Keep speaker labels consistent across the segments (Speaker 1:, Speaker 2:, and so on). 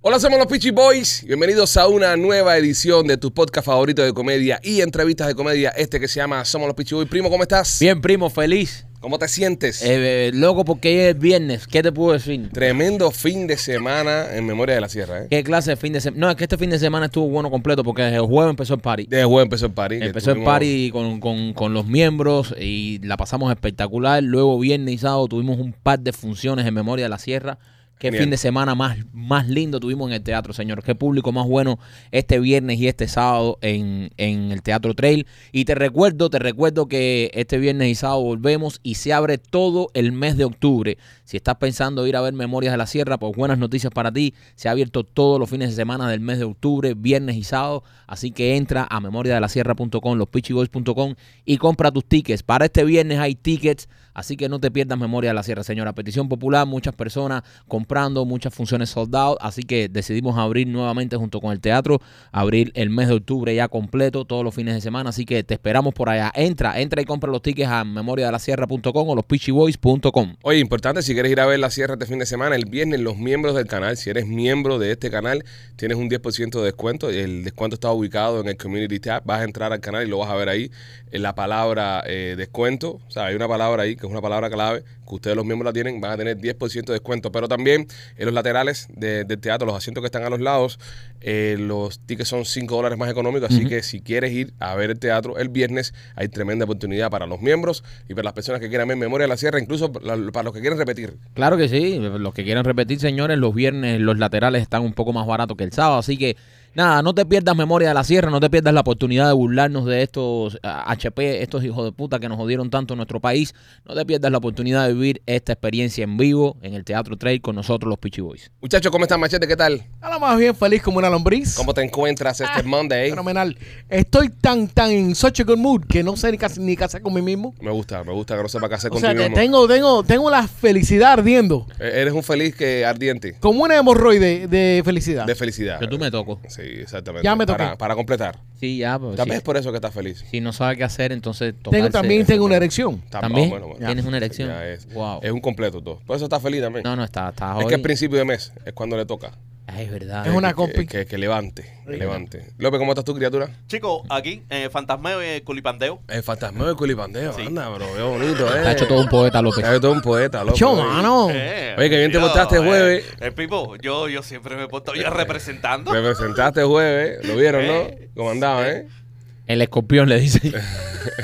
Speaker 1: Hola, somos los Peachy Boys. Bienvenidos a una nueva edición de tu podcast favorito de comedia y entrevistas de comedia. Este que se llama Somos los Peachy Boys. Primo, ¿cómo estás?
Speaker 2: Bien, primo, feliz.
Speaker 1: ¿Cómo te sientes?
Speaker 2: Eh, eh, loco, porque hoy es viernes. ¿Qué te puedo decir?
Speaker 1: Tremendo fin de semana en Memoria de la Sierra, ¿eh?
Speaker 2: ¿Qué clase de fin de semana? No, es que este fin de semana estuvo bueno completo porque desde el jueves empezó el party.
Speaker 1: Desde jueves empezó el party. que
Speaker 2: Empezó el
Speaker 1: estuvimos-
Speaker 2: party con, con- con los miembros y la pasamos espectacular. Luego viernes y sábado tuvimos un par de funciones en Memoria de la Sierra. Qué
Speaker 1: Genial.
Speaker 2: fin de semana más, más lindo tuvimos en el teatro, señor. Qué público más bueno este viernes y este sábado en, en el Teatro Trail. Y te recuerdo, te recuerdo que este viernes y sábado volvemos y se abre todo el mes de octubre. Si estás pensando ir a ver Memorias de la Sierra, pues buenas noticias para ti. Se ha abierto todos los fines de semana del mes de octubre, viernes y sábado. Así que entra a memoriadelasierra.com, lospitchyboys.com y compra tus tickets. Para este viernes hay tickets, así que no te pierdas Memoria de la Sierra, señora. Petición popular, muchas personas comprando, muchas funciones sold out. Así que decidimos abrir nuevamente junto con el teatro, abrir el mes de octubre ya completo, todos los fines de semana. Así que te esperamos por allá. Entra, entra y compra los tickets a memoriadelasierra.com o lospitchyboys.com.
Speaker 1: Oye, importante, si quieres ir a ver la sierra este fin de semana, el viernes los miembros del canal, si eres miembro de este canal, tienes un 10% de descuento. El descuento está ubicado en el Community Tab. Vas a entrar al canal y lo vas a ver ahí. Eh, La palabra eh, descuento, o sea, hay una palabra ahí que es una palabra clave, que ustedes los miembros la tienen, van a tener 10% de descuento. Pero también en los laterales de- del teatro, los asientos que están a los lados, eh, los tickets son 5 dólares más económicos. Así que si quieres ir a ver el teatro el viernes, hay tremenda oportunidad para los miembros y para las personas que quieran ver Memoria de la Sierra, incluso la- para los que quieren repetir.
Speaker 2: Claro que sí, los que quieran repetir, señores, los viernes los laterales están un poco más baratos que el sábado, así que nada, no te pierdas memoria de la sierra, no te pierdas la oportunidad de burlarnos de estos ah, HP, estos hijos de puta que nos jodieron tanto en nuestro país, no te pierdas la oportunidad de vivir esta experiencia en vivo en el Teatro Trail con nosotros los Pichi Boys.
Speaker 1: Muchachos, ¿cómo están, Machete? ¿Qué tal?
Speaker 3: Nada más bien feliz como una lombriz.
Speaker 1: ¿Cómo te encuentras este Monday?
Speaker 3: Fenomenal. Estoy tan, tan en such a good mood que no sé ni casi ni qué hacer con mí mismo.
Speaker 1: Me gusta, me gusta que no sepa qué hacer
Speaker 3: O sea,
Speaker 1: contigo
Speaker 3: que
Speaker 1: mismo.
Speaker 3: tengo, tengo, tengo la felicidad ardiendo.
Speaker 1: E- Eres un feliz que ardiente
Speaker 3: Como una hemorroide de felicidad.
Speaker 1: de felicidad.
Speaker 2: Que tú me toco.
Speaker 1: Sí, exactamente.
Speaker 3: Ya me toqué.
Speaker 1: para, para completar.
Speaker 2: Sí, ya, pues,
Speaker 1: Tal vez
Speaker 2: si,
Speaker 1: es por eso que estás feliz.
Speaker 2: si no sabe qué hacer, entonces
Speaker 3: tengo,
Speaker 2: tocarse-
Speaker 3: también tengo una erección.
Speaker 1: Está-
Speaker 2: ¿También?
Speaker 1: bueno, bueno.
Speaker 2: ¿Tienes una erección?
Speaker 1: Ya es,
Speaker 2: Wow.
Speaker 1: es un completo todo. Por eso estás feliz también.
Speaker 2: No, no, está, está
Speaker 1: es
Speaker 2: hoy.
Speaker 1: que es principio de mes, es cuando le toca.
Speaker 2: Ay, es verdad.
Speaker 3: Es una
Speaker 1: Que-
Speaker 3: compi.
Speaker 1: Que, que- que levante, que levante. López, ¿cómo estás tú, criatura?
Speaker 4: Chicos, aquí, eh, Fantasmeo y Culipandeo.
Speaker 1: El fantasma de culipandeo,
Speaker 4: Sí.
Speaker 1: anda, bro. Qué bonito, eh.
Speaker 2: Está hecho todo un poeta, López.
Speaker 1: Está hecho todo un poeta, loco.
Speaker 3: Yo,
Speaker 1: eh.
Speaker 3: mano.
Speaker 4: Eh,
Speaker 1: Oye, que bien te
Speaker 4: yo,
Speaker 1: portaste
Speaker 4: eh,
Speaker 1: jueves.
Speaker 4: eh, Pipo, yo, yo siempre me he portado yo representando.
Speaker 1: Te presentaste jueves, lo vieron,
Speaker 4: Eh,
Speaker 1: ¿no? Como andaba, ¿eh?
Speaker 2: El escorpión le dice.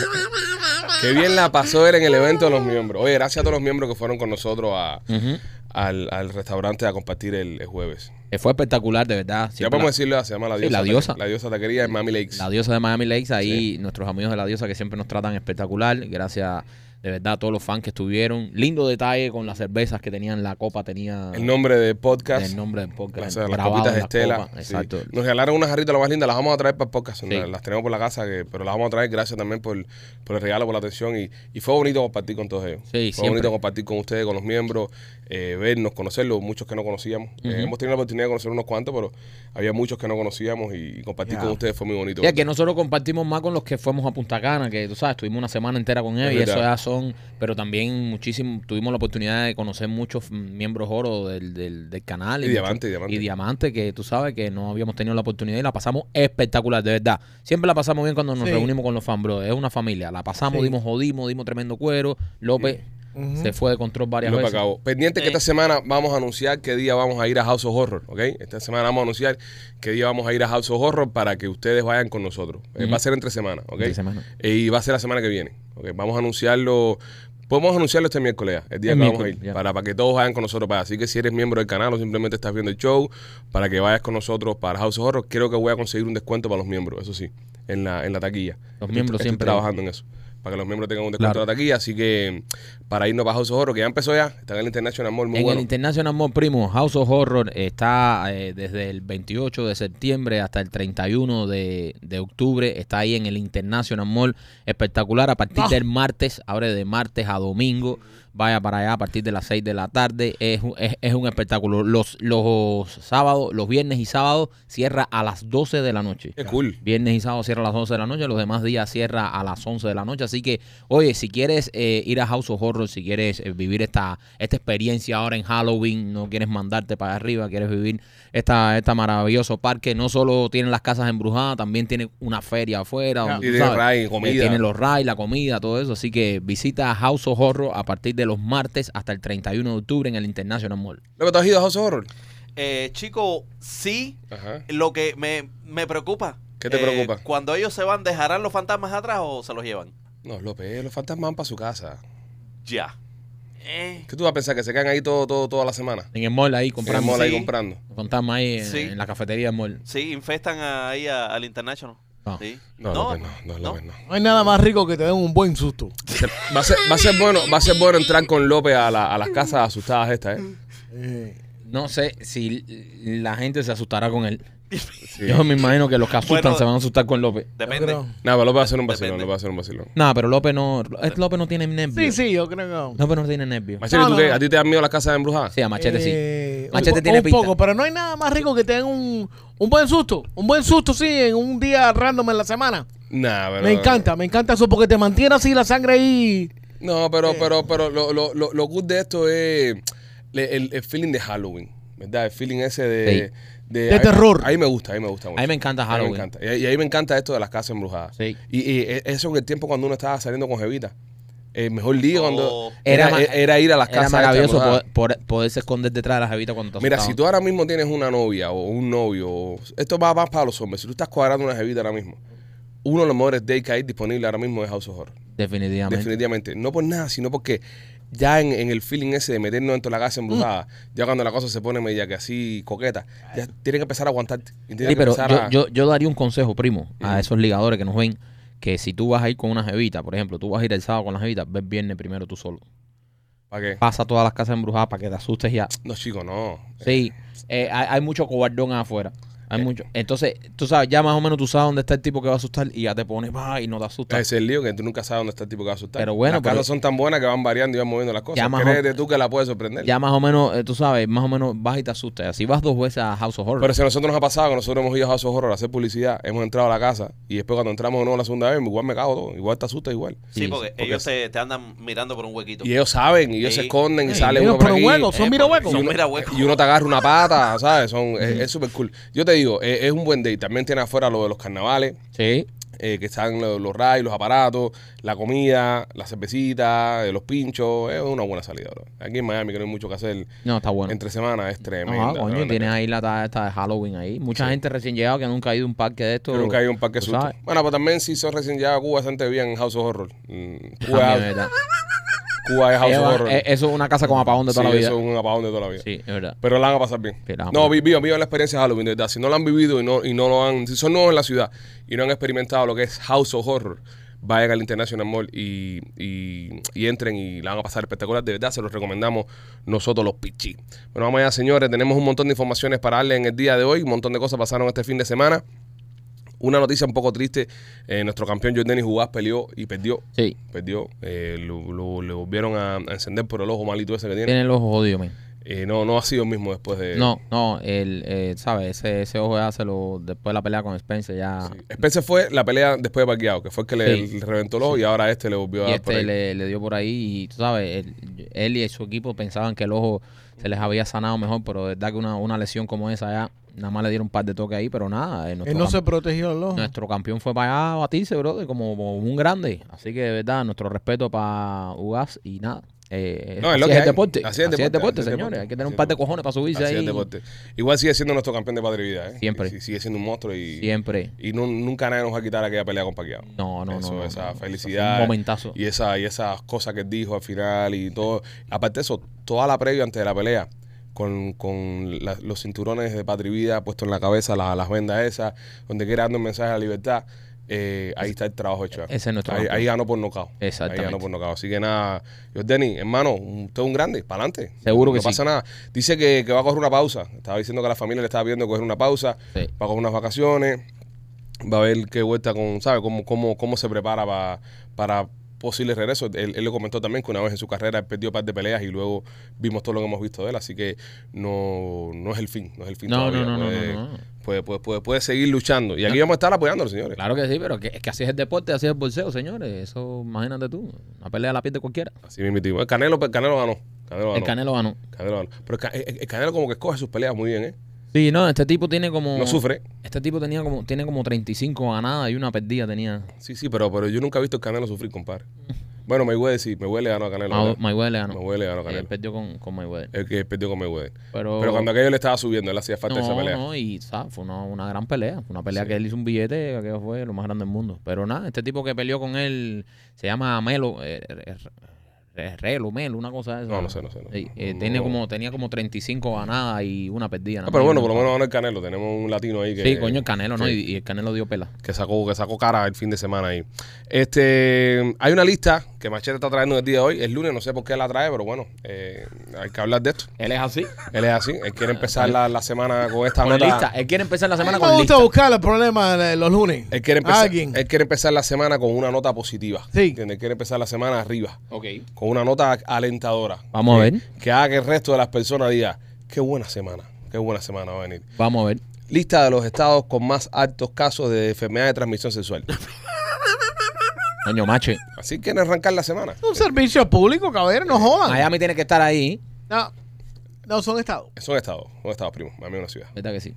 Speaker 1: Qué bien la pasó él en el evento de los miembros. Oye, gracias a todos los miembros que fueron con nosotros a-
Speaker 2: Ujú.
Speaker 1: al, al restaurante a compartir el, el jueves.
Speaker 2: Eh, Fue espectacular, de verdad.
Speaker 1: ya
Speaker 2: Siempre
Speaker 1: podemos
Speaker 2: la-
Speaker 1: decirlo, se llama La
Speaker 2: Sí,
Speaker 1: Diosa.
Speaker 2: La Diosa.
Speaker 1: La Diosa Taquería en Miami Lakes.
Speaker 2: La diosa de Miami Lakes, ahí nuestros amigos de la diosa que siempre nos tratan espectacular. Gracias de verdad a todos los fans que estuvieron. Lindo detalle con las cervezas que tenían, la copa tenía
Speaker 1: El nombre de podcast.
Speaker 2: el nombre del
Speaker 1: O
Speaker 2: podcast.
Speaker 1: sea, las
Speaker 2: grabado
Speaker 1: copitas
Speaker 2: en
Speaker 1: de
Speaker 2: la
Speaker 1: Estela.
Speaker 2: copa.
Speaker 1: sí.
Speaker 2: Exacto.
Speaker 1: Nos regalaron unas jarritas, lo más lindas. Las vamos a traer para el podcast.
Speaker 2: Sí.
Speaker 1: Las, las tenemos por la casa, que, pero las vamos a traer. Gracias también por, por el regalo, por la atención. Y, y fue bonito compartir con todos ellos.
Speaker 2: Sí,
Speaker 1: fue
Speaker 2: siempre.
Speaker 1: bonito compartir con ustedes, con los miembros, eh, vernos, conocerlos, muchos que no conocíamos. Eh, hemos tenido la oportunidad de conocer unos cuantos, pero había muchos que no conocíamos y, y compartir
Speaker 3: Ya.
Speaker 1: con ustedes fue muy bonito.
Speaker 2: Ya que nosotros compartimos más con los que fuimos a Punta Cana, que tú sabes, estuvimos una semana entera con ellos
Speaker 1: Es
Speaker 2: y eso
Speaker 1: verdad.
Speaker 2: ya son, pero también muchísimo, tuvimos la oportunidad de conocer muchos mm, miembros oro del, del, del canal.
Speaker 1: Y Diamante,
Speaker 2: muchos-
Speaker 1: Diamante.
Speaker 2: Y Diamante, que tú sabes que no habíamos tenido la oportunidad y la pasamos espectacular, de verdad. Siempre la pasamos bien cuando nos
Speaker 3: Sí.
Speaker 2: reunimos con los fan bros, es una familia. La pasamos,
Speaker 3: Sí.
Speaker 2: dimos jodimos, dimos tremendo cuero. López
Speaker 3: Ujú.
Speaker 2: se fue de control varias
Speaker 1: Lo que
Speaker 2: veces.
Speaker 1: acabó. Pendiente que esta semana vamos a anunciar qué día vamos a ir a House of Horror, ¿ok? Esta semana vamos a anunciar qué día vamos a ir a House of Horror para que ustedes vayan con nosotros. Eh,
Speaker 2: Ujú.
Speaker 1: Va a ser entre semana, ¿ok?
Speaker 2: Entre semana.
Speaker 1: Eh, y va a ser la semana que viene, ¿ok? Vamos a anunciarlo. Podemos anunciarlo este miércoles, ya, el día
Speaker 2: El
Speaker 1: que vamos a ir,
Speaker 2: miércoles, ya.
Speaker 1: para, para que todos vayan con nosotros para allá. Así que si eres miembro del canal o simplemente estás viendo el show, para que vayas con nosotros para House of Horror, creo que voy a conseguir un descuento para los miembros, eso sí, en la, en la taquilla.
Speaker 2: Los miembros
Speaker 1: estoy
Speaker 2: siempre-
Speaker 1: trabajando en eso, para que los miembros tengan un descuento
Speaker 2: Claro.
Speaker 1: en la taquilla. Así que para irnos para House of Horror, que ya empezó ya, está en el International Mall, muy
Speaker 2: en
Speaker 1: bueno.
Speaker 2: el International Mall Primo, House of Horror está eh, desde el 28 de septiembre hasta el 31 de, de octubre. Está ahí en el International Mall. Espectacular. A partir del martes, abre de martes a domingo. Vaya para allá a partir de las 6 de la tarde. Es, un- es- es un espectáculo. Los, los sábados, los viernes y sábados cierra a las 12 de la noche.
Speaker 1: Qué cool.
Speaker 2: Viernes y sábado cierra a las 11 de la noche, los demás días cierra a las 11 de la noche. Así que, oye, si quieres eh, ir a House of Horror, si quieres eh, vivir esta, esta experiencia ahora en Halloween, no quieres mandarte para arriba, quieres vivir esta, este maravilloso parque, no solo tienen las casas embrujadas, también tiene una feria afuera.
Speaker 1: Y
Speaker 2: donde, tú
Speaker 1: tiene
Speaker 2: sabes,
Speaker 1: ray,
Speaker 2: eh,
Speaker 1: comida.
Speaker 2: tiene los ray, la comida, todo eso. Así que visita House of Horror a partir de los martes hasta el 31 de octubre en el International Mall.
Speaker 1: Luego tú has ido a House of Horror.
Speaker 4: Eh, chico, sí,
Speaker 1: Ajá.
Speaker 4: lo que me, me preocupa.
Speaker 1: ¿Qué te
Speaker 4: eh,
Speaker 1: preocupa?
Speaker 4: Cuando ellos se van, ¿dejarán los fantasmas atrás o se los llevan?
Speaker 1: No, López, eh, los fantasmas van para su casa.
Speaker 4: Ya. Eh,
Speaker 1: ¿Qué tú vas a pensar? Que se quedan ahí todo, todo, toda la semana.
Speaker 2: En el mall ahí
Speaker 1: Compramos
Speaker 2: compramos.
Speaker 4: Sí.
Speaker 1: ahí comprando.
Speaker 2: Contamos ahí en,
Speaker 4: Sí.
Speaker 2: en la cafetería del mall.
Speaker 4: sí, infestan a- ahí a- al International.
Speaker 2: No.
Speaker 4: Sí.
Speaker 1: No, no, López, no, no, López, no.
Speaker 3: No hay nada más rico que te den un buen susto.
Speaker 1: Va a, ser, va, a ser bueno, va a ser bueno entrar con López a, la- a las casas asustadas estas, ¿eh?
Speaker 3: Eh,
Speaker 2: No sé si la gente se asustará con él.
Speaker 1: Sí.
Speaker 2: Yo me imagino que los que asustan
Speaker 4: Bueno.
Speaker 2: se van a asustar con López.
Speaker 4: Depende.
Speaker 3: Yo creo-
Speaker 1: Nada, pero López va a hacer un vacilón,
Speaker 4: Depende.
Speaker 1: López va a hacer un vacilón.
Speaker 2: No, pero López no, es- López no tiene
Speaker 3: Sí,
Speaker 2: nervios.
Speaker 3: sí, yo creo que.
Speaker 2: López no tiene nervios.
Speaker 1: Machete,
Speaker 3: No,
Speaker 1: ¿tú
Speaker 3: no,
Speaker 1: qué?
Speaker 3: no.
Speaker 1: ¿A ti te dan miedo las casas embrujadas?
Speaker 2: Sí, a Machete sí.
Speaker 3: Eh,
Speaker 2: Machete
Speaker 3: un, po-
Speaker 2: tiene
Speaker 3: un
Speaker 2: pinta.
Speaker 3: poco, pero no hay nada más rico que te den un, un buen susto. Un buen susto, sí, en un día random en la semana.
Speaker 1: Nah, pero...
Speaker 3: me encanta, me encanta eso porque te mantiene así la sangre ahí.
Speaker 1: No,
Speaker 3: Eh.
Speaker 1: pero, pero, pero lo, lo, lo, lo good de esto es le- el, el feeling de Halloween, ¿verdad? El feeling ese de...
Speaker 3: De terror.
Speaker 1: A mí me gusta, a mí me gusta mucho.
Speaker 2: A mí me encanta
Speaker 1: A mí
Speaker 2: Halloween.
Speaker 1: me encanta. Y, y a mí me encanta esto de las casas embrujadas.
Speaker 2: Sí.
Speaker 1: Y, y e- eso en el tiempo cuando uno estaba saliendo con Jevita. El mejor lío
Speaker 4: Oh.
Speaker 1: cuando
Speaker 2: Era
Speaker 1: era, e,
Speaker 2: ma-
Speaker 1: era ir a las
Speaker 2: Era
Speaker 1: casas.
Speaker 2: maravilloso
Speaker 1: estas embrujadas.
Speaker 2: poder, poder- poderse esconder detrás de las jevita cuando te
Speaker 1: Mira,
Speaker 2: asustaban.
Speaker 1: si tú ahora mismo tienes una novia o un novio, o- esto va más para los hombres. Si tú estás cuadrando una jevita ahora mismo, uno de los mejores dates que hay disponible ahora mismo es House of Horror.
Speaker 2: Definitivamente.
Speaker 1: Definitivamente. No por nada, sino porque ya en, en el feeling ese de meternos dentro de la
Speaker 2: Mm.
Speaker 1: casa embrujada, ya cuando la cosa se pone media que así coqueta, ya tienes que empezar a aguantarte. Y tienes
Speaker 2: Sí,
Speaker 1: que
Speaker 2: pero
Speaker 1: empezar
Speaker 2: yo,
Speaker 1: a-
Speaker 2: yo, yo daría un consejo, primo,
Speaker 1: Mm.
Speaker 2: a esos ligadores que nos ven, que si tú vas a ir con una jevita, por ejemplo, tú vas a ir el sábado con la jevita, ves viernes primero tú solo.
Speaker 1: ¿Para qué?
Speaker 2: Pasa todas las casas embrujadas para que te asustes ya.
Speaker 1: No, chico, no.
Speaker 2: Sí, eh, hay, hay mucho cobardón afuera.
Speaker 1: eh,
Speaker 2: Hay mucho. Entonces, tú sabes, ya más o menos tú sabes dónde está el tipo que va a asustar y ya te pones, va, y no te
Speaker 1: Ese
Speaker 2: asustas.
Speaker 1: es el lío que tú nunca sabes dónde está el tipo que va a asustar.
Speaker 2: Pero bueno,
Speaker 1: las
Speaker 2: pero-
Speaker 1: casas son tan buenas que van variando y van moviendo las cosas.
Speaker 2: Ya más o-
Speaker 1: Créete tú que la puedes sorprender.
Speaker 2: Ya más o menos, eh, tú sabes, más o menos vas y te asustas. Así vas dos veces a House of Horror.
Speaker 1: Pero si a nosotros nos ha pasado que nosotros hemos ido a House of Horror a hacer publicidad, hemos entrado a la casa y después cuando entramos de nuevo la segunda vez, igual me cago todo, igual te asusta igual.
Speaker 4: Sí,
Speaker 2: Sí,
Speaker 4: porque,
Speaker 1: porque
Speaker 4: ellos
Speaker 1: sí.
Speaker 4: te, te andan mirando por un huequito.
Speaker 1: Y ellos saben, y ellos
Speaker 4: Sí.
Speaker 1: se esconden y
Speaker 3: Sí,
Speaker 1: sale
Speaker 3: ellos
Speaker 1: uno por
Speaker 3: por un
Speaker 1: aquí.
Speaker 3: hueco, son
Speaker 1: Eh,
Speaker 3: mirahuecos.
Speaker 1: y
Speaker 4: Son
Speaker 1: uno-
Speaker 4: mirahuecos.
Speaker 1: Y uno te agarra una pata, ¿sabes? Son, es- es súper cool. Yo te digo, es, es un buen date. También tiene afuera lo de los carnavales,
Speaker 2: sí.
Speaker 1: eh, que están lo- los, rayos, los aparatos, la comida, la cervecita, eh, los pinchos. Es una buena salida, bro. Aquí en Miami, que no hay mucho que hacer
Speaker 2: No, está bueno.
Speaker 1: entre semana, es
Speaker 2: No,
Speaker 1: tremendo.
Speaker 2: coño, tienes ahí la tarde esta de Halloween ahí. Mucha gente recién llegada que nunca ha ido a un parque de estos.
Speaker 1: Creo que hay un parque
Speaker 2: tú
Speaker 1: susto.
Speaker 2: sabes.
Speaker 1: Bueno, pero también si son recién llegados a Cuba, bastante bien en House of Horror. Mm,
Speaker 2: También,
Speaker 1: Cuba,
Speaker 2: ¿verdad?
Speaker 1: Cuba es House of
Speaker 2: Lleva-
Speaker 1: Horror.
Speaker 2: eh, eso es una casa con apagón de toda
Speaker 1: Sí,
Speaker 2: la vida.
Speaker 1: Eso es un apagón de toda la vida.
Speaker 2: Sí, es verdad.
Speaker 1: Pero la van a pasar bien.
Speaker 2: Sí, la van a
Speaker 1: no,
Speaker 2: pasar
Speaker 1: vi- vivan, vivan la experiencia de Halloween, de verdad. Si no la han vivido y no, y no lo han, si son nuevos en la ciudad y no han experimentado lo que es House of Horror, vayan al International Mall y, y- y entren y la van a pasar espectacular. De verdad, se los recomendamos nosotros los pichis. Bueno, vamos allá, señores. Tenemos un montón de informaciones para darle en el día de hoy. Un montón de cosas pasaron este fin de semana. Una noticia un poco triste. eh, nuestro campeón Jordan Jugás peleó y perdió.
Speaker 2: Sí.
Speaker 1: Perdió. Eh, lo, lo- le volvieron a, a encender por el ojo malito ese que tiene.
Speaker 2: Tiene el ojo jodido, men.
Speaker 1: Eh, no, no ha sido el mismo después de...
Speaker 2: No, no, el, eh, ¿sabes? Ese, ese ojo ya se lo. Después de la pelea con Spencer ya.
Speaker 1: Spencer fue la pelea después de Pacquiao, que fue el que le,
Speaker 2: Sí.
Speaker 1: le reventó el ojo y ahora este le volvió a
Speaker 2: Y
Speaker 1: dar por
Speaker 2: este
Speaker 1: ahí.
Speaker 2: le, le dio por ahí y tú sabes, él, él y su equipo pensaban que el ojo se les había sanado mejor, pero de verdad que una, una lesión como esa ya, nada más le dieron un par de toques ahí, pero nada, eh, nuestro,
Speaker 3: Él no se
Speaker 2: camp-
Speaker 3: protegió el ojo.
Speaker 2: nuestro campeón fue para allá a batirse, brother, como, como un grande. Así que de verdad, nuestro respeto para Ugas y nada. Eh,
Speaker 1: No, es
Speaker 2: así
Speaker 1: lo
Speaker 2: es
Speaker 1: que
Speaker 2: el
Speaker 1: hay.
Speaker 2: deporte.
Speaker 1: Así es el deporte, así es el
Speaker 2: señores.
Speaker 1: deporte.
Speaker 2: Hay que tener
Speaker 1: Así es
Speaker 2: un par de
Speaker 1: el deporte.
Speaker 2: cojones para subirse
Speaker 1: Así es el
Speaker 2: ahí.
Speaker 1: deporte. Igual sigue siendo nuestro campeón de patria y vida, ¿eh?
Speaker 2: Siempre.
Speaker 1: Y sigue siendo un monstruo y,
Speaker 2: Siempre.
Speaker 1: y nu- nunca nadie nos va a quitar aquella pelea con Pacquiao.
Speaker 2: No, no, no,
Speaker 1: Eso,
Speaker 2: no.
Speaker 1: Esa
Speaker 2: no, no.
Speaker 1: felicidad.
Speaker 2: Un momentazo.
Speaker 1: Y, esa, y esas cosas que dijo al final y todo. Aparte de eso, toda la previa antes de la pelea, con, con la- los cinturones de Patri Vida puestos en la cabeza, la- las vendas esas, donde quiera dando un mensaje a la libertad, eh, ahí está el trabajo hecho.
Speaker 2: ese es nuestro
Speaker 1: ahí,
Speaker 2: campeón.
Speaker 1: ahí ganó por nocao.
Speaker 2: Exactamente.
Speaker 1: Ahí ganó por nocao. Así que nada, Jordani, hermano, usted es un grande, para adelante.
Speaker 2: Seguro que
Speaker 1: no
Speaker 2: sí.
Speaker 1: pasa nada. Dice que, que va a coger una pausa. Estaba diciendo que la familia le estaba pidiendo coger una pausa,
Speaker 2: Sí.
Speaker 1: va a coger unas vacaciones va a ver qué vuelta con, ¿sabe? Cómo, cómo, cómo se prepara pa- para posible regreso. Él, él lo comentó también que una vez en su carrera él perdió un par de peleas y luego vimos todo lo que hemos visto de él. Así que no, no es el fin, no es el fin
Speaker 2: No,
Speaker 1: todavía.
Speaker 2: no, no, no,
Speaker 1: puede,
Speaker 2: no, no.
Speaker 1: Puede, puede- puede- puede seguir luchando. Y aquí vamos a estar apoyándolo, señores.
Speaker 2: Claro que sí, pero que, es que así es el deporte, así es el bolseo, señores. Eso, imagínate tú. Una pelea la pierde cualquiera.
Speaker 1: Así mismo. El Canelo, el Canelo ganó. Canelo
Speaker 2: El
Speaker 1: ganó.
Speaker 2: Canelo ganó.
Speaker 1: Canelo ganó. Pero el, Ca- el- el Canelo como que escoge sus peleas muy bien, ¿eh?
Speaker 2: Sí, no, este tipo tiene como...
Speaker 1: No sufre.
Speaker 2: Este tipo tenía como, tiene como 35 ganadas y una perdida tenía.
Speaker 1: Sí, sí, pero, pero yo nunca he visto a Canelo sufrir, compadre. Bueno, Mayweather sí. Mayweather le ganó a Canelo.
Speaker 2: Ma-
Speaker 1: ¿verdad?
Speaker 2: Mayweather le ganó.
Speaker 1: Mayweather le ganó a
Speaker 2: Él
Speaker 1: Canelo.
Speaker 2: perdió con, con Mayweather.
Speaker 1: El que perdió con Mayweather.
Speaker 2: Pero,
Speaker 1: Pero cuando aquello le estaba subiendo, él hacía falta
Speaker 2: no,
Speaker 1: esa pelea.
Speaker 2: no, y ¿sabes? fue una, una gran pelea. Fue una pelea que él hizo un billete, aquello fue lo más grande del mundo. Pero nada, este tipo que peleó con él se llama Melo, eh, eh, eh, Relo, Melo, una cosa de esa.
Speaker 1: No, no sé, no sé, no sé.
Speaker 2: Sí, eh,
Speaker 1: No.
Speaker 2: tiene como, tenía como 35 ganadas y una perdida. nada
Speaker 1: Ah, pero
Speaker 2: más.
Speaker 1: bueno, por lo menos ganó el Canelo. Tenemos un latino ahí que,
Speaker 2: Sí, coño, el Canelo, ¿no?
Speaker 1: sí.
Speaker 2: Y, y el Canelo dio pela.
Speaker 1: que sacó que sacó cara el fin de semana ahí. Este, hay una lista que Machete está trayendo el día de hoy. Es lunes, no sé por qué la trae, pero bueno, eh, hay que hablar de esto.
Speaker 2: Él es así.
Speaker 1: Él es así. Él quiere empezar la, la semana con esta
Speaker 2: Con
Speaker 1: nota.
Speaker 2: lista. Él quiere empezar la
Speaker 3: A mí
Speaker 2: semana
Speaker 3: me
Speaker 2: con
Speaker 3: gusta
Speaker 2: lista.
Speaker 3: buscar el problema de los lunes.
Speaker 1: Él quiere, empezar,
Speaker 3: Alguien.
Speaker 1: él quiere empezar la semana con una nota positiva.
Speaker 3: Sí.
Speaker 1: ¿entiendes? Él quiere empezar la semana arriba,
Speaker 2: Ok.
Speaker 1: con una nota alentadora.
Speaker 2: Vamos a
Speaker 1: Que-
Speaker 2: ver.
Speaker 1: Que haga que el resto de las personas diga, qué buena semana, qué buena semana va a venir.
Speaker 2: Vamos a ver.
Speaker 1: Lista de los estados con más altos casos de enfermedad de transmisión sexual.
Speaker 2: Coño, mache.
Speaker 1: Así quieren arrancar la semana.
Speaker 3: Un servicio público, cabrón, no jodan.
Speaker 2: Miami tiene que estar ahí.
Speaker 3: No, no son estados.
Speaker 1: Son estados, son estados primos, a mí una ciudad.
Speaker 2: ¿Verdad que sí?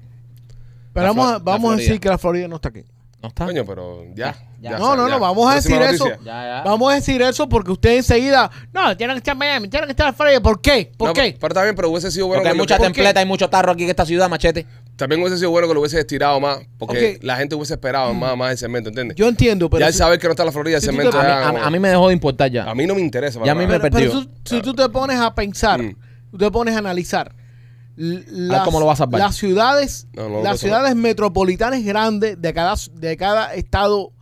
Speaker 3: Pero
Speaker 2: La
Speaker 3: vamos, a-
Speaker 2: Flor- la
Speaker 3: vamos a decir
Speaker 2: Florida.
Speaker 3: que la Florida no está aquí.
Speaker 2: No está.
Speaker 1: Coño, pero ya. ya,
Speaker 2: Ya, ya.
Speaker 3: No,
Speaker 1: ya,
Speaker 3: no,
Speaker 1: ya.
Speaker 3: no, vamos a
Speaker 1: Próxima
Speaker 3: decir eso.
Speaker 1: noticia.
Speaker 2: Ya, ya.
Speaker 3: Vamos a decir eso porque usted enseguida. No, tienen que estar en Miami, tienen que estar en Florida. ¿Por qué? ¿Por
Speaker 1: No,
Speaker 3: qué?
Speaker 1: Pero, pero también, pero hubiese sido bueno.
Speaker 2: Porque hay
Speaker 1: que lo-
Speaker 2: mucha
Speaker 1: ¿por qué?
Speaker 2: templeta, hay mucho tarro aquí en esta ciudad, machete.
Speaker 1: También hubiese sido bueno que lo hubiese estirado más, porque
Speaker 3: Ok.
Speaker 1: la gente hubiese
Speaker 2: Mm.
Speaker 1: esperado más, más el cemento, ¿entiendes?
Speaker 3: Yo entiendo, pero.
Speaker 1: ya el
Speaker 3: si-
Speaker 1: saber que no está la Florida, el
Speaker 3: Sí, tú te-
Speaker 1: cemento
Speaker 2: A mí,
Speaker 1: ya,
Speaker 2: a mí-
Speaker 1: como-
Speaker 2: a mí me dejó de importar ya.
Speaker 1: a mí no me interesa. para
Speaker 2: Ya a mí
Speaker 1: nada.
Speaker 2: me
Speaker 3: pero, pero
Speaker 2: perdió.
Speaker 3: tú- si tú te pones a pensar, tú te pones a analizar. l- Las,
Speaker 2: cómo lo va a salvar.
Speaker 3: las ciudades,
Speaker 1: No, no lo va a
Speaker 3: las
Speaker 1: salvar.
Speaker 3: ciudades metropolitanas grandes de cada, de cada estado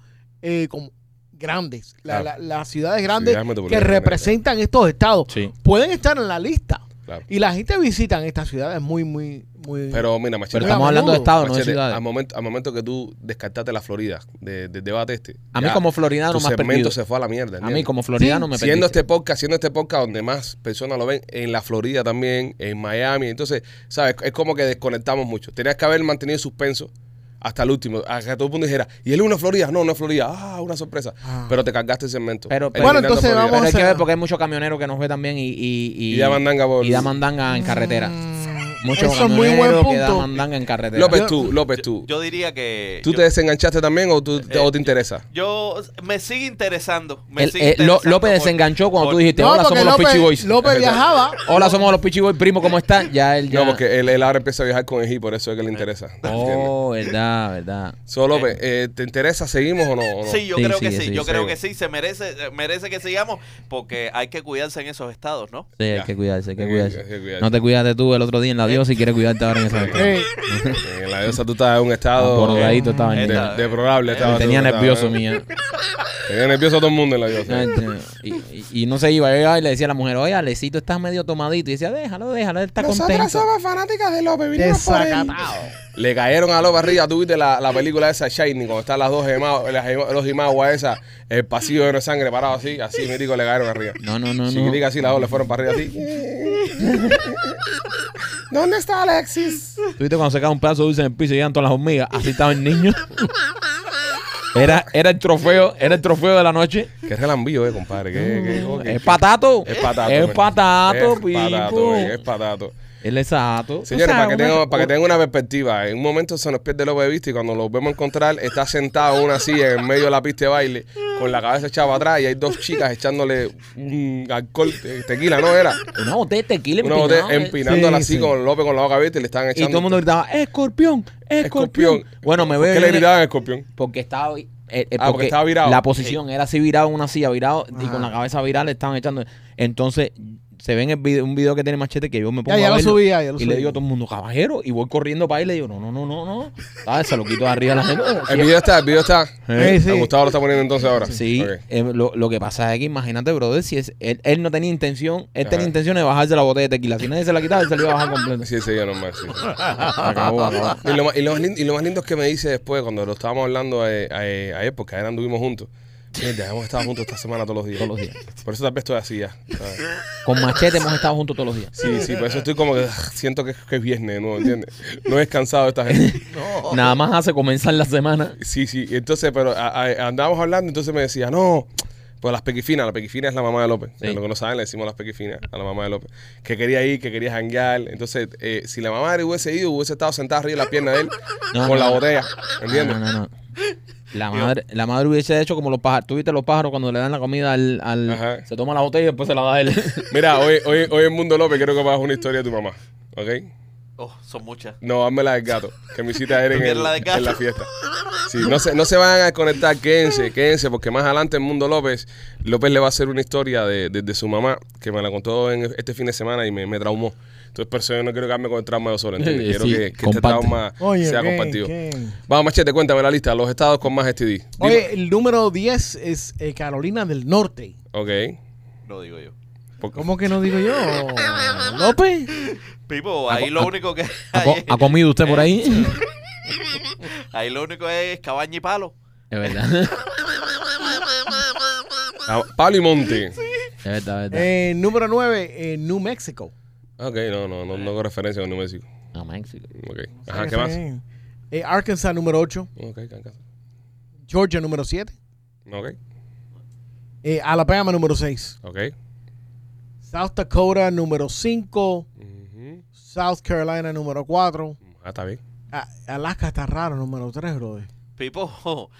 Speaker 3: eh, como grandes, La-
Speaker 1: Claro.
Speaker 3: la- las ciudades grandes
Speaker 1: Ciudades
Speaker 3: que
Speaker 1: metropolitanas.
Speaker 3: representan estos estados,
Speaker 2: Sí.
Speaker 3: pueden estar en la lista.
Speaker 1: Claro.
Speaker 3: Y la gente visita en estas ciudades muy, muy, muy...
Speaker 1: Pero mira, machete.
Speaker 2: Pero
Speaker 3: Mira,
Speaker 2: estamos hablando de
Speaker 3: menudo.
Speaker 2: estados, no de
Speaker 1: Machete,
Speaker 2: ciudades.
Speaker 1: al, momento, al momento que tú descartaste la Florida de- del debate este.
Speaker 2: A mí
Speaker 1: ya
Speaker 2: como floridano
Speaker 1: tu
Speaker 2: más
Speaker 1: segmento
Speaker 2: perdido.
Speaker 1: se fue a la mierda.
Speaker 2: A mí
Speaker 1: ¿entiendes?
Speaker 2: como floridiano
Speaker 3: Sí.
Speaker 2: me
Speaker 1: siendo
Speaker 2: perdiste.
Speaker 1: este podcast, siendo este podcast donde más personas lo ven, en la Florida también, en Miami. Entonces, ¿sabes? Es como que desconectamos mucho. Tenías que haber mantenido suspenso hasta el último, hasta que todo el mundo dijera, y él es una Florida, no, una Florida, ah, una sorpresa.
Speaker 3: Ah.
Speaker 1: Pero te cargaste el cemento.
Speaker 2: Pero- pero-
Speaker 3: Bueno, entonces
Speaker 1: Eliminando
Speaker 2: Pero
Speaker 3: vamos
Speaker 2: hay que
Speaker 3: a-
Speaker 2: ver porque hay muchos camioneros que nos ve también y... Y,
Speaker 1: Y da mandanga por- Mm,
Speaker 2: y da mandanga en carretera. Muchos
Speaker 3: Mm, Eso es muy
Speaker 2: camioneros
Speaker 3: buen
Speaker 2: que da
Speaker 3: punto.
Speaker 2: mandanga en carretera.
Speaker 1: López,
Speaker 3: Yo-
Speaker 1: tú, López, tú.
Speaker 4: Yo diría que.
Speaker 1: ¿Tú
Speaker 4: yo,
Speaker 1: te desenganchaste también o, tú, o te interesa?
Speaker 4: yo- me sigue interesando. Me
Speaker 2: El-
Speaker 4: sigue
Speaker 2: eh, Lo-
Speaker 4: interesando
Speaker 2: López
Speaker 4: por-
Speaker 2: desenganchó cuando
Speaker 4: por-
Speaker 2: tú dijiste,
Speaker 3: No,
Speaker 2: hola,
Speaker 3: porque
Speaker 2: somos los Pitchy
Speaker 3: López,
Speaker 2: Boys.
Speaker 3: López viajaba.
Speaker 2: Hola, somos los Pitchy Boys, primo, ¿cómo estás? Ya él ya...
Speaker 1: No, porque él, él ahora empieza a viajar con el hip, por eso es que le interesa. ¿Entiendes?
Speaker 2: Oh, verdad, verdad.
Speaker 1: So, López, eh, ¿te interesa? ¿Seguimos o no? o no?
Speaker 4: Sí, yo
Speaker 2: Sí,
Speaker 4: creo
Speaker 2: sí,
Speaker 4: que sí.
Speaker 2: sí,
Speaker 4: yo
Speaker 2: sí.
Speaker 4: creo que sí. Se merece, eh, merece que sigamos porque hay que cuidarse en esos estados, ¿no?
Speaker 2: Sí, hay
Speaker 1: Ya.
Speaker 2: que cuidarse, hay que
Speaker 1: Hay que-
Speaker 2: cuidarse.
Speaker 1: hay que cuidarse. Eh.
Speaker 2: No te cuidaste tú el otro día en la diosa y quieres cuidarte ahora en esa ventana.
Speaker 3: Eh,
Speaker 1: En la diosa tú estás en un estado...
Speaker 2: Borradito estaba
Speaker 1: De-
Speaker 2: en
Speaker 4: Esta-
Speaker 1: deplorable estaba
Speaker 2: Me tenía
Speaker 1: tú, estaba-
Speaker 2: nervioso, mía.
Speaker 1: Tenía nervioso a todo el mundo en la diosa.
Speaker 2: Y, y- y no se iba. Yo iba y le decía a la mujer, oye, Alecito, estás medio tomadito. Y decía, déjalo, déjalo, él está contento.
Speaker 1: fanáticas de López,
Speaker 3: Desacatado.
Speaker 1: Le cayeron a López arriba, tú viste la, la película esa Shiny, cuando están las dos gemas, las gema- los imaguas esa, el pasillo lleno de sangre parado así, así mítico le cayeron arriba.
Speaker 2: No, no, no, no.
Speaker 1: Chiquitica así, las dos le fueron para arriba así. ¿Dónde está Alexis?
Speaker 2: Tú viste cuando se cae un pedazo de dulce en el piso y llegan todas las hormigas. Así estaba el niño. Era, era el trofeo, era el trofeo de la noche.
Speaker 1: Qué relambío, eh, compadre. qué- qué- qué- qué-
Speaker 2: Es patato.
Speaker 1: Es patato.
Speaker 2: Es
Speaker 1: men.
Speaker 2: patato,
Speaker 1: Es patato,
Speaker 2: pipo.
Speaker 1: men, es patato.
Speaker 2: Él es sato.
Speaker 1: Señores,
Speaker 2: O sea, e-
Speaker 1: para, que
Speaker 2: una-
Speaker 1: tengan, para que tengan una perspectiva, en un momento se nos pierde López de vista y cuando lo vemos encontrar, está sentado en una silla en medio de la pista de baile, con la cabeza echada para atrás y hay dos chicas echándole un alcohol, eh, tequila, ¿no era?
Speaker 2: Una botella de tequila
Speaker 1: Una botella
Speaker 2: empinada, eh.
Speaker 1: empinándola
Speaker 2: Sí,
Speaker 1: así
Speaker 2: sí.
Speaker 1: con López con la boca abierta y le están
Speaker 2: Y
Speaker 1: echando.
Speaker 2: todo el mundo gritaba, escorpión, escorpión.
Speaker 1: Escorpión.
Speaker 2: Bueno, me
Speaker 1: ¿Por
Speaker 2: veo
Speaker 1: qué
Speaker 2: yo
Speaker 1: le
Speaker 2: en el-
Speaker 1: gritaban escorpión?
Speaker 2: Porque estaba, eh, eh,
Speaker 1: Ah, porque estaba virado.
Speaker 2: La posición era así virado en una silla, virado y con la cabeza virada le estaban echando. Entonces, se ven el video- un video que tiene Machete que yo me pongo
Speaker 3: ya
Speaker 2: a
Speaker 3: lo
Speaker 2: verlo
Speaker 3: subí, ya, ya lo
Speaker 2: y
Speaker 3: subí.
Speaker 2: le digo a todo el mundo, caballero, y voy corriendo para ahí y le digo, no, no, no, no, no. ¿Sabes? Se lo quito de arriba a la gente. como
Speaker 1: El
Speaker 2: si-
Speaker 1: video está, el video está.
Speaker 3: Eh, sí.
Speaker 1: A Gustavo lo está poniendo entonces ahora.
Speaker 2: Sí,
Speaker 1: Ok.
Speaker 2: eh, lo, lo que pasa es que imagínate, brother, si es, él, él no tenía intención, él
Speaker 1: Ajá.
Speaker 2: tenía intención de bajarse la botella de tequila. Si nadie se la quitaba, él se la iba a bajar completa.
Speaker 1: Sí, sí, ya normal, sí.
Speaker 2: Acabó, acabó.
Speaker 1: Y eh, lo, más, y, lo más lindo, y lo más lindo es que me dice después, cuando lo estábamos hablando a- a- ayer, porque ayer anduvimos juntos, Mierda, hemos estado juntos esta semana todos los días.
Speaker 2: Todos los días.
Speaker 1: Por eso tal vez estoy así ya. ¿sabes?
Speaker 2: Con machete hemos estado juntos todos los días.
Speaker 1: Sí, sí, por eso estoy como que ah, siento que, que es viernes de nuevo, ¿entiendes? No he descansado esta gente.
Speaker 2: Nada más hace comenzar la semana.
Speaker 1: Sí, sí, entonces, pero a- a- andábamos hablando, entonces me decía, no, pues las pequifinas, la pequifina es la mamá de López.
Speaker 2: Sí.
Speaker 1: Lo que no saben, le decimos las pequifinas a la mamá de López. Que quería ir, que quería janguear. Entonces, eh, si la mamá de él hubiese ido, hubiese estado sentada arriba de la pierna de él
Speaker 2: No,
Speaker 1: con la
Speaker 2: no, no.
Speaker 1: botella,
Speaker 2: No,
Speaker 1: ¿entiendes?
Speaker 2: no, no, no. La madre, la madre hubiese hecho como los pájaros. ¿Tú viste los pájaros cuando le dan la comida al. al-
Speaker 1: Ajá.
Speaker 2: se toma la botella y después se la da a él.
Speaker 1: Mira, hoy, hoy, hoy en Mundo López quiero que me hagas una historia de tu mamá, ¿ok?
Speaker 4: Oh, son muchas.
Speaker 1: No, hazme la del gato. Que me hiciste ayer en,
Speaker 4: ¿Quieres
Speaker 1: el-
Speaker 4: la del gato?
Speaker 1: en la fiesta. Sí, no, se, no se vayan a desconectar, quédense, quédense, porque más adelante en Mundo López, López le va a hacer una historia de, de- de su mamá que me la contó en este fin de semana y me, me traumó. Entonces, por eso yo no quiero quedarme con el trauma yo solo, ¿entiendes?
Speaker 2: Sí,
Speaker 1: Quiero
Speaker 2: sí,
Speaker 1: que, que este
Speaker 2: comparte.
Speaker 1: trauma
Speaker 5: Oye,
Speaker 1: sea
Speaker 5: ¿qué-
Speaker 1: compartido.
Speaker 5: qué?
Speaker 1: Vamos, machete, cuéntame la lista. Los estados con más STD. Dime-
Speaker 3: Oye, el número 10 es eh, Carolina del Norte.
Speaker 1: Ok.
Speaker 4: Lo digo yo.
Speaker 1: Por-
Speaker 5: ¿Cómo que no digo yo?
Speaker 3: López.
Speaker 4: Pipo, ahí
Speaker 2: co-
Speaker 4: lo
Speaker 2: a-
Speaker 4: único que
Speaker 2: ¿Ha, co-
Speaker 4: hay,
Speaker 2: ha comido usted por ahí?
Speaker 4: ahí lo único es cabaña y palo.
Speaker 2: Es verdad.
Speaker 1: Ah, Palo y Monte.
Speaker 2: Es verdad, es verdad.
Speaker 3: Eh, número 9, eh, New Mexico.
Speaker 1: Ok, no, no, no, no hago referencia con New México.
Speaker 2: A México.
Speaker 1: Ok. Ajá, ¿qué más?
Speaker 3: Eh, Arkansas número 8.
Speaker 1: Ok, Kansas.
Speaker 3: Georgia número 7.
Speaker 1: ok,
Speaker 3: Eh, Alabama número 6.
Speaker 1: ok.
Speaker 3: South Dakota número 5.
Speaker 1: Ujú.
Speaker 3: South Carolina número 4.
Speaker 1: Ah, está bien.
Speaker 3: Alaska está raro número 3, brother.
Speaker 4: Pipo,
Speaker 1: ¿Por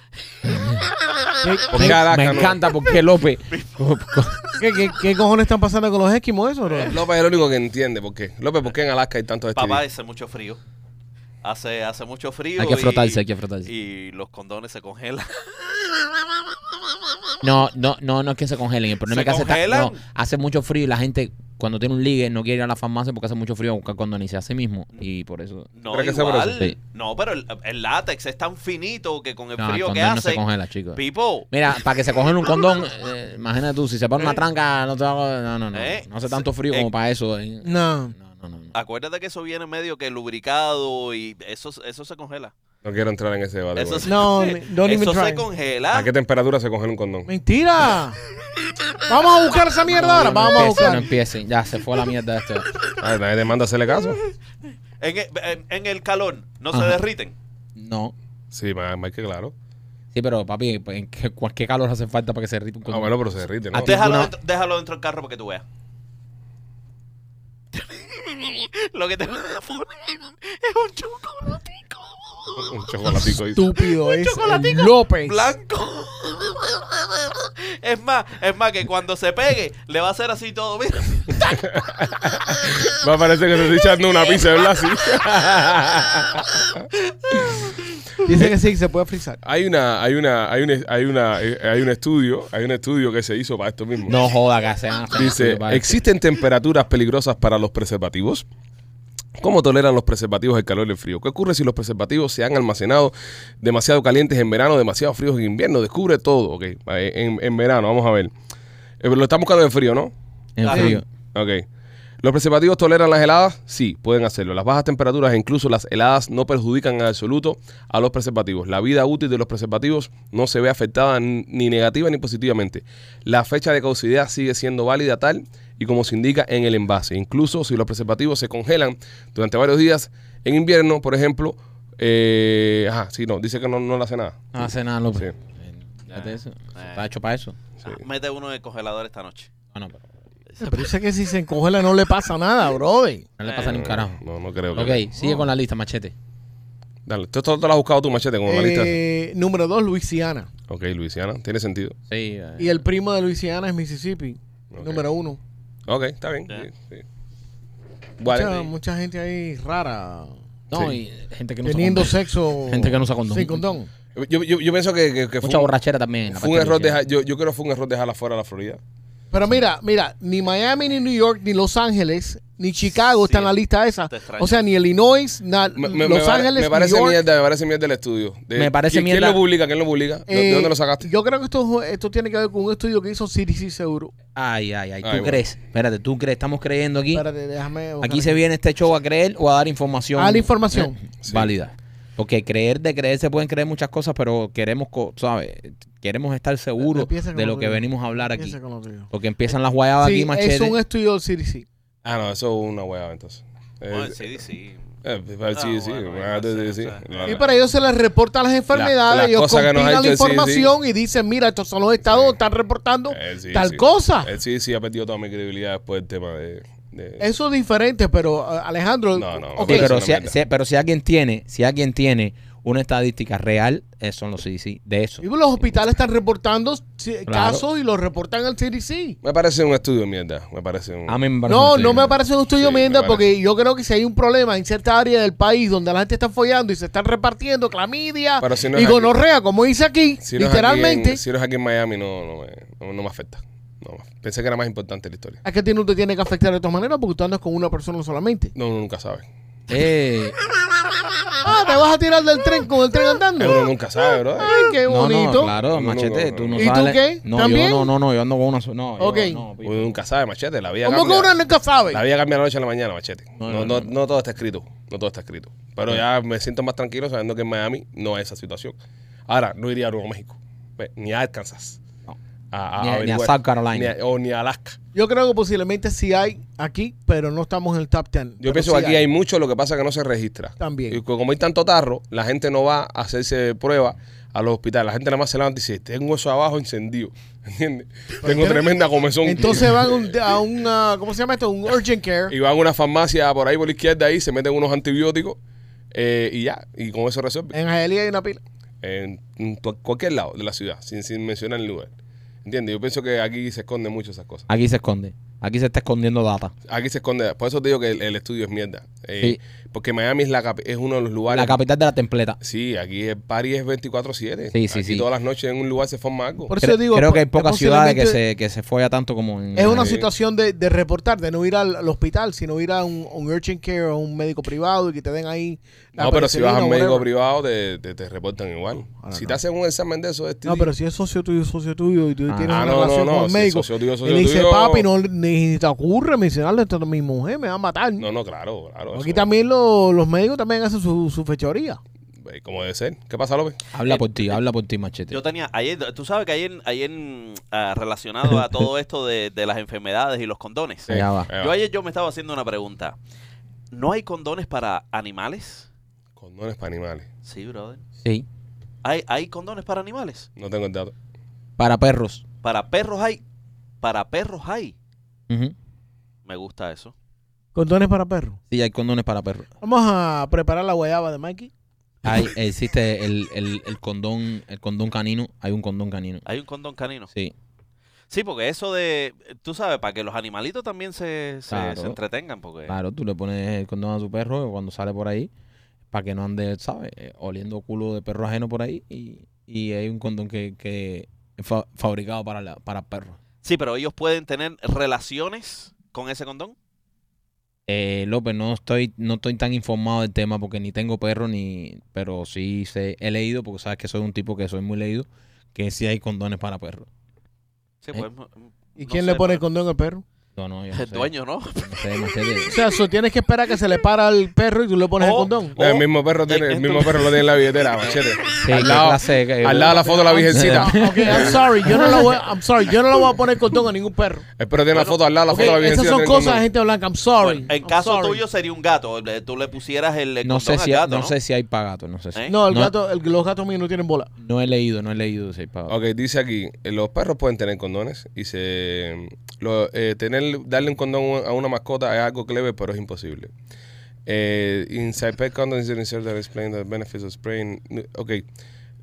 Speaker 1: qué Alaska
Speaker 2: Me
Speaker 1: no?
Speaker 2: encanta porque López.
Speaker 3: ¿Qué, qué, qué cojones están pasando con los Esquimos eso, brother?
Speaker 1: López es el único que entiende por qué. López, ¿por qué en Alaska hay tantos
Speaker 4: papá,
Speaker 1: STD?
Speaker 4: hace mucho frío. Hace, hace mucho frío.
Speaker 2: Hay que
Speaker 4: y-
Speaker 2: frotarse, hay que frotarse.
Speaker 4: Y los condones se congelan.
Speaker 2: No, no, no, no es que se congelen. El problema
Speaker 4: ¿Se
Speaker 2: es que hace, ta- no,
Speaker 4: congelan?
Speaker 2: hace mucho frío y la gente cuando tiene un ligue no quiere ir a la farmacia porque hace mucho frío a buscar condones y se hace mismo. Y por eso.
Speaker 4: No,
Speaker 1: ¿Crees que sea por
Speaker 4: igual.
Speaker 1: eso?
Speaker 2: Sí.
Speaker 4: No, pero el, el látex es tan finito que con el
Speaker 2: No, el
Speaker 4: frío que
Speaker 2: condón no se
Speaker 4: hace.
Speaker 2: congela, chicos.
Speaker 4: Pipo,
Speaker 2: Mira, para que se cogen un condón, eh, imagínate tú, si se pone una tranca, no te hago. No, no, no.
Speaker 4: Eh,
Speaker 2: No hace tanto frío
Speaker 4: eh.
Speaker 2: como para eso. eh.
Speaker 3: No.
Speaker 2: No, no, no. no.
Speaker 4: acuérdate que eso viene medio que lubricado y eso, eso se congela.
Speaker 1: No quiero entrar en ese debate.
Speaker 4: Eso ah.
Speaker 1: güey.
Speaker 3: No,
Speaker 4: se-
Speaker 3: me- don't even
Speaker 4: eso
Speaker 3: try.
Speaker 4: se congela.
Speaker 1: ¿A qué temperatura se congela un condón?
Speaker 3: Mentira. Vamos a buscar esa mierda ahora.
Speaker 2: No, no
Speaker 3: Vamos a
Speaker 2: empiecen,
Speaker 3: buscar.
Speaker 2: No empiecen, ya se fue a la mierda esto.
Speaker 1: Ah, nadie te manda a hacerle caso.
Speaker 4: En, e- en- en el calor, no se
Speaker 2: Ajá.
Speaker 4: derriten.
Speaker 2: No.
Speaker 1: Sí, más, más que claro.
Speaker 2: Sí, pero papi, pues, ¿en qué, cuál- qué calor hace falta para que se derrita un
Speaker 1: Ah,
Speaker 2: condón?
Speaker 1: bueno, pero se derrite, ¿no?
Speaker 2: ¿A ti?
Speaker 4: Déjalo,
Speaker 2: Ninguna-
Speaker 4: dentro, déjalo dentro del carro para que tú veas. Lo que te van a poner es un chocolatico
Speaker 1: Un chocolatico. dice.
Speaker 3: Estúpido es el López.
Speaker 4: blanco. Es más, es más que cuando se pegue, le va a hacer así todo. Mira.
Speaker 1: Va a parecer que se está echando una pizza, ¿verdad? Sí.
Speaker 3: Dice que sí, que se puede frizar.
Speaker 1: Hay una, hay una, hay una, hay una, eh, hay un estudio, hay un estudio que se hizo para esto mismo.
Speaker 2: No joda, que se
Speaker 1: pues. Dice, ¿existen temperaturas peligrosas para los preservativos? ¿Cómo toleran los preservativos el calor y el frío? ¿Qué ocurre si los preservativos se han almacenado demasiado calientes en verano, demasiado fríos en invierno? Descubre todo, ok. eh, En, en verano, vamos a ver. Eh, pero Lo están buscando en frío, ¿no?
Speaker 2: En frío.
Speaker 1: Ok. ¿Los preservativos toleran las heladas? Sí, pueden hacerlo. Las bajas temperaturas e incluso las heladas no perjudican en absoluto a los preservativos. La vida útil de los preservativos no se ve afectada n- ni negativa ni positivamente. La fecha de caducidad sigue siendo válida tal y como se indica en el envase. Incluso si los preservativos se congelan durante varios días en invierno, por ejemplo, eh, ajá, sí, no, dice que no, no le hace nada.
Speaker 2: No hace nada, López.
Speaker 1: Sí.
Speaker 2: Eh, fíjate eso. Eso Está hecho para eso.
Speaker 4: Ah, Mete uno en el congelador esta noche.
Speaker 2: Ah, no, pero
Speaker 3: Pero dice que si se encongela no le pasa nada, brother.
Speaker 2: no le
Speaker 1: Eh.
Speaker 2: pasa ni un carajo.
Speaker 1: No, no creo. que-
Speaker 2: Ok, sigue con la lista, machete.
Speaker 1: Dale, esto, esto lo has buscado tú, machete, como la lista.
Speaker 3: Eh, número 2, Luisiana.
Speaker 1: Ok, Luisiana, tiene sentido.
Speaker 2: Sí. eh.
Speaker 3: Y el primo de Luisiana es Mississippi.
Speaker 1: Ok.
Speaker 3: Número 1.
Speaker 1: Ok, está bien.
Speaker 4: Ya.
Speaker 1: sí, sí.
Speaker 3: Mucha,
Speaker 1: Bueno,
Speaker 3: mucha gente ahí rara.
Speaker 2: No,
Speaker 1: sí.
Speaker 2: y gente que no usa
Speaker 3: Teniendo
Speaker 2: condón.
Speaker 3: sexo.
Speaker 2: Gente que no usa condón.
Speaker 3: Sin condón.
Speaker 1: yo, yo, yo pienso que, que- que fue,
Speaker 2: Mucha
Speaker 1: un,
Speaker 2: borrachera también. en la
Speaker 1: fue un
Speaker 2: parte
Speaker 1: error
Speaker 2: de-
Speaker 1: dejar, yo, yo creo que fue un error dejarla fuera de la Florida.
Speaker 3: Pero mira, mira, ni Miami, ni New York, ni Los Ángeles, ni Chicago
Speaker 4: Sí,
Speaker 3: están en la lista esa.
Speaker 4: te extraño.
Speaker 3: O sea, ni Illinois, na-
Speaker 1: Me, me- me
Speaker 3: Los
Speaker 1: pare-
Speaker 3: Ángeles,
Speaker 1: me parece
Speaker 3: New York.
Speaker 1: mierda, me parece mierda el estudio. De-
Speaker 2: Me parece
Speaker 1: ¿quién,
Speaker 2: mierda-
Speaker 1: ¿Quién lo publica? ¿Quién lo publica? ¿De-
Speaker 3: Eh,
Speaker 1: ¿De dónde lo sacaste?
Speaker 3: Yo creo que esto, esto tiene que ver con un estudio que hizo CDC Seguro.
Speaker 2: Ay, ay, ay. ¿Tú
Speaker 1: Ay, bueno.
Speaker 2: crees? Espérate, ¿tú crees? Estamos creyendo aquí.
Speaker 3: Espérate, déjame. buscar
Speaker 2: Aquí se viene este show a creer o a dar información.
Speaker 3: Ah, la información.
Speaker 2: eh, Válida. Porque creer de creer se pueden creer muchas cosas, pero queremos, co- ¿sabes? Queremos estar seguros
Speaker 3: Empieza con
Speaker 2: de
Speaker 3: lo
Speaker 2: lo que
Speaker 3: tuyo.
Speaker 2: venimos a hablar aquí.
Speaker 3: Empieza con lo tuyo.
Speaker 2: Porque empiezan las guayabas
Speaker 3: Sí,
Speaker 2: aquí, machete.
Speaker 3: es un estudio City, sí.
Speaker 1: Ah, no, eso es una hueá entonces. Eh,
Speaker 4: Bueno, sí, sí.
Speaker 1: eh, pues,
Speaker 4: Ah,
Speaker 1: sí, sí,
Speaker 4: bueno,
Speaker 1: una
Speaker 4: no sé,
Speaker 1: de-
Speaker 4: no
Speaker 1: sí.
Speaker 4: sé.
Speaker 1: La-
Speaker 3: Y para ellos se les reportan las enfermedades,
Speaker 1: las
Speaker 3: ellos
Speaker 1: cosas que nos ha
Speaker 3: compilan la
Speaker 1: hecho el CDC.
Speaker 3: información y dicen, mira, estos son los estados que están reportando
Speaker 1: eh, sí,
Speaker 3: tal
Speaker 1: sí.
Speaker 3: cosa.
Speaker 1: Eh, sí, sí, ha perdido toda mi credibilidad después del tema de. de-
Speaker 3: Eso es diferente, pero ah, Alejandro,
Speaker 1: No, no,
Speaker 3: ok,
Speaker 2: Sí,
Speaker 1: Eso
Speaker 2: pero
Speaker 1: es una
Speaker 2: si,
Speaker 1: mierda.
Speaker 2: si- pero si alguien tiene, si alguien tiene una estadística real, eh, son los CDC de eso.
Speaker 3: y los hospitales están reportando sí,
Speaker 2: Claro.
Speaker 3: casos y los reportan al CDC.
Speaker 1: Me parece un estudio de mierda. Me parece un.
Speaker 2: A mí me parece
Speaker 3: No,
Speaker 2: increíble.
Speaker 3: no me parece un estudio
Speaker 1: Sí, me
Speaker 3: mienda
Speaker 1: parece.
Speaker 3: porque yo creo que si hay un problema en cierta área del país donde la gente está follando y se están repartiendo clamidia
Speaker 1: Pero si no
Speaker 3: y
Speaker 1: es aquí.
Speaker 3: gonorrea, como dice aquí,
Speaker 1: Si no es aquí
Speaker 3: literalmente,
Speaker 1: en- si no es aquí en Miami, no, no, me, no, no me afecta. No me- pensé que era más importante la historia.
Speaker 3: es que a ti no te tiene que afectar de todas maneras porque tú andas con una persona solamente.
Speaker 1: No, uno nunca sabe.
Speaker 2: Eh,
Speaker 3: Ah, te vas a tirar del tren con el tren
Speaker 1: Eh, Uno
Speaker 3: andando.
Speaker 1: nunca sabe, ¿verdad?
Speaker 3: Ay, qué
Speaker 2: no,
Speaker 3: bonito.
Speaker 2: no, claro,
Speaker 1: No, no,
Speaker 2: machete,
Speaker 1: no,
Speaker 2: tú
Speaker 1: no.
Speaker 2: no
Speaker 3: ¿Y tú
Speaker 2: sabes.
Speaker 3: qué?
Speaker 2: No,
Speaker 3: ¿También?
Speaker 2: yo no, no, no, yo ando con una. so- No, yo
Speaker 3: Ok.
Speaker 2: no, pipo.
Speaker 1: Uno nunca sabe, machete. La vida
Speaker 3: ¿Cómo que
Speaker 1: cambia.
Speaker 3: uno nunca sabe?
Speaker 1: La vida cambia de la noche a la mañana, machete.
Speaker 2: No,
Speaker 1: No,
Speaker 2: no,
Speaker 1: no, no, todo está escrito. No todo está escrito. Pero ya me siento más tranquilo sabiendo que en Miami no es esa situación. Ahora, no iría a Nuevo México. Ve, Ni a Arkansas.
Speaker 2: No.
Speaker 1: A-
Speaker 2: Ni a- ni a
Speaker 1: averiguar.
Speaker 2: South Carolina.
Speaker 1: Ni a- o ni a Alaska.
Speaker 3: Yo creo que posiblemente sí hay aquí, pero no estamos en el top 10.
Speaker 1: Yo
Speaker 3: Pero
Speaker 1: pienso
Speaker 3: sí
Speaker 1: que aquí hay mucho, lo que pasa es que no se registra.
Speaker 3: También.
Speaker 1: Y co- como hay tanto tarro, la gente no va a hacerse pruebas a los hospitales. La gente nada más se levanta y dice, tengo eso abajo encendido. ¿Entiendes? Tengo tremenda comezón.
Speaker 3: Entonces van un- a una, ¿cómo se llama esto? Un urgent care.
Speaker 1: Y van a una farmacia por ahí por la izquierda ahí, se meten unos antibióticos eh, y ya. Y con eso resuelven.
Speaker 3: En Jaelía hay una pila.
Speaker 1: en, en tu- cualquier lado de la ciudad, sin, sin mencionar el lugar. ¿Entiendes? Yo pienso que aquí se esconden mucho esas cosas.
Speaker 2: Aquí se esconde. Aquí se está escondiendo data.
Speaker 1: Aquí se esconde. Por eso te digo que el, el estudio es mierda. Eh, Porque Miami es, la, capi- es uno de los lugares.
Speaker 2: La capital de la templeta.
Speaker 1: Sí, aquí el party es 24-7.
Speaker 2: Sí, sí,
Speaker 1: Aquí
Speaker 2: sí.
Speaker 1: todas las noches en un lugar se forma algo.
Speaker 3: Por eso
Speaker 2: Creo,
Speaker 3: digo,
Speaker 2: creo que hay
Speaker 3: po-
Speaker 2: pocas ciudades que
Speaker 3: posiblemente-
Speaker 2: se, que se folla tanto como en.
Speaker 3: Es una
Speaker 1: Sí.
Speaker 3: situación de, de reportar, de no ir al, al hospital, sino ir a un, un urgent care o un médico privado y que te den ahí. la
Speaker 1: no, pero si vas
Speaker 3: penicilina
Speaker 1: al
Speaker 3: o
Speaker 1: médico
Speaker 3: whatever.
Speaker 1: privado te, te, te reportan igual.
Speaker 3: Ahora
Speaker 1: Si
Speaker 3: no.
Speaker 1: te hacen un examen de eso, es
Speaker 3: No,
Speaker 1: TD.
Speaker 3: pero si es socio tuyo, socio tuyo, y tú
Speaker 2: Ah.
Speaker 3: tienes
Speaker 1: Ah, no,
Speaker 3: una
Speaker 1: no,
Speaker 3: relación
Speaker 1: no,
Speaker 3: con el
Speaker 1: si es
Speaker 3: médico.
Speaker 1: socio tuyo,
Speaker 3: y
Speaker 1: socio
Speaker 3: le dice,
Speaker 1: tuyo-
Speaker 3: papi, no, ni te ocurre mencionarle esto a mi mujer, me va a matar.
Speaker 1: No, no, claro, claro.
Speaker 3: Aquí
Speaker 1: eso-
Speaker 3: también lo- los médicos también hacen su, su fechoría.
Speaker 1: eh, Como debe ser. ¿Qué pasa, López?
Speaker 2: Habla por ti, habla por ti, machete.
Speaker 4: Yo tenía, ayer, tú sabes que ayer, ayer mm, ah, relacionado a todo esto de, de las enfermedades y los condones.
Speaker 2: Sí. Allá va.
Speaker 1: ahí
Speaker 4: Yo ayer yo me estaba haciendo una pregunta. ¿No hay condones para animales?
Speaker 1: Condones para animales.
Speaker 4: Sí, brother.
Speaker 2: Sí.
Speaker 4: ¿Hay, hay condones para animales?
Speaker 1: No tengo el dato.
Speaker 2: Para perros.
Speaker 4: Para perros hay. Para perros hay.
Speaker 2: Ujú.
Speaker 4: Me gusta eso.
Speaker 3: Condones para perros.
Speaker 2: Sí, hay condones para perros.
Speaker 3: Vamos a preparar la guayaba de Mikey.
Speaker 2: Hay, existe el, el, el condón, el condón canino. Hay un condón canino.
Speaker 4: Hay un condón canino.
Speaker 2: Sí.
Speaker 4: Sí, porque eso de. Tú sabes, para que los animalitos también se, se,
Speaker 2: Claro.
Speaker 4: se entretengan. Porque.
Speaker 2: Claro, tú le pones el condón a tu perro cuando sale por ahí, para que no ande, ¿sabes? Eh, Oliendo culo de perro ajeno por ahí. Y, y hay un condón que, que es fa- fabricado para, la, para perros.
Speaker 4: Sí, pero ellos pueden tener relaciones con ese condón.
Speaker 2: Eh, López, no estoy, no estoy tan informado del tema porque ni tengo perro ni, pero sí sé, he leído, porque sabes que soy un tipo que soy muy leído, que sí hay condones para perros.
Speaker 4: Sí,
Speaker 2: ¿Eh?
Speaker 4: pues,
Speaker 3: ¿Y
Speaker 4: no
Speaker 3: quién
Speaker 4: sé,
Speaker 3: le pone el
Speaker 4: pero-
Speaker 3: condón al perro?
Speaker 2: No, no, yo no
Speaker 4: El
Speaker 2: sé.
Speaker 4: dueño, ¿no?
Speaker 2: No sé, machete.
Speaker 3: O sea, so tienes que esperar a que se le para al perro y tú le pones el
Speaker 4: Oh.
Speaker 3: condón.
Speaker 1: No, el mismo perro tiene,
Speaker 4: eh,
Speaker 1: el mismo
Speaker 4: esto-
Speaker 1: perro lo tiene en la billetera, machete.
Speaker 2: Sí,
Speaker 1: al,
Speaker 2: qué
Speaker 1: lado,
Speaker 2: clase de-
Speaker 1: al lado de la foto de la virgencita.
Speaker 3: Ah, Ok, I'm sorry, yo no le voy, I'm sorry, yo no le voy a poner condón a ningún perro.
Speaker 1: El perro tiene la foto al lado de la
Speaker 3: Ok,
Speaker 1: foto de la
Speaker 3: esas
Speaker 1: virgencita.
Speaker 3: son
Speaker 1: tiene
Speaker 3: cosas de
Speaker 1: condón.
Speaker 3: gente blanca. I'm sorry.
Speaker 4: En
Speaker 3: I'm
Speaker 4: caso
Speaker 3: sorry.
Speaker 4: tuyo sería un gato. le- Tú le pusieras el eh,
Speaker 2: No
Speaker 4: condón
Speaker 2: sé
Speaker 4: al
Speaker 2: si,
Speaker 4: gato,
Speaker 2: no sé si hay para gatos, no sé si.
Speaker 4: ¿Eh?
Speaker 3: No, el
Speaker 2: no,
Speaker 3: gato, el- los gatos míos no tienen bola.
Speaker 2: no he leído, no he leído si hay para gatos.
Speaker 1: Ok, dice aquí, eh, los perros pueden tener condones y se lo- eh, tener darle un condón a una mascota es algo clever, pero es imposible. Eh, inside pet condoms is insert that explain the benefits of spraying. Ok,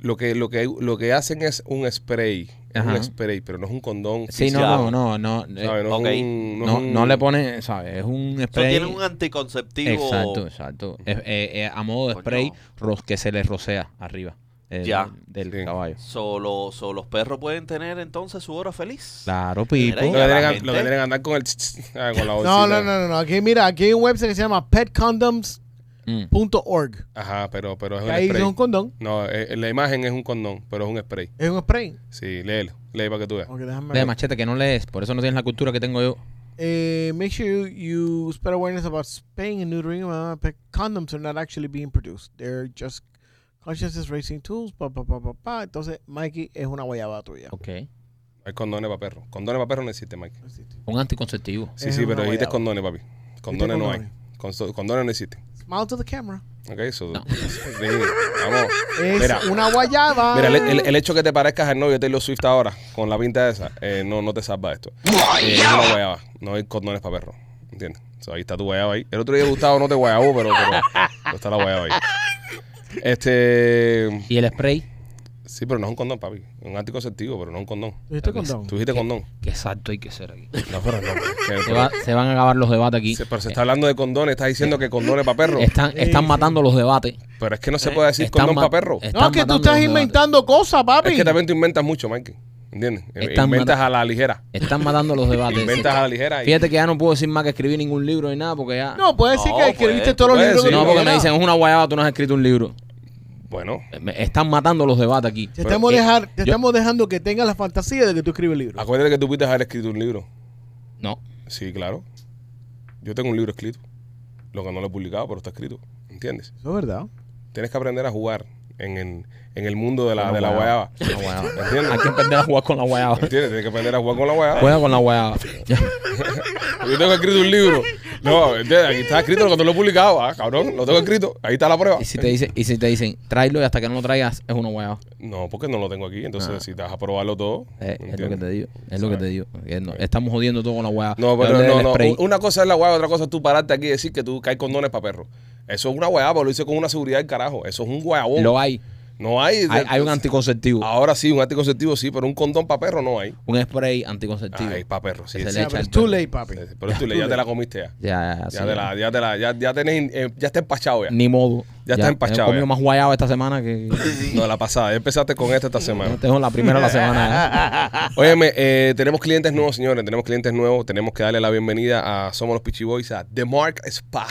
Speaker 1: lo que lo que lo que hacen es un spray, es
Speaker 2: Ajá.
Speaker 1: un spray, pero no es un condón.
Speaker 2: Sí, no,
Speaker 4: claro.
Speaker 2: no, no, no, eh,
Speaker 1: ¿sabes? No, es
Speaker 4: Ok.
Speaker 1: un- es
Speaker 2: no,
Speaker 1: un-
Speaker 2: no le ponen, ¿sabes? Es un
Speaker 4: Eso
Speaker 2: spray.
Speaker 4: tiene un anticonceptivo.
Speaker 2: Exacto, exacto. Es- eh, eh, a modo de
Speaker 4: Coño.
Speaker 2: spray ros- que se le rocea arriba eh,
Speaker 4: Ya.
Speaker 2: del
Speaker 1: Sí.
Speaker 2: caballo.
Speaker 4: Solo, solo los perros pueden tener entonces su hora feliz.
Speaker 2: Claro, Pipo.
Speaker 4: Mira,
Speaker 1: Lo que
Speaker 4: La
Speaker 1: tienen que-
Speaker 4: gente-
Speaker 1: lo que tienen que andar con el ch- ch- ah, con la
Speaker 3: No,
Speaker 1: bolsita.
Speaker 3: no, no, no, no. Aquí, mira, aquí hay un website que se llama petcondoms.org.
Speaker 2: Mm.
Speaker 1: Ajá, pero pero es
Speaker 3: Que
Speaker 1: un
Speaker 3: ahí es
Speaker 1: spray.
Speaker 3: un condón,
Speaker 1: No, eh, la imagen es un condón, pero es un spray.
Speaker 3: es un spray.
Speaker 1: Sí, léelo, lee para que tú veas.
Speaker 3: Ok, déjame
Speaker 2: De
Speaker 3: ver.
Speaker 2: machete que no lees, por eso no tienes la cultura que tengo yo.
Speaker 3: Eh, make sure you, you spread awareness about spaying and neutering. Uh, but condoms are not actually being produced. They're just Consciousness Racing Tools, pa, pa, pa, pa, pa. Entonces, Mikey es una guayaba tuya.
Speaker 2: Ok.
Speaker 1: Hay condones para perros. Condones para perros no existe, Mike.
Speaker 2: Un anticonceptivo.
Speaker 1: Sí,
Speaker 3: Es
Speaker 1: sí,
Speaker 3: una
Speaker 1: pero dijiste
Speaker 3: guayaba.
Speaker 1: condones, papi. Condones no hay.
Speaker 3: condones.
Speaker 1: Conso- Condones no existen.
Speaker 3: Smile to the camera.
Speaker 1: Ok, eso. Vamos.
Speaker 3: Es
Speaker 1: Mira,
Speaker 3: una guayaba.
Speaker 1: Mira, el, el- el hecho que te parezcas al novio de Taylor Swift ahora, con la pinta esa, eh, no, no te salva de esto. Eh, es una guayaba. No hay condones para perros. ¿Entiendes? So, ahí está tu guayaba ahí. El otro día Gustavo no te guayabó, pero, pero, pero está la guayaba ahí. Este.
Speaker 2: Y el spray.
Speaker 1: Sí, pero no es un condón, papi. Es un anticonceptivo, pero no es un condón.
Speaker 3: ¿Tuviste condón?
Speaker 1: Tú dijiste condón.
Speaker 2: Qué exacto hay que ser aquí.
Speaker 1: No, pero no. que-
Speaker 2: Se, va- se van a acabar los debates aquí.
Speaker 1: Sí, pero se está hablando de condones, estás
Speaker 2: eh,
Speaker 1: diciendo que condones para perros.
Speaker 2: Están, están matando los debates.
Speaker 1: Pero es que no se puede decir
Speaker 2: eh, Están
Speaker 1: condón
Speaker 2: ma-
Speaker 1: para perros.
Speaker 2: están
Speaker 3: No, es que tú
Speaker 2: matando
Speaker 3: estás
Speaker 2: los
Speaker 3: inventando cosas, papi.
Speaker 1: Es que también tú inventas mucho, Mikey. ¿Entiendes? Eh,
Speaker 2: Están
Speaker 1: inventas a la ligera.
Speaker 2: debates. Están matando los debates.
Speaker 1: Inventas a la ligera. y-
Speaker 2: Fíjate que ya no puedo decir más que escribí ningún libro ni nada porque ya.
Speaker 3: No, puedes decir
Speaker 4: No,
Speaker 3: que escribiste
Speaker 4: pues,
Speaker 3: todos los
Speaker 1: puedes
Speaker 3: libros que
Speaker 1: decir.
Speaker 2: No,
Speaker 3: tú
Speaker 2: porque me
Speaker 3: quieras.
Speaker 2: dicen, es una guayaba, tú no has escrito un libro.
Speaker 1: Bueno,
Speaker 2: Me- Están matando los debates aquí.
Speaker 3: Te,
Speaker 1: Pero,
Speaker 3: estamos,
Speaker 2: eh,
Speaker 3: dejar-
Speaker 2: yo-
Speaker 3: te estamos dejando que tengas la fantasía de que tú escribes libros.
Speaker 1: acuérdate que tú pudiste haber escrito un libro.
Speaker 2: No.
Speaker 1: Sí, claro. Yo tengo un libro escrito. Lo que no lo he publicado, pero está escrito. ¿Entiendes?
Speaker 3: Eso es verdad.
Speaker 1: Tienes que aprender a jugar en, en- en el mundo de la,
Speaker 2: Con la
Speaker 1: de la
Speaker 2: guayaba.
Speaker 1: guayaba.
Speaker 2: Con la guayaba.
Speaker 1: ¿Entiendes?
Speaker 2: Hay que aprender a jugar con la guayaba.
Speaker 1: ¿Entiendes? Tienes que aprender a jugar con la guayaba.
Speaker 2: Juega con la guayaba. Ya.
Speaker 1: Yo tengo escrito un libro. No, ¿entiendes? aquí está escrito lo que no lo he publicado. Ah, cabrón, lo tengo escrito. Ahí está la prueba.
Speaker 2: Y si te dicen, y si te dicen, tráelo y hasta que no lo traigas, es una guayaba.
Speaker 1: No, porque no lo tengo aquí. Entonces,
Speaker 2: Ah.
Speaker 1: si te vas a probarlo todo.
Speaker 2: Eh, es lo que
Speaker 1: ¿entiendes?
Speaker 2: te digo. Es lo que te digo. Eh, no, estamos jodiendo todo con la guayaba.
Speaker 1: No,
Speaker 2: Yo
Speaker 1: pero
Speaker 2: hablé
Speaker 1: no,
Speaker 2: del
Speaker 1: no.
Speaker 2: spray.
Speaker 1: Una cosa es la guayaba, otra cosa es tú pararte aquí y decir que tú caes condones para perros. Eso es una guayaba, pero lo hice con una seguridad del carajo. Eso es un Ah. guayabón.
Speaker 2: Lo hay.
Speaker 1: No hay.
Speaker 2: hay. hay un anticonceptivo.
Speaker 1: Ahora sí, un anticonceptivo sí, pero un condón para perro no hay.
Speaker 2: Un spray anticonceptivo.
Speaker 1: Ay, para perro, sí.
Speaker 2: Que se
Speaker 1: sí, sí,
Speaker 2: le echa
Speaker 3: pero
Speaker 2: el
Speaker 3: es too
Speaker 2: pelo.
Speaker 3: late, papi.
Speaker 1: sí, sí, Pero tú le- ya te la comiste ya.
Speaker 2: Ya, ya,
Speaker 1: Ya
Speaker 2: sí.
Speaker 1: te la, ya te la, ya, ya tenés, in- eh, ya está empachado ya.
Speaker 2: Ni modo.
Speaker 1: Ya está empachado,
Speaker 2: He comido
Speaker 1: ya.
Speaker 2: más guayaba esta semana que.
Speaker 1: No, la pasada. Ya empezaste con esta esta semana.
Speaker 2: Tengo la primera de la
Speaker 1: Ah,
Speaker 2: semana. ¿eh?
Speaker 1: Óyeme, eh, tenemos clientes nuevos, señores. Tenemos clientes nuevos. Tenemos que darle la bienvenida a Somos los Pitchy Boys, a The Mark Spa.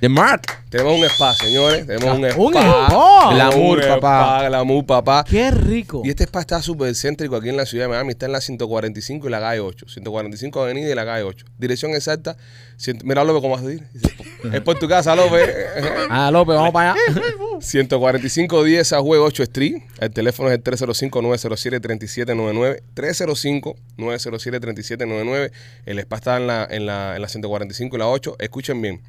Speaker 2: De Mark.
Speaker 1: Tenemos un spa, señores. Tenemos un spa.
Speaker 3: Un spa.
Speaker 2: Glamour,
Speaker 1: Un
Speaker 2: papá.
Speaker 1: spa, glamour, papá.
Speaker 3: ¡Qué rico!
Speaker 1: Y este spa está súper céntrico aquí en la ciudad de Miami. Está en la 145 y la calle 8. 145 Avenida y la calle 8. Dirección exacta. cien- Mira, López, ¿cómo vas a decir? Es por tu casa, López.
Speaker 2: Ah, López, vamos para allá.
Speaker 1: 14510 Sajue 8 Street. El teléfono es el 305-907-3799. 305-907-3799. El spa está en la, en, la, en la 145 y la 8. Escuchen bien.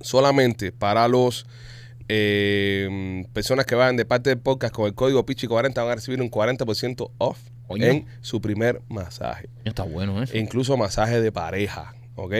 Speaker 1: Solamente para los eh, personas que vayan de parte del podcast con el código Pichi40 van a recibir un 40% off
Speaker 2: Coño.
Speaker 1: en su primer masaje.
Speaker 2: Está bueno eso.
Speaker 1: E incluso masajes de pareja, ¿ok?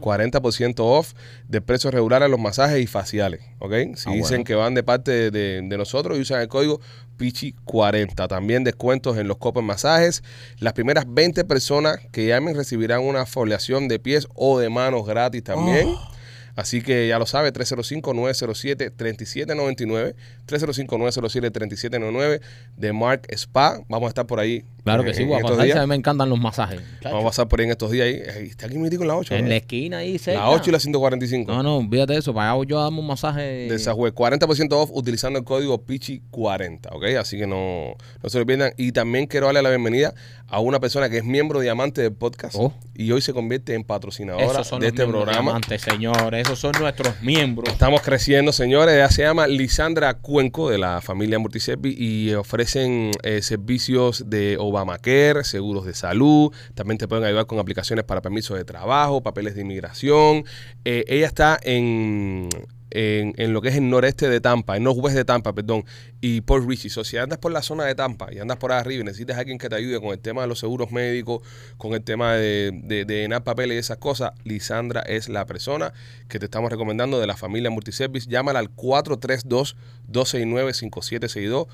Speaker 1: 40% off de precios regulares los masajes y faciales, ¿ok? Si
Speaker 2: Ah,
Speaker 1: dicen
Speaker 2: bueno.
Speaker 1: que van de parte de, de- de nosotros y usan el código PICHI40. También descuentos en los copos masajes. Las primeras 20 personas que llamen recibirán una foliación de pies o de manos gratis también.
Speaker 2: Oh.
Speaker 1: Así que ya lo sabe, 305-907-3799, 305-907-3799 de Mark Spa. Vamos a estar por ahí.
Speaker 2: Claro
Speaker 1: eh,
Speaker 2: que sí,
Speaker 1: en
Speaker 2: voy a
Speaker 1: estos
Speaker 2: pasar.
Speaker 1: días.
Speaker 2: A mí me encantan los masajes.
Speaker 1: Vamos a pasar por ahí en estos días. Ahí, ahí está aquí mi tico en la 8.
Speaker 2: En la esquina ahí, cerca.
Speaker 1: la 8 y la 145.
Speaker 2: No, no, olvídate de eso. Para allá voy yo a darme un masaje.
Speaker 1: De Sahue, 40% off utilizando el código PICHI40, ¿ok? Así que no, no se lo pierdan. Y también quiero darle la bienvenida a una persona que es miembro diamante del podcast
Speaker 2: Oh.
Speaker 1: y hoy se convierte en patrocinadora
Speaker 2: Esos son
Speaker 1: de
Speaker 2: los
Speaker 1: este
Speaker 2: miembros
Speaker 1: programa.
Speaker 2: diamantes, señores. Esos son nuestros miembros.
Speaker 1: Estamos creciendo, señores. Ella se llama Lisandra Cuenco, de la familia Mortisepi, y ofrecen eh, servicios de Obamacare, seguros de salud. También te pueden ayudar con aplicaciones para permisos de trabajo, papeles de inmigración. Eh, ella está en, en, en lo que es el noreste de Tampa, el northwest de Tampa, perdón, y Port Richie. So, si andas por la zona de Tampa y andas por ahí arriba y necesitas a alguien que te ayude con el tema de los seguros médicos, con el tema de, de, de llenar papeles y esas cosas, Lisandra es la persona que te estamos recomendando de la familia Multiservice. Llámala al 432-269-5762.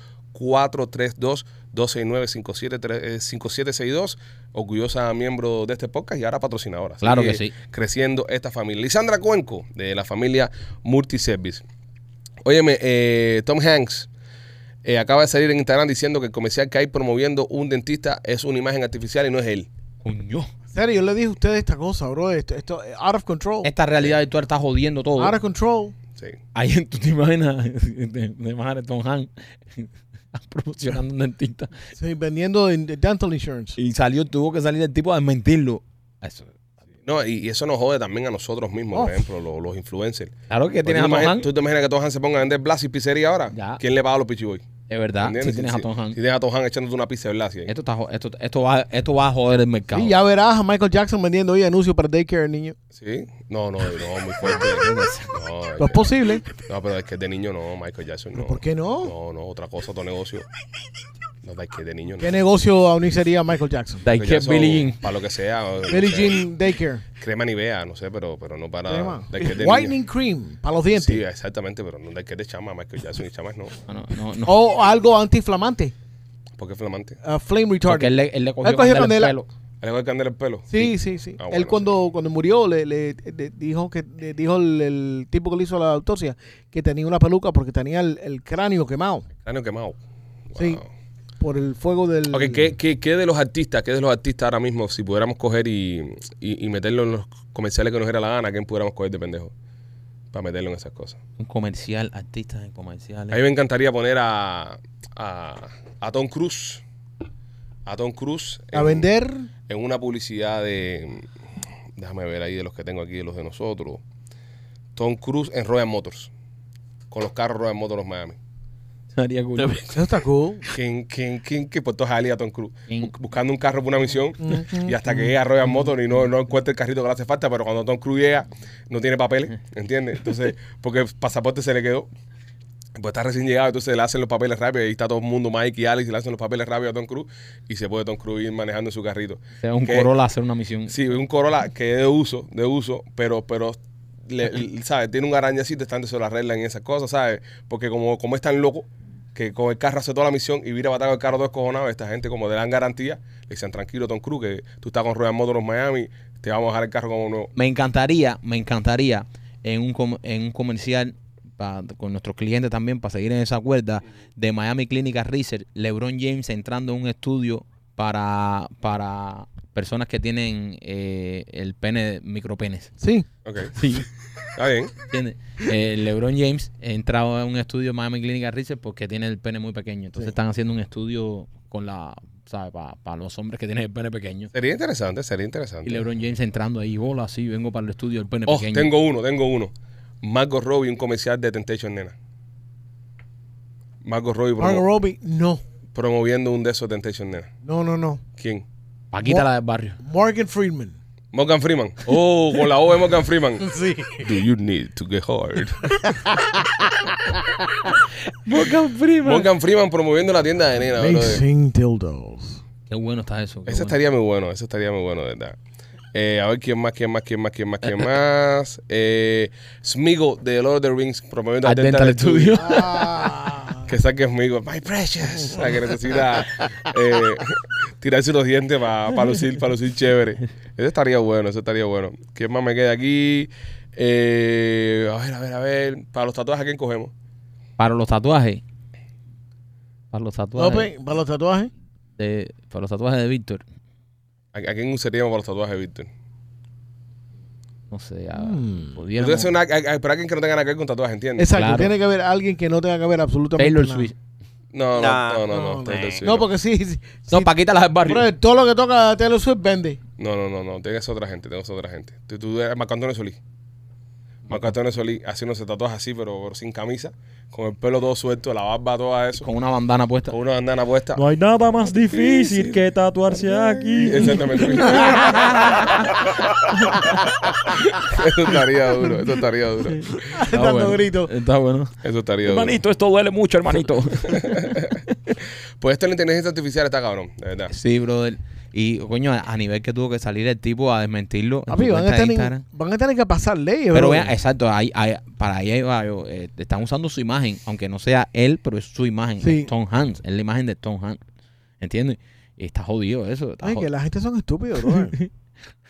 Speaker 1: eh, 432-269-5762, orgullosa miembro de este podcast y ahora patrocinadora. Así
Speaker 2: Claro que sí.
Speaker 1: Creciendo esta familia. Lisandra Cuenco, de la familia Multiservice. Óyeme, eh, Tom Hanks eh, acaba de salir en Instagram diciendo que el comercial que hay promoviendo un dentista es una imagen artificial y no es él.
Speaker 2: Coño.
Speaker 3: En serio, yo le dije a ustedes esta cosa, bro. Esto, esto eh, out of control.
Speaker 2: Esta realidad virtual está jodiendo todo.
Speaker 3: Out of control.
Speaker 1: Sí.
Speaker 2: Ahí tú te imaginas, te, te imaginas a Tom Han promocionando un dentista.
Speaker 3: Sí, vendiendo en- de dental insurance.
Speaker 2: Y salió, tuvo que salir el tipo a desmentirlo. Eso.
Speaker 1: No, y, y eso nos jode también a nosotros mismos, por ejemplo, los, los influencers.
Speaker 2: Claro que
Speaker 1: Pues
Speaker 2: tienes
Speaker 1: tú
Speaker 2: a Tom
Speaker 1: imagina-
Speaker 2: Hanks.
Speaker 1: ¿Tú te imaginas que Tohan se ponga a vender Blas y pizzería ahora?
Speaker 2: Ya.
Speaker 1: ¿Quién le paga a los pichiboy?
Speaker 2: Es verdad, sí
Speaker 1: ¿Entiendes?
Speaker 2: tienes a Tom
Speaker 1: Si,
Speaker 2: Hanks. Eh.
Speaker 1: tienes a Tom Hanks echándote una pizza de Blas y ahí.
Speaker 2: Esto, está, jo- esto, esto, va, esto va a joder el mercado.
Speaker 3: Y ya verás a Michael Jackson vendiendo hoy anuncios para daycare, niño.
Speaker 1: ¿Sí? No, no, no, muy fuerte. No, es
Speaker 3: No es
Speaker 1: que-
Speaker 3: posible.
Speaker 1: no, pero es que de niño no, Michael Jackson no.
Speaker 3: ¿Por qué no?
Speaker 1: No, no, otra cosa, otro negocio. No, es que de niño no.
Speaker 3: ¿Qué negocio aún sería Michael Jackson?
Speaker 2: Like
Speaker 1: Michael Jackson,
Speaker 2: Billie Jean.
Speaker 1: Para lo que sea. o- no
Speaker 3: Billie
Speaker 1: sé,
Speaker 3: Jean Daycare.
Speaker 1: Crema ni vea, no sé, pero, pero no para.
Speaker 3: Crema.
Speaker 1: Ah, de que de
Speaker 3: Whitening
Speaker 1: niño.
Speaker 3: cream para los dientes.
Speaker 1: Sí, eh. exactamente, pero no de que de chama, Michael Jackson y chamas no.
Speaker 2: No, no, no, no.
Speaker 3: O algo antiinflamante.
Speaker 1: Porque es flamante.
Speaker 3: uh, flame
Speaker 2: Porque
Speaker 3: retardant.
Speaker 2: él le, él le cogió
Speaker 3: Él cogió
Speaker 2: candela al
Speaker 3: candela.
Speaker 2: pelo.
Speaker 1: ¿Le voy a candela el pelo?
Speaker 3: Sí, sí, sí.
Speaker 1: Ah,
Speaker 3: Él
Speaker 1: bueno,
Speaker 3: cuando, cuando murió le, le- le dijo que le dijo el, el tipo que le hizo la autopsia que tenía una peluca porque tenía el, el cráneo quemado
Speaker 1: Cráneo quemado.
Speaker 3: Sí.
Speaker 1: Wow.
Speaker 3: por el fuego del.
Speaker 1: Ok, ¿qué, qué, qué de los artistas, qué de los artistas ahora mismo, si pudiéramos coger y, y, y meterlo en los comerciales que nos diera la gana, quién pudiéramos coger de pendejo? Para meterlo en esas cosas.
Speaker 2: Un comercial, artistas en comerciales.
Speaker 1: A mí me encantaría poner a, a, a Tom Cruise. A Tom Cruise.
Speaker 3: A
Speaker 1: en-
Speaker 3: vender.
Speaker 1: En una publicidad de. Déjame ver ahí de los que tengo aquí, de los de nosotros. Tom Cruise en Royal Motors. Con los carros Royal Motors Miami.
Speaker 2: Haría cool.
Speaker 3: Eso está cool.
Speaker 1: ¿Quién, quién, quién, que Puerto Jalía Tom Cruise?
Speaker 2: ¿Quién?
Speaker 1: Bu- Buscando un carro por una misión y hasta que llega a Royal Motors y no, no encuentra el carrito que le hace falta, pero cuando Tom Cruise llega no tiene papeles, ¿entiendes? Entonces, porque el pasaporte se le quedó. Pues está recién llegado, entonces le hacen los papeles rápido. Ahí está todo el mundo, Mike y Alex, y le hacen los papeles rápido a Tom Cruise y se puede Tom Cruise ir manejando en su carrito.
Speaker 2: O sea, un
Speaker 1: ¿Qué?
Speaker 2: Corolla hacer una misión.
Speaker 1: Sí, un Corolla que es de uso, de uso, pero, pero le- le- ¿sabes? Tiene un arañacito, están se lo arreglan y esas cosas, ¿sabes? Porque como, como es tan loco que con el carro hace toda la misión y vira a matar con el carro todo escojonado, esta gente como le dan garantía, le dicen tranquilo Tom Cruise, que tú estás con Royal Motors Miami, te vamos a dejar el carro como nuevo.
Speaker 2: Me encantaría, me encantaría en un, com- en un comercial pa- con nuestros clientes también para seguir en esa cuerda de Miami Clinical Research, LeBron James entrando en un estudio para, para personas que tienen eh, el pene, micropenes.
Speaker 3: Sí.
Speaker 1: Ok,
Speaker 2: Sí.
Speaker 1: está bien.
Speaker 2: ¿Entiendes? Eh, LeBron James entraba a un estudio Miami Clinical Research porque tiene el pene muy pequeño. Entonces
Speaker 3: Sí.
Speaker 2: están haciendo un estudio con la, ¿sabes? Para los hombres que tienen el pene pequeño.
Speaker 1: Sería interesante, sería interesante.
Speaker 2: Y LeBron James entrando ahí, bola, así, vengo para el estudio del pene
Speaker 1: Oh,
Speaker 2: pequeño.
Speaker 1: tengo uno, tengo uno. Margot Robbie, un comercial de Temptation Nena. Margot Robbie promo-
Speaker 3: Margot Robbie, no.
Speaker 1: promoviendo un de esos Temptation Nena.
Speaker 3: No, no, no.
Speaker 1: ¿Quién?
Speaker 2: Paquita la del barrio.
Speaker 3: Morgan Freeman.
Speaker 1: Morgan Freeman. Oh, con la O de Morgan Freeman.
Speaker 3: Sí.
Speaker 1: Do you need to get hard?
Speaker 2: Morgan Freeman.
Speaker 1: Morgan Freeman promoviendo la tienda de nena, bro.
Speaker 3: Amazing dildos.
Speaker 2: Qué bueno está eso. qué
Speaker 1: Eso
Speaker 2: bueno.
Speaker 1: estaría muy bueno, eso estaría muy bueno, de verdad. Eh, a ver quién más, quién más, quién más, quién más, quién más. Eh, Smigo de Lord of the Rings promoviendo
Speaker 2: Al
Speaker 1: al
Speaker 2: Dental
Speaker 1: Dental
Speaker 2: Studio.
Speaker 1: Studio.
Speaker 3: Ah.
Speaker 1: Que saque Smigo. My precious. La que necesita eh, tirarse los dientes para lucir, pa lucir chévere. Eso estaría bueno, eso estaría bueno. ¿Quién más me queda aquí? Eh, a ver, a ver, a ver. Para los tatuajes, ¿a quién cogemos?
Speaker 2: Para los tatuajes. Para los tatuajes.
Speaker 3: Open, para los tatuajes.
Speaker 2: de- para los tatuajes de Víctor.
Speaker 1: ¿A, a quién usaríamos para los tatuajes, Víctor?
Speaker 2: No sé, a,
Speaker 3: Mm.
Speaker 2: pudiéramos-
Speaker 1: Entonces, una, a, a- para alguien que no tenga nada que ver con tatuajes, ¿entiendes?
Speaker 3: Exacto.
Speaker 2: Claro.
Speaker 3: Tiene que haber alguien que no tenga que ver absolutamente
Speaker 2: Taylor
Speaker 3: nada.
Speaker 2: Swift.
Speaker 1: No, no, no,
Speaker 4: Nah.
Speaker 1: no, no,
Speaker 3: No,
Speaker 1: Taylor Swift,
Speaker 3: No, porque sí. sí,
Speaker 2: No, Pues
Speaker 3: sí.
Speaker 2: Paquita la del barrio.
Speaker 3: Brother, todo lo que toca Taylor Swift vende.
Speaker 1: No, no, no, no, tienes otra gente, tienes otra gente. Tú, tú eres Marco Antonio Solís. Marco Antonio Solís haciéndose tatuajes así, pero, pero sin camisa, con el pelo todo suelto, la barba, toda eso,
Speaker 2: Con una bandana puesta.
Speaker 1: con una bandana puesta.
Speaker 5: No hay nada más difícil que tatuarse aquí.
Speaker 1: Exactamente. eso estaría duro, eso estaría duro.
Speaker 2: Está
Speaker 3: Dando
Speaker 2: bueno.
Speaker 3: gritos.
Speaker 2: Está bueno.
Speaker 1: Eso estaría duro.
Speaker 5: Hermanito, esto duele mucho, hermanito.
Speaker 1: Pues esto de la inteligencia artificial está cabrón, de verdad.
Speaker 2: Sí, brother. Y, coño, a a nivel que tuvo que salir el tipo a desmentirlo. en
Speaker 3: Papi,
Speaker 2: su
Speaker 3: van a,
Speaker 2: cuenta de
Speaker 3: tener,
Speaker 2: Instagram.
Speaker 3: van a tener que pasar leyes,
Speaker 2: Pero
Speaker 3: bro.
Speaker 2: vean, exacto, ahí, ahí- para ahí va yo, eh, están usando su imagen, aunque no sea él, pero es su imagen,
Speaker 3: Sí.
Speaker 2: es Tom Hanks, es la imagen de Tom Hanks, ¿entiendes? Y está jodido eso. está
Speaker 3: Ay,
Speaker 2: jod-
Speaker 3: que la gente son estúpidos, bro.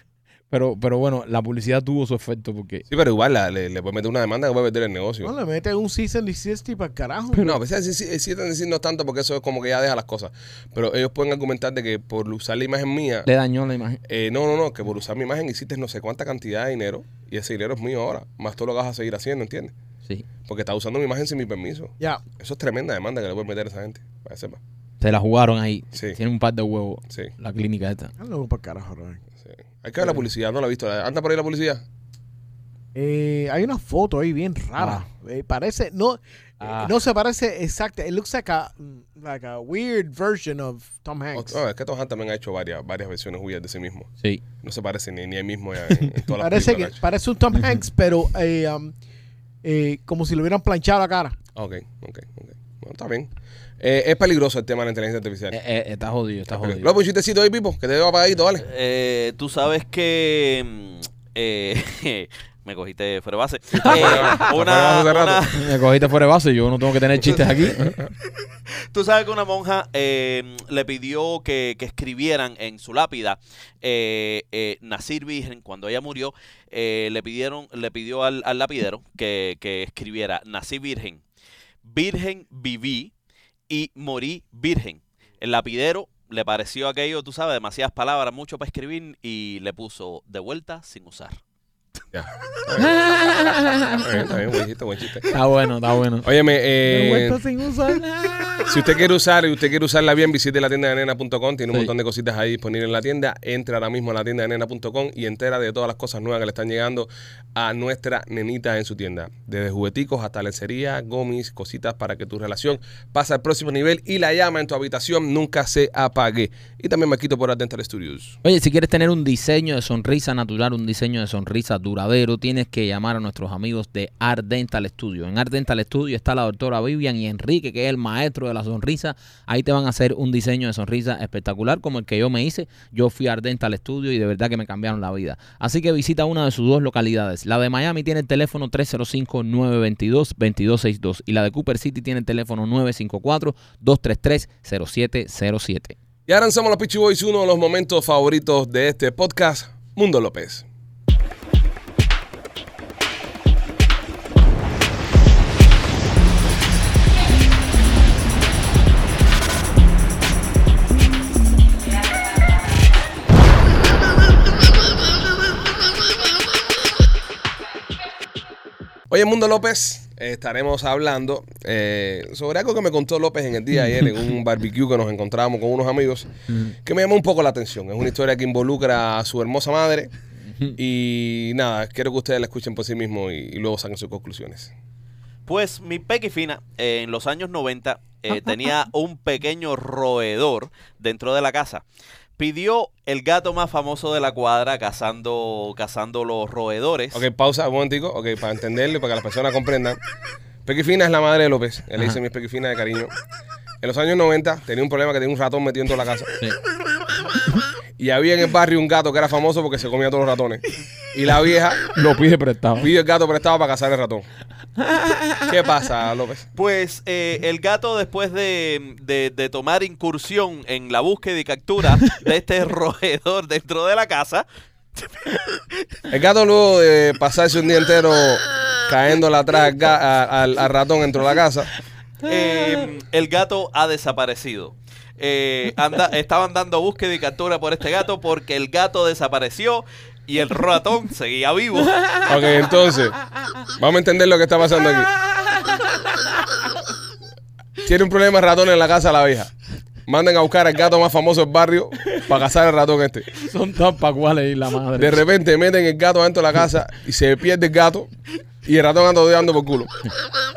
Speaker 2: pero, pero bueno, la publicidad tuvo su efecto porque...
Speaker 1: Sí, pero igual la- le, le puedes meter una demanda que puede perder el negocio.
Speaker 3: no le meten un season desist y para carajo.
Speaker 1: No, a veces sí, eh, sí, sí están diciendo tanto porque eso es como que ya deja las cosas. Pero ellos pueden argumentar de que por usar la imagen mía,
Speaker 2: Le dañó la imagen.
Speaker 1: eh, no, no, no, que por usar mi imagen hiciste no sé cuánta cantidad de dinero y ese dinero es mío ahora, más todo lo que vas a seguir haciendo, ¿entiendes?
Speaker 2: Sí.
Speaker 1: Porque estás usando mi imagen sin mi permiso.
Speaker 3: Ya.
Speaker 1: Eso es tremenda demanda que le pueden meter a esa gente. Para que sepa.
Speaker 2: Se la jugaron ahí.
Speaker 1: Sí.
Speaker 2: Tiene un par de huevos
Speaker 1: Sí,
Speaker 2: la clínica esta.
Speaker 3: Hazlo para carajo, bro.
Speaker 1: sí. Hay que ver la publicidad, no la he visto. ¿Anda por ahí la publicidad?
Speaker 3: Eh, hay una foto ahí bien rara. Eh, parece, no, eh,
Speaker 2: Ah.
Speaker 3: no se parece exacta. It looks like a, like a weird version of Tom Hanks.
Speaker 1: No, Oh, es que Tom Hanks también ha hecho varias, varias versiones weird de sí mismo.
Speaker 2: Sí.
Speaker 1: No se parece ni, ni él mismo ya en, en todas las
Speaker 3: Parece que
Speaker 1: películas ha hecho.
Speaker 3: parece un Tom Hanks, pero eh, um, eh, como si le hubieran planchado la cara.
Speaker 1: Ah, Ok, ok, ok. Bueno, está bien. Eh, es peligroso el tema de la inteligencia artificial.
Speaker 2: Eh, eh, está jodido, está jodido.
Speaker 1: Lo un chistecito ahí, Pipo, que te veo apagadito, ¿vale?
Speaker 4: Eh, tú sabes que. mm, eh, me cogiste fuera de base. Eh,
Speaker 1: fuera- fuera
Speaker 4: una,
Speaker 1: de base hace
Speaker 4: una-
Speaker 2: Me cogiste fuera de base, yo no tengo que tener chistes aquí.
Speaker 4: tú sabes que una monja eh, le pidió que, que escribieran en su lápida eh, eh, Nacir Virgen cuando ella murió. eh, le pidieron, le pidió al, al lapidero que, que escribiera Nací Virgen, Virgen viví y morí virgen. El lapidero le pareció aquello, tú sabes, demasiadas palabras, mucho para escribir y le puso de vuelta sin usar.
Speaker 1: Ya. Está bien, está bien, buen chiste, buen chiste.
Speaker 2: Está bueno, está bueno.
Speaker 1: Óyeme,
Speaker 5: Me he
Speaker 1: eh,
Speaker 5: vuelto sin usar.
Speaker 1: Si usted quiere usar y usted quiere usarla bien, visite la tienda de nena.com. Tiene un
Speaker 2: Sí.
Speaker 1: montón de cositas ahí disponibles en la tienda. Entra ahora mismo a la tienda de nena.com y entera de todas las cosas nuevas que le están llegando a nuestra nenita en su tienda. Desde jugueticos hasta lencería, gomis, cositas para que tu relación pase al próximo nivel y la llama en tu habitación nunca se apague. Y también me quito por Art Dental Studios.
Speaker 2: Oye, si quieres tener un diseño de sonrisa natural, un diseño de sonrisa duradero, tienes que llamar a nuestros amigos de Art Dental Studio. En Art Dental Studio está la doctora Vivian y Enrique, que es el maestro de la sonrisa. Ahí te van a hacer un diseño de sonrisa espectacular como el que yo me hice. Yo fui a Art Dental Studio y de verdad que me cambiaron la vida. Así que visita una de sus dos localidades. La de Miami tiene el teléfono 305-922-2262 y la de Cooper City tiene el teléfono 954-233-0707.
Speaker 1: Y ahora lanzamos los Pitchy Boys, uno de los momentos favoritos de este podcast, Mundo López. Oye, Mundo López, eh, estaremos hablando eh, sobre algo que me contó López en el día de ayer en un barbecue que nos encontrábamos con unos amigos, que me llamó un poco la atención. Es una historia que involucra a su hermosa madre y nada, quiero que ustedes la escuchen por sí mismos y, y luego saquen sus conclusiones.
Speaker 4: Pues mi Pequi Fina, eh, en los años 90, eh, tenía un pequeño roedor dentro de la casa. Pidió el gato más famoso de la cuadra cazando, cazando los roedores.
Speaker 1: Ok, pausa un momentico, ok, para entenderlo y para que las personas comprendan. Pequifina es la madre de López, él le dice mi Pequifina de cariño. En los años 90 tenía un problema que tenía un ratón metido en toda la casa.
Speaker 2: Sí.
Speaker 1: Y había en el barrio un gato que era famoso porque se comía todos los ratones. Y la vieja
Speaker 5: Lo pide prestado.
Speaker 1: Pidió el gato prestado para cazar el ratón. ¿Qué pasa, López?
Speaker 4: Pues eh, el gato después de, de- de tomar incursión en la búsqueda y captura de este roedor dentro de la casa,
Speaker 1: El gato luego de pasarse un día entero cayéndole atrás al, ga- a- al- al ratón dentro de la casa.
Speaker 4: eh, el gato ha desaparecido. Eh, anda- estaban dando búsqueda y captura por este gato porque el gato desapareció y el ratón seguía vivo.
Speaker 1: Ok, entonces, vamos a entender lo que está pasando aquí. Tiene un problema el ratón en la casa la vieja. Mandan a buscar al gato más famoso del barrio para cazar el ratón este.
Speaker 5: Son tan pacuales y la madre.
Speaker 1: De repente meten el gato dentro de la casa y se pierde el gato y el ratón anda dando por culo.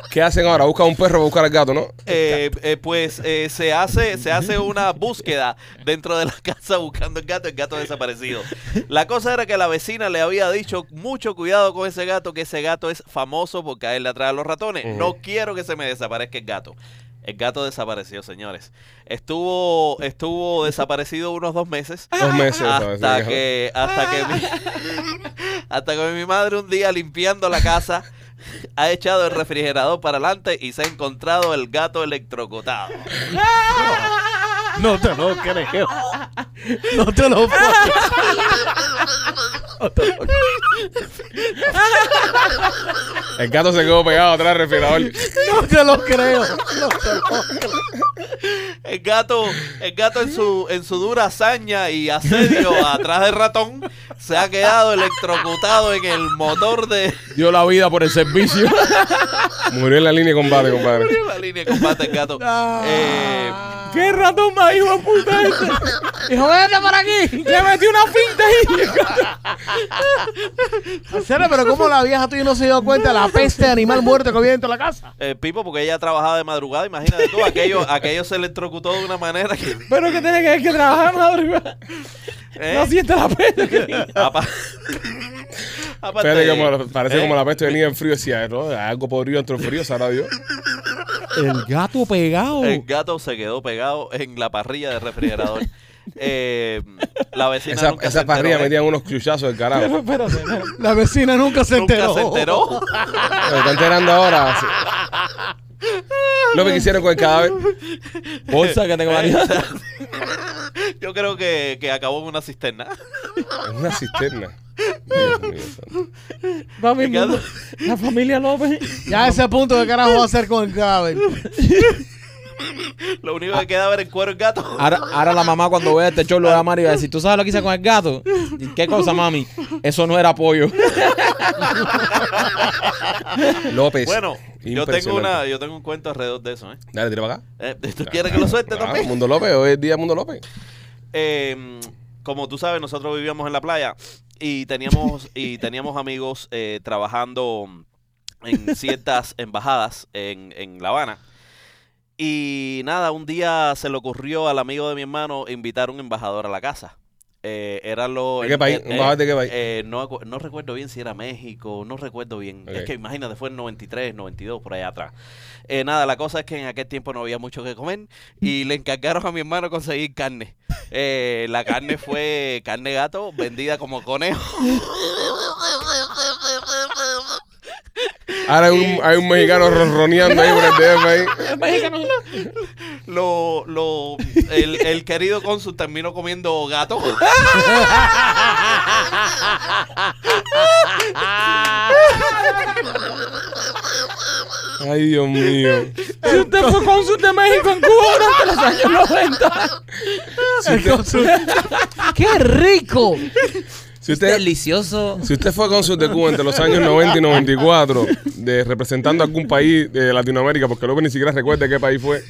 Speaker 1: ¿Qué hacen ahora? Buscan un perro para buscar al gato, ¿no?
Speaker 4: Eh, eh, pues eh, se hace se hace una búsqueda dentro de la casa buscando el gato, el gato desaparecido. La cosa era que la vecina le había dicho mucho cuidado con ese gato, que ese gato es famoso porque a él le atrae a los ratones. No quiero que se me desaparezca el gato. El gato desapareció, señores. Estuvo estuvo desaparecido unos dos meses.
Speaker 1: Dos meses. ¿sabes?
Speaker 4: Hasta que, hasta que, mi, hasta que mi madre un día limpiando la casa ha echado el refrigerador para adelante y se ha encontrado el gato electrocutado.
Speaker 3: No te lo creo. No te lo puedo.
Speaker 1: El gato se quedó pegado atrás del refrigerador.
Speaker 3: No te lo creo. No te lo creo.
Speaker 4: El gato, el gato en su, en su dura hazaña y asedio atrás del ratón se ha quedado electrocutado en el motor de
Speaker 2: Dio la vida por el servicio.
Speaker 1: Murió en la línea de combate, compadre.
Speaker 4: la línea de combate el gato.
Speaker 1: Ah.
Speaker 4: Eh,
Speaker 5: ¿Qué ratón más hijo de puta este?
Speaker 3: Hijo, vete para aquí.
Speaker 5: Le metí una finta ahí.
Speaker 3: Acera, pero ¿cómo la vieja tuya no se dio cuenta de la peste de animal muerto que había dentro de la casa?
Speaker 4: eh, Pipo, porque ella trabajaba de madrugada, imagínate tú, aquello, aquello se electrocutó de una manera que...
Speaker 5: Pero que tiene que ver que trabajar madrugada.
Speaker 4: eh,
Speaker 5: No siente la pena.
Speaker 4: apa- aparte-
Speaker 1: Espérate, como, parece
Speaker 4: eh,
Speaker 1: como la peste venía en frío. Decía, ¿no? algo podrido entre el frío, sabrá Dios.
Speaker 2: El gato
Speaker 1: Uh.
Speaker 2: pegado.
Speaker 4: El gato se quedó pegado en la parrilla del refrigerador. Eh, la vecina
Speaker 1: Esa,
Speaker 4: nunca se
Speaker 1: esa
Speaker 4: enteró,
Speaker 1: parrilla
Speaker 4: ¿eh?
Speaker 1: metían unos chuchazos del
Speaker 5: Pero
Speaker 1: carajo.
Speaker 5: espérate, espérate.
Speaker 3: La vecina nunca se
Speaker 4: Nunca
Speaker 3: enteró.
Speaker 4: se enteró.
Speaker 1: Me está enterando ahora. sí. Lo que quisieron con el cadáver.
Speaker 2: Bolsa que tengo varias.
Speaker 4: Yo creo que, que acabó en una cisterna.
Speaker 1: En una cisterna. Dios mío, santo.
Speaker 5: Papi,
Speaker 4: El gato-
Speaker 5: la familia López.
Speaker 3: Ya a ese punto, ¿qué carajo va a hacer con el cadáver?
Speaker 4: Lo único
Speaker 1: Ah.
Speaker 4: que queda ver el cuero del gato.
Speaker 2: Ahora, ahora la mamá cuando vea este show lo va a llamar y va a decir, ¿tú sabes lo que hice con el gato? ¿Y ¿Qué cosa, mami? Eso no era pollo.
Speaker 1: López.
Speaker 4: Bueno, yo tengo
Speaker 1: impresionante.
Speaker 4: una, yo tengo un cuento alrededor de eso, ¿eh?
Speaker 1: Dale, tira para acá.
Speaker 4: Eh, ¿Tú quieres que lo suelte
Speaker 1: Claro,
Speaker 4: también?
Speaker 1: Mundo López, hoy es día de Mundo López.
Speaker 4: Eh, como tú sabes, nosotros vivíamos en la playa y teníamos, y teníamos amigos eh, trabajando en ciertas embajadas en, en La Habana. Y nada, un día se le ocurrió al amigo de mi hermano invitar un embajador a la casa. Eh, era lo,
Speaker 1: ¿De qué país?
Speaker 4: eh,
Speaker 1: ¿Un embajador de qué país?
Speaker 4: eh, no, acu- no recuerdo bien si era México, no recuerdo bien. Es
Speaker 1: Ok.
Speaker 4: que imagínate, fue en 93, 92, por allá atrás. Eh, nada, la cosa es que en aquel tiempo no había mucho que comer y le encargaron a mi hermano conseguir carne. Eh, la carne fue carne gato vendida como conejo.
Speaker 1: Ahora hay un, hay un mexicano ronroneando ahí por el DF ahí.
Speaker 4: Lo, lo, el, el querido cónsul terminó comiendo gato.
Speaker 1: Ay, Dios mío.
Speaker 5: Si usted fue cónsul de México en Cuba durante los años 90.
Speaker 1: Si usted,
Speaker 3: ¡Qué rico!
Speaker 1: si usted,
Speaker 2: Delicioso.
Speaker 1: si usted fue cónsul de Cuba entre los años 90 y 94, de, representando algún país de Latinoamérica, porque López ni siquiera recuerda qué país fue,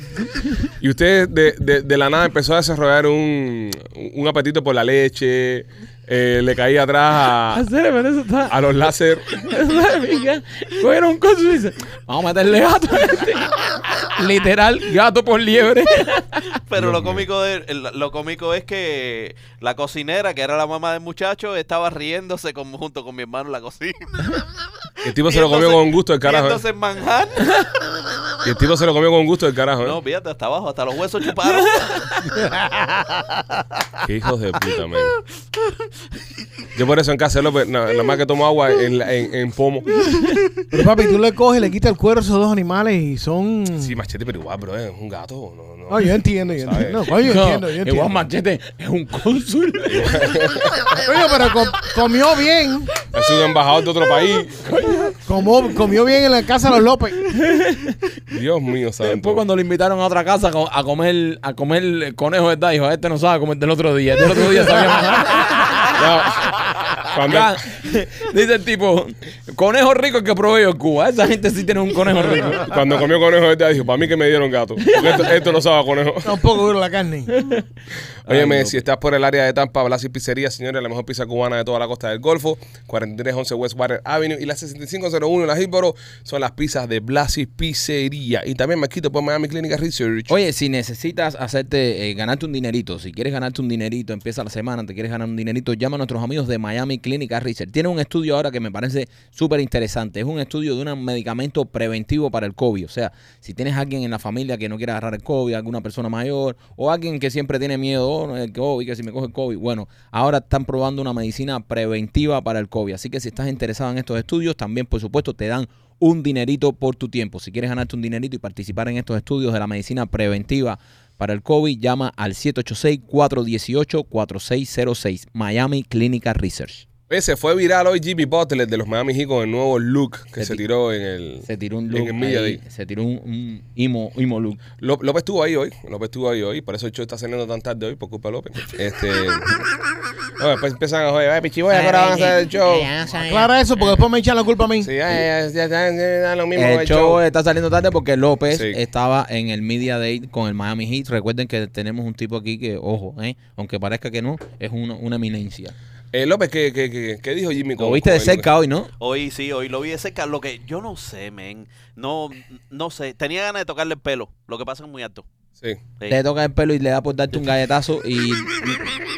Speaker 1: y usted de, de- de la nada empezó a desarrollar un, un apetito por la leche, eh, le caía atrás
Speaker 5: Hacer, pero eso
Speaker 1: a,
Speaker 5: está.
Speaker 1: a los láser.
Speaker 5: Eso ¿eh? es pica. Cogieron un cónsul y dice: Vamos a meterle gato a este. Literal, gato por liebre.
Speaker 4: Pero lo cómico, de, el- lo cómico es que la cocinera, que era la mamá del muchacho, estaba riéndose con, junto con mi hermano en la cocina.
Speaker 1: El tipo se lo comió con gusto el carajo.
Speaker 4: Entonces, Manhattan.
Speaker 1: eh. Y el tipo se lo comió con gusto el carajo. eh.
Speaker 2: Pues.
Speaker 4: No, fíjate, hasta abajo, hasta los huesos chuparon.
Speaker 1: Qué hijos de puta, man. Yo por eso en casa de López, na- nada más que tomo agua en, la- en- en pomo.
Speaker 3: Pero papi, tú le coges, le quitas el cuero a esos dos animales y son...
Speaker 1: Sí, machete, pero igual, bro, es un gato. No, no.
Speaker 3: Mm. No, yo entiendo, yo
Speaker 1: ¿Sabes?
Speaker 3: entiendo. No, coño, yo
Speaker 2: No,
Speaker 3: entiendo, yo
Speaker 2: Igual
Speaker 3: entiendo.
Speaker 2: Machete es un cónsul.
Speaker 3: Coño, pero com- comió bien.
Speaker 1: Es un embajador de otro país.
Speaker 3: Comó- comió bien en la casa de los López.
Speaker 1: Dios mío, ¿sabes?
Speaker 2: Después cuando lo invitaron a otra casa co- a comer a comer conejo, ¿verdad? Dijo, este no sabe comer del otro día. Del otro día sabía más.
Speaker 1: cuando,
Speaker 2: Ya, Dice el tipo, conejo rico el que probé yo en Cuba. Esa gente sí tiene un conejo rico.
Speaker 1: cuando comió conejo, este dijo, para mí que me dieron gato. Porque esto, esto no sabe a conejo.
Speaker 3: Tampoco duro la carne.
Speaker 1: Óyeme, si estás por el área de Tampa, Blas y Pizzería, señores, la mejor pizza cubana de toda la costa del Golfo, 4311 West Water Avenue y la 6501 en la Hillboro son las pizzas de Blas y Pizzería. Y también me quito por Miami Clinic Research.
Speaker 2: Oye, si necesitas hacerte, eh, ganarte un dinerito, si quieres ganarte un dinerito, empieza la semana, te quieres ganar un dinerito, llama a nuestros amigos de Miami Clinic Research. Tiene un estudio ahora que me parece súper interesante. Es un estudio de un medicamento preventivo para el COVID. O sea, si tienes alguien en la familia que no quiere agarrar el COVID, alguna persona mayor, o alguien que siempre tiene miedo, "Oh, no, el COVID, que si me coge el COVID. Bueno, ahora están probando una medicina preventiva para el COVID. Así que si estás interesado en estos estudios, también, por supuesto, te dan un dinerito por tu tiempo. Si quieres ganarte un dinerito y participar en estos estudios de la medicina preventiva para el COVID, llama al 786-418-4606, Miami Clinical Research.
Speaker 1: Oye, se fue viral hoy Jimmy Butler de los Miami Heat con el nuevo look que
Speaker 2: Se
Speaker 1: se,
Speaker 2: ti-
Speaker 1: tiró en el...
Speaker 2: Se tiró un
Speaker 1: En
Speaker 2: look.
Speaker 1: el media
Speaker 2: ahí,
Speaker 1: day.
Speaker 2: se tiró un, un imo, imo look.
Speaker 1: Ló- López estuvo ahí hoy, López estuvo ahí hoy, por eso el show está saliendo tan tarde hoy, por culpa de López. Este, no, después empiezan a joder, ay, pichiboya, ahora van a hacer el show.
Speaker 3: Aclara eso porque después me echan la culpa a mí.
Speaker 1: Sí, ay, ay, ya, ya, ya, da lo mismo
Speaker 2: El show está saliendo tarde porque López
Speaker 1: Sí.
Speaker 2: estaba en el Media Day con el Miami Heat. Recuerden que tenemos un tipo aquí que, ojo, eh, aunque parezca que no, es uno- una eminencia.
Speaker 1: Eh, López, ¿qué, qué, qué, qué dijo Jimmy?
Speaker 2: Lo
Speaker 1: con-
Speaker 2: viste
Speaker 1: con el-
Speaker 2: de cerca hoy, ¿no?
Speaker 4: Hoy sí, hoy lo vi de cerca. Lo que yo no sé, men. No, no sé. Tenía ganas de tocarle el pelo. Lo que pasa es muy alto. Este,
Speaker 1: Sí.
Speaker 4: Sí.
Speaker 2: Te toca el pelo y le da por darte un galletazo y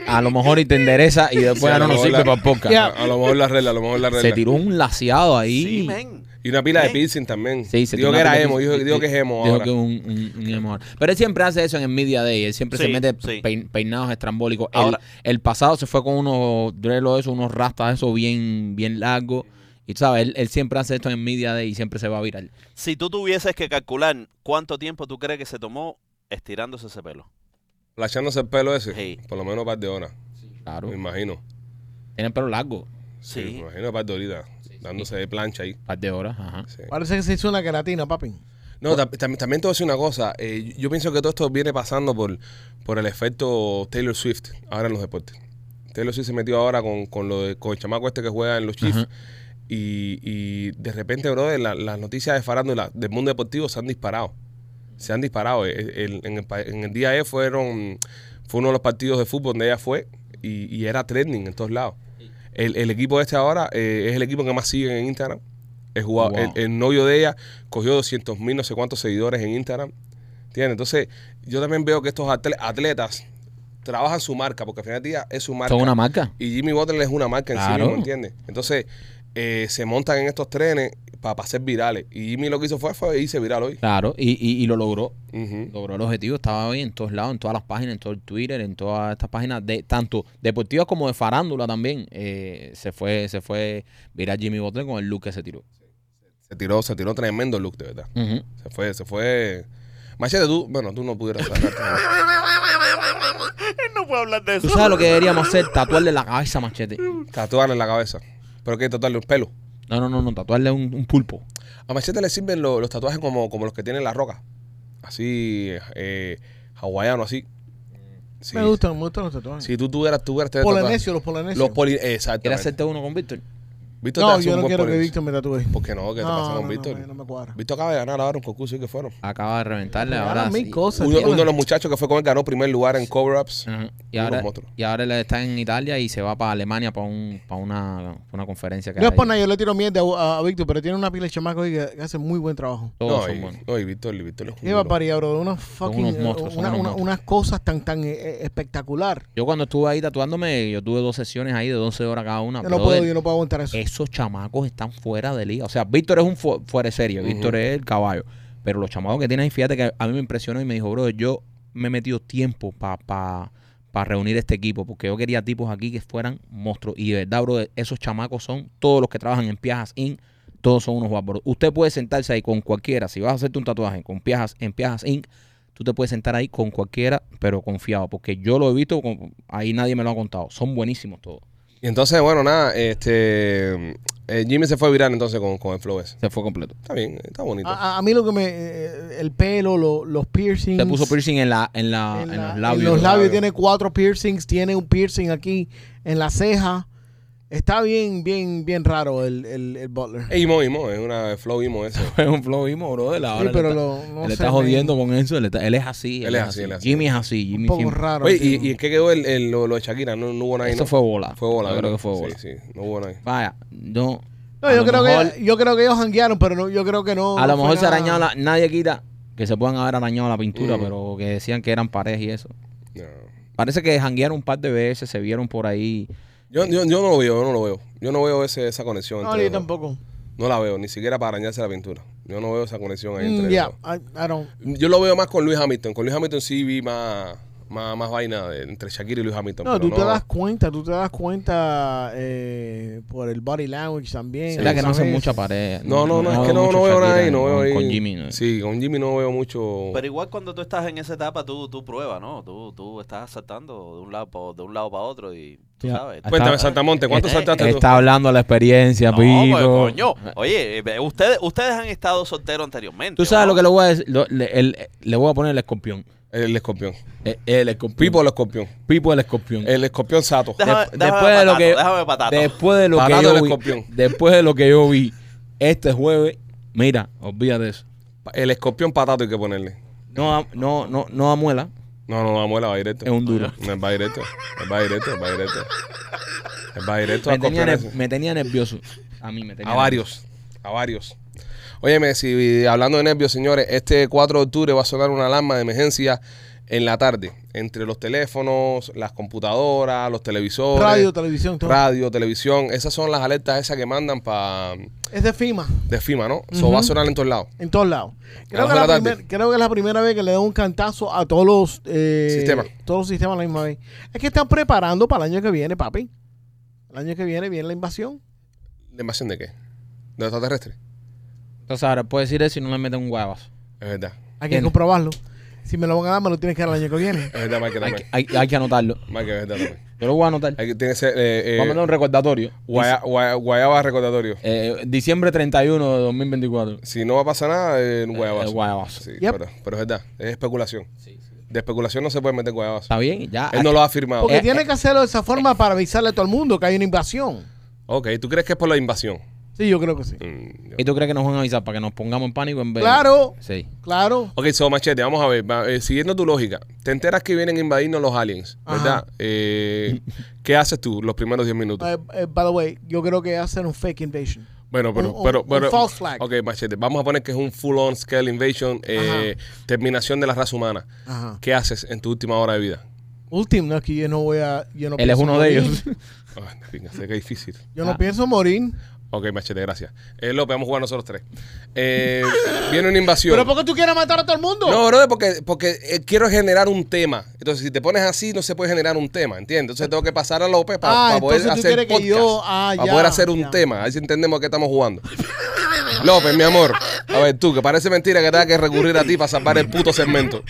Speaker 2: a lo mejor y te endereza y después
Speaker 1: Sí, a
Speaker 2: ya no
Speaker 1: lo
Speaker 2: nos
Speaker 1: mejor
Speaker 2: sirve
Speaker 1: la-
Speaker 2: para poca.
Speaker 1: A, a lo mejor la regla, a lo mejor la regla.
Speaker 2: Se tiró un laciado ahí.
Speaker 4: Sí, men.
Speaker 1: Y una pila de
Speaker 4: ¿Eh?
Speaker 1: piercing también.
Speaker 2: Sí, se
Speaker 1: dijo
Speaker 2: tiró
Speaker 1: que
Speaker 2: una
Speaker 1: era
Speaker 2: pila-
Speaker 1: emo, dijo,
Speaker 2: di-
Speaker 1: dijo que es
Speaker 2: di-
Speaker 1: emo
Speaker 2: dijo
Speaker 1: ahora.
Speaker 2: que es un, un- un emo ahora. Pero él siempre hace eso en el Media Day. Él siempre se
Speaker 4: Sí,
Speaker 2: mete
Speaker 4: sí.
Speaker 2: pein- peinados estrambólicos. El-
Speaker 4: Ahora-
Speaker 2: el, pasado se fue con unos drelos, esos, unos rastas, eso bien, bien largos. Y tú sabes, él, él siempre hace esto en el Media Day y siempre se va a viral.
Speaker 4: Si tú tuvieses que calcular cuánto tiempo tú crees que se tomó estirándose ese pelo.
Speaker 1: Plachándose el pelo ese.
Speaker 4: Sí.
Speaker 1: Por lo menos un par de horas,
Speaker 2: Claro.
Speaker 1: me imagino.
Speaker 2: Tiene el pelo largo.
Speaker 1: Sí.
Speaker 4: Sí.
Speaker 1: Me
Speaker 2: pues.
Speaker 1: imagino un par de horitas, dándose de plancha ahí.
Speaker 2: Un par de horas. Ajá.
Speaker 1: Sí.
Speaker 3: Parece que se hizo una queratina, papi.
Speaker 1: No, tam- tam- también te voy a decir una cosa. eh, yo- yo pienso que todo esto viene pasando por, por el efecto Taylor Swift ahora en los deportes. Taylor Swift se metió ahora con, con lo de, con el chamaco este que juega en los Chiefs. Y, y de repente, brother, la- las noticias de farándula del mundo deportivo se han disparado. Se han disparado. El- el- en, el, pa- en el día de fueron, fue uno de los partidos de fútbol donde ella fue y, y era trending en todos lados. El, el equipo este ahora eh, es el equipo que más siguen en Instagram. El, jugador-
Speaker 2: Wow.
Speaker 1: el- el novio de ella cogió 200 mil, no sé cuántos seguidores en Instagram. ¿Entiendes? Entonces, yo también veo que estos atle- atletas trabajan su marca, porque al final del día es su marca.
Speaker 2: Son una marca.
Speaker 1: Y Jimmy Butler es una marca en sí
Speaker 2: Claro.
Speaker 1: mismo, ¿entiendes? Entonces, eh, se montan en estos trenes para hacer virales. Y Jimmy lo que hizo fue, fue irse viral hoy.
Speaker 2: Claro. Y, y- y lo logró.
Speaker 1: Ujú.
Speaker 2: Logró el objetivo, estaba hoy en todos lados, en todas las páginas, en todo el Twitter, en todas estas páginas, de, tanto deportivas como de farándula también. eh, se fue, se fue viral Jimmy Butler con el look que se tiró.
Speaker 1: Se tiró, se tiró tremendo look, de verdad.
Speaker 2: Ujú.
Speaker 1: Se fue, se fue. Machete, tú, bueno, tú no pudieras sacar.
Speaker 4: No puedo hablar de
Speaker 2: Tú sabes lo que deberíamos hacer, tatuarle la cabeza a machete.
Speaker 1: tatuarle en la cabeza. Pero que tatuarle un pelo.
Speaker 2: No, no, no, no, tatuarle un, un pulpo.
Speaker 1: A Machete le sirven lo- los tatuajes como, como los que tiene la roca. Así, eh, hawaiano, así. Sí.
Speaker 3: Mm. Me gustan, me gustan los tatuajes.
Speaker 1: Si tú tuvieras, tuvieras tener
Speaker 3: Polinesios,
Speaker 1: tatuajes.
Speaker 3: los polinesios.
Speaker 1: Los poli...
Speaker 2: ¿Quieres
Speaker 1: Exactamente.
Speaker 2: hacerte uno con Víctor?
Speaker 1: Víctor te
Speaker 3: no,
Speaker 1: hace
Speaker 3: yo
Speaker 1: un
Speaker 3: no
Speaker 1: buen
Speaker 3: quiero que
Speaker 1: polinés.
Speaker 3: Víctor me tatúe.
Speaker 1: ¿Por qué no? ¿Qué te
Speaker 3: No,
Speaker 1: pasa
Speaker 3: no,
Speaker 1: con
Speaker 3: no,
Speaker 1: Víctor?
Speaker 3: me- no me cuadra.
Speaker 1: Víctor acaba de ganar ahora un concurso y que fueron.
Speaker 2: Acaba de reventarle ahora.
Speaker 3: Ganan mil
Speaker 2: sí.
Speaker 3: cosas,
Speaker 1: Uno,
Speaker 3: tío.
Speaker 1: uno de los muchachos que fue con él ganó primer lugar en cover-ups.
Speaker 2: Ajá. Y,
Speaker 1: Unos
Speaker 2: ahora,
Speaker 1: monstruos.
Speaker 2: y ahora él está en Italia y se va para Alemania para, un, para una, una conferencia que
Speaker 3: No es
Speaker 2: hay.
Speaker 3: por nada, yo le tiro mierda a, a- a Víctor, pero tiene una pila de chamacos ahí que, que hace muy buen trabajo.
Speaker 2: Todos
Speaker 1: no,
Speaker 2: son
Speaker 1: y,
Speaker 2: buenos.
Speaker 1: no, y Víctor, y Víctor es un
Speaker 3: Qué
Speaker 1: duro.
Speaker 3: barbaridad, bro. Unos fucking.
Speaker 2: unos monstruos, son
Speaker 3: una-
Speaker 2: unos
Speaker 3: una-
Speaker 2: monstruos.
Speaker 3: unas cosas tan, tan eh, eh, espectacular.
Speaker 2: Yo cuando estuve ahí tatuándome, yo tuve dos sesiones ahí de 12 horas cada una.
Speaker 3: Yo no
Speaker 2: brother.
Speaker 3: puedo, yo no puedo aguantar eso.
Speaker 2: Esos chamacos están fuera de liga. O sea, Víctor es un fu- fuera de serie. Víctor es el caballo. Pero los chamacos que tiene ahí, fíjate que a mí me impresionó y me dijo, bro, yo me he metido tiempo para reunir este equipo. Porque yo quería tipos aquí que fueran monstruos. Y de verdad, bro, esos chamacos son todos los que trabajan en Piajas Inc. Todos son unos bárbaros. Usted puede sentarse ahí con cualquiera. Si vas a hacerte un tatuaje con Piajas, en Piajas Inc., tú te puedes sentar ahí con cualquiera, pero confiado. Porque yo lo he visto, con- ahí nadie me lo ha contado. Son buenísimos todos.
Speaker 1: Y entonces, bueno, nada, este. eh, Jimmy se fue viral entonces con, con el flow ese.
Speaker 2: Se fue completo.
Speaker 1: Está bien, está bonito.
Speaker 3: A, a- a mí lo que me. eh, el pelo, lo- los piercings.
Speaker 2: Se puso piercing en, la, en, la,
Speaker 3: en
Speaker 2: en
Speaker 3: la-
Speaker 2: los
Speaker 3: en
Speaker 2: labios.
Speaker 3: los labios
Speaker 1: labios.
Speaker 3: tiene cuatro piercings, tiene un piercing aquí en la ceja. Está bien, bien, bien raro el, el, el Butler.
Speaker 2: Eh,
Speaker 1: Es Imo, Imo, es una flow Imo ese.
Speaker 2: Es un flow mismo, bro. Él
Speaker 3: Sí,
Speaker 2: ahora
Speaker 3: pero
Speaker 2: le está,
Speaker 3: lo, no
Speaker 2: él
Speaker 3: sé,
Speaker 2: está
Speaker 3: me-
Speaker 2: jodiendo con eso. Él, está- él es así.
Speaker 1: Él es así, él es así.
Speaker 2: Jimmy es así.
Speaker 3: Un
Speaker 2: Jimmy
Speaker 3: poco
Speaker 2: siempre-
Speaker 3: raro.
Speaker 1: Oye,
Speaker 3: tío.
Speaker 1: ¿y, ¿y en qué quedó el, el- lo, lo de Shakira? No, no hubo nadie.
Speaker 2: Eso
Speaker 1: ¿no?
Speaker 2: fue bola.
Speaker 1: Fue bola,
Speaker 2: Yo creo
Speaker 1: ¿verdad?
Speaker 2: que fue bola.
Speaker 1: Sí, sí, no hubo nadie.
Speaker 2: Vaya, no.
Speaker 3: no,
Speaker 2: a
Speaker 3: yo
Speaker 2: lo
Speaker 3: creo,
Speaker 2: mejor-
Speaker 3: que, yo creo que ellos janguearon, pero no, yo creo que no.
Speaker 2: A lo
Speaker 3: no fue
Speaker 2: mejor se
Speaker 3: nada.
Speaker 2: arañaba la, nadie quita que se puedan haber arañado la pintura,
Speaker 1: Mm.
Speaker 2: pero que decían que eran parejas y eso.
Speaker 1: No.
Speaker 2: Parece que janguearon un par de veces, se vieron por ahí.
Speaker 1: Yo, yo, yo no lo veo, yo no lo veo. Yo no veo ese, esa conexión.
Speaker 3: No,
Speaker 1: entre
Speaker 3: yo
Speaker 1: los dos.
Speaker 3: tampoco.
Speaker 1: No la veo, ni siquiera para arañarse la pintura. Yo no veo esa conexión ahí
Speaker 3: Mm,
Speaker 1: entre
Speaker 3: yeah,
Speaker 1: ellos.
Speaker 3: I, I don't.
Speaker 1: Yo lo veo más con Luis Hamilton. Con Luis Hamilton sí vi más, más, más vaina de- entre Shakira y Luis Hamilton.
Speaker 3: No,
Speaker 1: pero
Speaker 3: tú te das cuenta, tú te das cuenta eh, por el body language también.
Speaker 2: ¿Será que no hacen
Speaker 3: ¿sabes?
Speaker 2: mucha pareja?
Speaker 1: No, no, no, es que
Speaker 2: veo
Speaker 1: no,
Speaker 2: mucho
Speaker 1: no veo
Speaker 2: Shakira
Speaker 1: nada ahí, no veo
Speaker 2: con-
Speaker 1: ahí.
Speaker 2: Con Jimmy. ¿no?
Speaker 1: Sí, con Jimmy no veo mucho.
Speaker 4: Pero igual cuando tú estás en esa etapa, tú, tú pruebas, ¿no? Tú, tú estás saltando de un lado pa- de un lado para otro y tú sabes.
Speaker 2: Está-
Speaker 1: Cuéntame, Santamonte, ¿cuánto saltaste tú?
Speaker 2: Eh, Está hablando la experiencia,
Speaker 4: No,
Speaker 2: pico.
Speaker 4: pues, coño. Oye, eh, ustedes, ustedes han estado solteros anteriormente.
Speaker 2: Tú sabes
Speaker 4: ¿no?
Speaker 2: lo que le voy a decir. Lo- le, el- le voy a poner el escorpión.
Speaker 1: El escorpión.
Speaker 2: El, Eh, el escorpión.
Speaker 1: Pipo el escorpión.
Speaker 2: Pipo el escorpión.
Speaker 1: El escorpión sato.
Speaker 4: Déjame-
Speaker 2: Dep-
Speaker 4: déjame
Speaker 2: después eh, de lo
Speaker 4: patato,
Speaker 2: que
Speaker 4: déjame patato.
Speaker 2: después de lo que
Speaker 1: Patato
Speaker 2: yo
Speaker 1: el
Speaker 2: vi-
Speaker 1: escorpión.
Speaker 2: después de lo que yo vi este jueves mira olvídate de eso
Speaker 1: El escorpión patato hay que ponerle.
Speaker 2: no a- no no no a muela
Speaker 1: No, no, la muela va directo.
Speaker 2: es un duro
Speaker 1: No, va directo. Él va directo, él va directo. Él va directo
Speaker 2: me
Speaker 1: a
Speaker 2: tenía,
Speaker 1: copiar
Speaker 2: ner-
Speaker 1: eso.
Speaker 2: me tenía nervioso a mí me tenía
Speaker 1: A varios. A varios. Óyeme, si hablando de nervios, señores, este 4 de octubre va a sonar una alarma de emergencia en la tarde. Entre los teléfonos, las computadoras, los televisores.
Speaker 3: Radio, televisión, todo.
Speaker 1: radio, televisión. Esas son las alertas esas que mandan para
Speaker 3: Es de FIMA,
Speaker 1: de FIMA, ¿no? Eso va a sonar en todos lados.
Speaker 3: en todos lados. Creo
Speaker 1: A las
Speaker 3: que,
Speaker 1: dos de
Speaker 3: la
Speaker 1: la tarde.
Speaker 3: primer- creo que es la primera vez que le dan un cantazo a todos los eh,
Speaker 1: Sistemas.
Speaker 3: Todos los sistemas a la misma vez. Es que están preparando para el año que viene, papi. El año que viene viene la invasión.
Speaker 1: ¿De invasión de qué? ¿De extraterrestre?
Speaker 2: entonces ahora puedes decir eso y no le meten un guayabazo
Speaker 1: Es verdad.
Speaker 3: Hay que
Speaker 2: Viene.
Speaker 3: comprobarlo. Si me lo van a dar, me lo tienes que dar el año que viene.
Speaker 1: Es verdad, Mike,
Speaker 2: hay, que-
Speaker 1: también.
Speaker 2: hay, hay que anotarlo
Speaker 1: Mike, es verdad también.
Speaker 2: yo lo voy a anotar
Speaker 1: Hay que, tiene que ser eh, eh,
Speaker 2: vamos a mandar un recordatorio
Speaker 1: guaya- guaya- guayaba recordatorio.
Speaker 2: Eh, diciembre 31 de 2024
Speaker 1: Si no va a pasar nada, eh, un guayabazo.
Speaker 2: el guayabazo.
Speaker 1: Sí,
Speaker 3: Yep.
Speaker 1: pero, pero es verdad. Es especulación. De especulación no se puede meter guayabazo.
Speaker 2: está bien ya
Speaker 1: Él no lo ha firmado.
Speaker 3: Ah, Porque
Speaker 2: Eh,
Speaker 3: tiene que hacerlo de esa forma para avisarle a todo el mundo que hay una invasión.
Speaker 1: Ok, ¿tú crees que es por la invasión?
Speaker 3: Sí, yo creo que sí.
Speaker 1: Mm, yo-
Speaker 2: y tú crees que nos van a avisar para que nos pongamos en pánico en vez de-
Speaker 3: Claro,
Speaker 2: sí
Speaker 3: claro.
Speaker 1: Ok, so machete, vamos a ver, va- eh, siguiendo tu lógica, te enteras que vienen a invadirnos los aliens, ¿verdad? Eh, ¿Qué haces tú los primeros 10 minutos?
Speaker 3: Eh, eh, by the way, yo creo que hacen un fake invasion.
Speaker 1: Bueno, pero,
Speaker 3: Un- un-
Speaker 1: pero, pero,
Speaker 3: un false flag.
Speaker 1: Ok, machete, vamos a poner que es un full-on scale invasion, eh, terminación de la raza humana.
Speaker 3: Ajá.
Speaker 1: ¿Qué haces en tu última hora de vida?
Speaker 3: Último, no es que yo no voy a. Yo no
Speaker 2: él es
Speaker 3: pienso
Speaker 2: uno de
Speaker 3: morir.
Speaker 2: ellos
Speaker 1: Ay, venga, sé que es difícil.
Speaker 3: Yo no
Speaker 2: Ah.
Speaker 3: pienso morir.
Speaker 1: Ok, machete, gracias. Eh, López, vamos a jugar nosotros tres. Eh, viene una invasión.
Speaker 3: ¿Pero por qué tú quieres matar a todo el mundo?
Speaker 1: No, brother, porque, porque eh, quiero generar un tema. Entonces, si te pones así, no se puede generar un tema, ¿entiendes? Entonces, tengo que pasar a López para
Speaker 3: Ah,
Speaker 1: poder
Speaker 3: entonces tú
Speaker 1: hacer
Speaker 3: quieres que yo- ah,
Speaker 1: para
Speaker 3: ya,
Speaker 1: poder hacer un
Speaker 3: ya.
Speaker 1: tema. Ahí sí entendemos a qué estamos jugando. López, mi amor. A ver, tú, que parece mentira que tenga que recurrir a ti para salvar el puto segmento.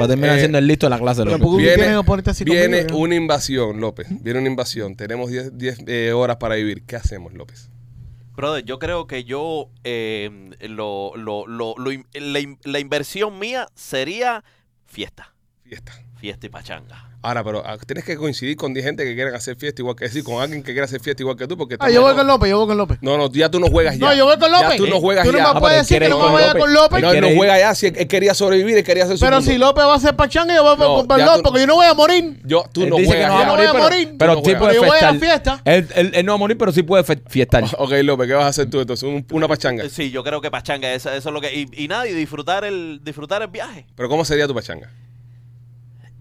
Speaker 2: Va a terminar
Speaker 1: Eh,
Speaker 2: siendo el listo de la clase.
Speaker 3: pero
Speaker 2: loco.
Speaker 3: Tú
Speaker 1: Viene,
Speaker 3: tienes que ponerte así conmigo,
Speaker 1: viene
Speaker 3: ya.
Speaker 1: una invasión, López. Viene una invasión. Tenemos 10 10, eh, horas para vivir. ¿Qué hacemos, López?
Speaker 4: Brother, yo creo que yo eh, lo, lo, lo, lo in- la, in- la inversión mía sería fiesta.
Speaker 1: Fiesta.
Speaker 4: Fiesta y pachanga.
Speaker 1: Ahora, pero ah, tienes que coincidir con 10 gente que quieran hacer fiesta igual que... Es decir, con alguien que quiera hacer fiesta igual que tú, porque...
Speaker 3: Ah,
Speaker 1: estamos-
Speaker 3: yo voy con López, yo voy con López.
Speaker 1: No, no, ya tú no juegas ya.
Speaker 3: No, yo voy con López. Eh,
Speaker 1: Ya tú no juegas
Speaker 3: Tú no
Speaker 1: ya.
Speaker 3: me
Speaker 1: Ah,
Speaker 3: puedes
Speaker 2: pero él
Speaker 3: decir
Speaker 2: quiere
Speaker 3: que
Speaker 2: ir
Speaker 3: no
Speaker 2: con
Speaker 3: me vaya
Speaker 2: López.
Speaker 3: con López.
Speaker 1: No, él no
Speaker 2: ¿Quieres ir?
Speaker 1: juega ya. Si él, él quería sobrevivir, él quería hacer su
Speaker 3: pero
Speaker 1: mundo.
Speaker 3: si López va a ser pachanga, yo voy
Speaker 1: No,
Speaker 3: con
Speaker 1: ya
Speaker 3: López,
Speaker 1: tú-
Speaker 3: porque yo no voy a morir.
Speaker 1: Yo, tú
Speaker 2: Él
Speaker 1: no
Speaker 2: dice
Speaker 1: juegas
Speaker 2: que no va
Speaker 1: ya.
Speaker 2: a morir,
Speaker 3: Yo voy a
Speaker 2: pero,
Speaker 3: morir.
Speaker 2: pero
Speaker 1: Yo no
Speaker 2: tipo
Speaker 1: voy
Speaker 3: a-
Speaker 2: de
Speaker 3: Yo voy a la
Speaker 2: festar.
Speaker 3: fiesta.
Speaker 2: Él, él- él no va a morir, pero sí puede fe- fiestar.
Speaker 1: Ok, López, ¿qué vas a hacer tú entonces? Un- una pachanga.
Speaker 4: Eh, Sí, yo creo que pachanga, eso, eso es lo que... Y, y nada, y disfrutar el, disfrutar el viaje.
Speaker 1: Pero ¿cómo sería tu pachanga?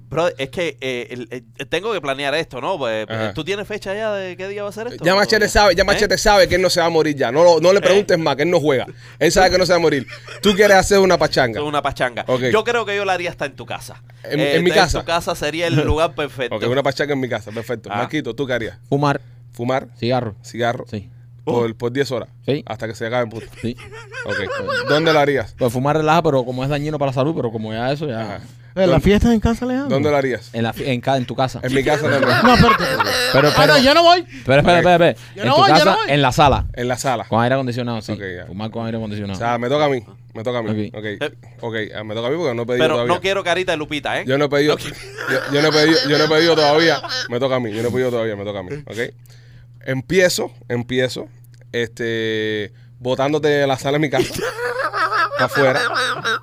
Speaker 4: Brother, es que eh, el- el- tengo que planear esto, ¿no? Pues,
Speaker 1: Ajá.
Speaker 4: eh, ¿Tú tienes fecha ya de qué día va a ser esto?
Speaker 1: Ya Machete sabe, ya
Speaker 4: ¿Eh?
Speaker 1: Machete sabe que él no se va a morir ya. No, lo- no
Speaker 3: ¿Eh?
Speaker 1: le preguntes más, que él no juega. Él sabe que no se va a morir. Tú quieres hacer una pachanga.
Speaker 4: Eso es una pachanga.
Speaker 1: Ok.
Speaker 4: Yo creo que yo la haría hasta en tu casa.
Speaker 1: En- en mi casa.
Speaker 4: En tu casa sería el lugar perfecto.
Speaker 1: Ok, una pachanga en mi casa, perfecto.
Speaker 4: Ah.
Speaker 1: Marquito, ¿tú qué harías?
Speaker 2: Fumar,
Speaker 1: Fumar
Speaker 2: cigarro.
Speaker 1: cigarro
Speaker 2: Sí.
Speaker 3: Oh.
Speaker 1: por, por 10 horas
Speaker 2: Sí.
Speaker 1: hasta que se acabe el puto.
Speaker 2: sí.
Speaker 1: Ok. ¿Dónde lo harías?
Speaker 2: Pues fumar relaja, pero como es dañino para la salud, pero como ya eso, ya.
Speaker 1: Ajá.
Speaker 3: Eh, ¿La fiesta es en casa, Alejandro?
Speaker 1: ¿Dónde lo harías?
Speaker 2: En, la, fi- en, ca- en tu casa.
Speaker 1: En mi casa también.
Speaker 3: No, espérate.
Speaker 2: Pero,
Speaker 3: Ah,
Speaker 2: pero,
Speaker 3: no, yo no voy.
Speaker 2: pero espera, espera, espera.
Speaker 3: Yo
Speaker 2: en
Speaker 3: no
Speaker 2: tu
Speaker 3: voy, yo
Speaker 2: casa,
Speaker 3: no voy.
Speaker 2: en la sala.
Speaker 1: En la sala.
Speaker 2: Con aire acondicionado, sí.
Speaker 1: Ok, ya.
Speaker 2: Fumar con aire
Speaker 1: O
Speaker 2: acondicionado.
Speaker 1: sea, me toca a mí. Me toca a mí.
Speaker 2: Ok.
Speaker 1: Ok. Ok, ah, me toca a mí porque no he pedido
Speaker 4: Pero
Speaker 1: todavía.
Speaker 4: no quiero carita de Lupita, ¿eh?
Speaker 1: Yo no he pedido. Yo, yo no he pedido, yo no he pedido todavía. Me toca a mí. Yo no he pedido todavía. Me toca a mí. Ok. Empiezo, empiezo. Este. Botándote de la sala de mi casa. Para afuera.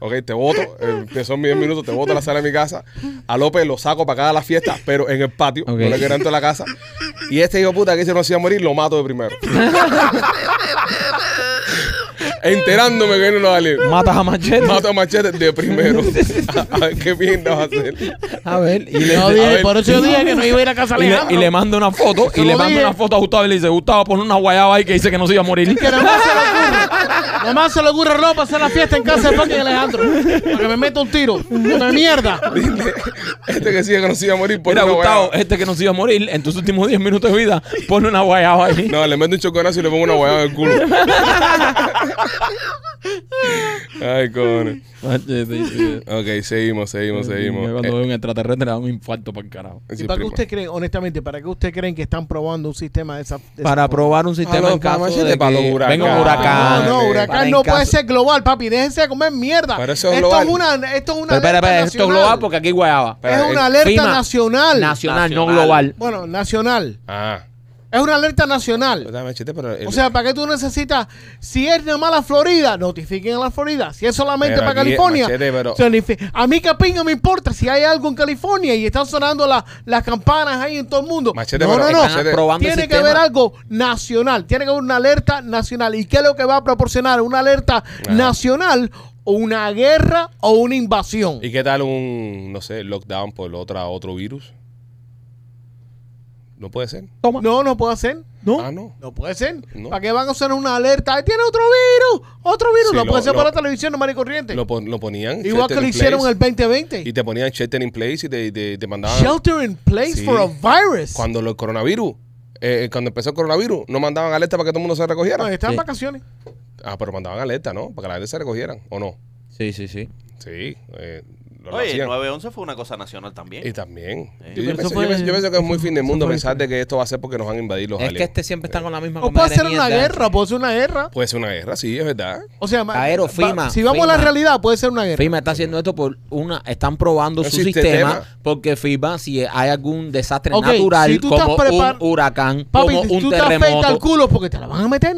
Speaker 1: Ok, te eh, voto. Empiezo en 10 minutos, te voto de la sala de mi casa. A López lo saco para acá a la fiesta, pero en el patio.
Speaker 2: Ok.
Speaker 1: No le quiero dentro de la casa. Y este hijo de puta que se nos iba a morir, lo mato de primero. Enterándome que vienen los aliens.
Speaker 2: Matas a machete.
Speaker 1: Mato a Machete de primero. A, a ver qué mierda va a hacer.
Speaker 2: A ver, y le,
Speaker 3: No,
Speaker 2: a
Speaker 3: dije,
Speaker 2: ver,
Speaker 3: por eso yo dije que no iba a ir a casa,
Speaker 2: y le-
Speaker 3: Alejandro.
Speaker 2: y le manda una foto.
Speaker 3: Eso
Speaker 2: Y le
Speaker 3: lo
Speaker 2: manda
Speaker 3: dije.
Speaker 2: una foto a Gustavo y le dice: Gustavo, pon una guayaba ahí que dice que no se iba a morir.
Speaker 3: Que no se le ocurre. Nomás se le ocurre ropa hacer la fiesta en casa de fucking Alejandro. Para que me meta un tiro. Una mierda.
Speaker 1: Dile, este que sigue que nos iba a morir por
Speaker 2: Mira,
Speaker 1: una
Speaker 2: Gustavo,
Speaker 1: guayaba.
Speaker 2: este que nos iba a morir en tus últimos 10 minutos de vida, pone una guayaba ahí.
Speaker 1: No, le meto un choconazo y le pongo una guayaba en el culo. Ay, cojones.
Speaker 2: Sí, sí, sí.
Speaker 1: Ok, seguimos, seguimos,
Speaker 2: Yo
Speaker 1: seguimos.
Speaker 2: Cuando
Speaker 1: Eh,
Speaker 2: veo un extraterrestre, le da un infarto para el carajo.
Speaker 1: sí, pues.
Speaker 3: ¿Y para qué
Speaker 1: primo.
Speaker 3: usted cree, honestamente, para qué usted creen que están probando un sistema de esa. de esa
Speaker 2: Para
Speaker 3: forma?
Speaker 2: probar un sistema
Speaker 3: Ah,
Speaker 1: los
Speaker 2: en caso
Speaker 1: machete,
Speaker 2: de
Speaker 1: para los
Speaker 2: que
Speaker 1: huracanes.
Speaker 2: venga un huracán.
Speaker 3: No, no,
Speaker 2: Para
Speaker 3: huracán
Speaker 2: en
Speaker 3: no puede
Speaker 2: caso-
Speaker 3: ser global, papi. Déjense de comer mierda.
Speaker 1: Pero eso es
Speaker 3: esto
Speaker 1: global.
Speaker 3: es una, esto es una
Speaker 2: Pero, espera, espera,
Speaker 3: alerta
Speaker 2: esto es
Speaker 3: nacional.
Speaker 2: global porque aquí hay guayaba.
Speaker 1: Espera,
Speaker 3: es
Speaker 1: eh,
Speaker 3: una alerta
Speaker 2: FIMA.
Speaker 3: nacional.
Speaker 2: Nacional, no
Speaker 4: Nacional.
Speaker 2: global.
Speaker 3: bueno, nacional.
Speaker 1: Ah.
Speaker 3: Es una alerta nacional.
Speaker 1: Dame machete, pero eh, el-
Speaker 3: O sea, ¿para qué tú necesitas? Si es nada más la Florida, notifiquen a la Florida. Si es solamente
Speaker 1: Pero
Speaker 3: para
Speaker 1: aquí,
Speaker 3: California,
Speaker 1: machete, pero-
Speaker 3: se notifi- a mí que pinga me importa si hay algo en California y están sonando la- las campanas ahí en todo el mundo.
Speaker 1: Machete,
Speaker 3: no,
Speaker 1: pero-
Speaker 3: no, no.
Speaker 1: Machete,
Speaker 2: Están probando el
Speaker 3: Tiene que
Speaker 2: sistema.
Speaker 3: haber algo nacional. Tiene que haber una alerta nacional. ¿Y qué es lo que va a proporcionar? ¿Una alerta nacional o una guerra o una invasión?
Speaker 1: ¿Y qué tal un, no sé, lockdown por otra, otro virus? ¿No puede ser?
Speaker 3: No, no puede ser.
Speaker 2: ¿No?
Speaker 1: Ah, no.
Speaker 3: No puede ser.
Speaker 1: No.
Speaker 3: ¿Para qué van a usar una alerta? ¡Ay, tiene otro virus! ¡Otro virus!
Speaker 1: Sí,
Speaker 3: no
Speaker 1: lo-
Speaker 3: puede ser por
Speaker 1: lo-
Speaker 3: la televisión, no y corriente.
Speaker 1: Lo, pon- lo ponían. shelter
Speaker 3: Igual que lo
Speaker 1: in
Speaker 3: hicieron en
Speaker 1: place,
Speaker 3: el 2020.
Speaker 1: Y te ponían shelter in place y te, te, te mandaban.
Speaker 3: Shelter in place
Speaker 1: Sí.
Speaker 3: for a virus.
Speaker 1: Cuando lo- el coronavirus, eh, cuando empezó el coronavirus, no mandaban alerta para que todo el mundo se recogiera.
Speaker 3: No, están en
Speaker 2: Sí.
Speaker 3: vacaciones.
Speaker 1: Ah, pero mandaban alerta, ¿no? Para que la gente se recogieran, ¿o no?
Speaker 2: Sí, sí, sí.
Speaker 1: Sí. eh, lo, lo
Speaker 4: Oye, el
Speaker 1: hacían.
Speaker 4: 911 fue una cosa nacional también.
Speaker 1: Y también. Yo,
Speaker 4: Sí. Sí,
Speaker 1: yo
Speaker 5: pero
Speaker 1: pienso,
Speaker 5: eso fue-
Speaker 1: yo pienso- yo pienso que es muy fin del
Speaker 5: eso
Speaker 1: mundo
Speaker 5: fue-
Speaker 1: pensar de que esto va a ser porque nos van a invadir los
Speaker 2: Es que
Speaker 1: aliens.
Speaker 2: este siempre está con la misma
Speaker 3: O puede
Speaker 2: comadre
Speaker 3: ser una
Speaker 2: mierda.
Speaker 3: guerra, puede ser una guerra.
Speaker 1: Puede ser una guerra, sí, es verdad.
Speaker 3: O sea, ma-
Speaker 2: Aero,
Speaker 3: va-
Speaker 2: FIMA,
Speaker 3: si vamos a la
Speaker 2: FIMA.
Speaker 3: realidad, puede ser una guerra.
Speaker 2: FIMA está haciendo esto por una. Están probando
Speaker 1: Es
Speaker 2: su
Speaker 1: sistema.
Speaker 2: sistema. Porque FIMA, si hay algún desastre
Speaker 3: Ok,
Speaker 2: natural,
Speaker 3: si tú estás
Speaker 2: como
Speaker 3: prepar-
Speaker 2: un huracán,
Speaker 3: Papi,
Speaker 2: como
Speaker 3: tú
Speaker 2: un
Speaker 3: te afeitas al
Speaker 2: terremoto.
Speaker 3: culo porque te la van a meter.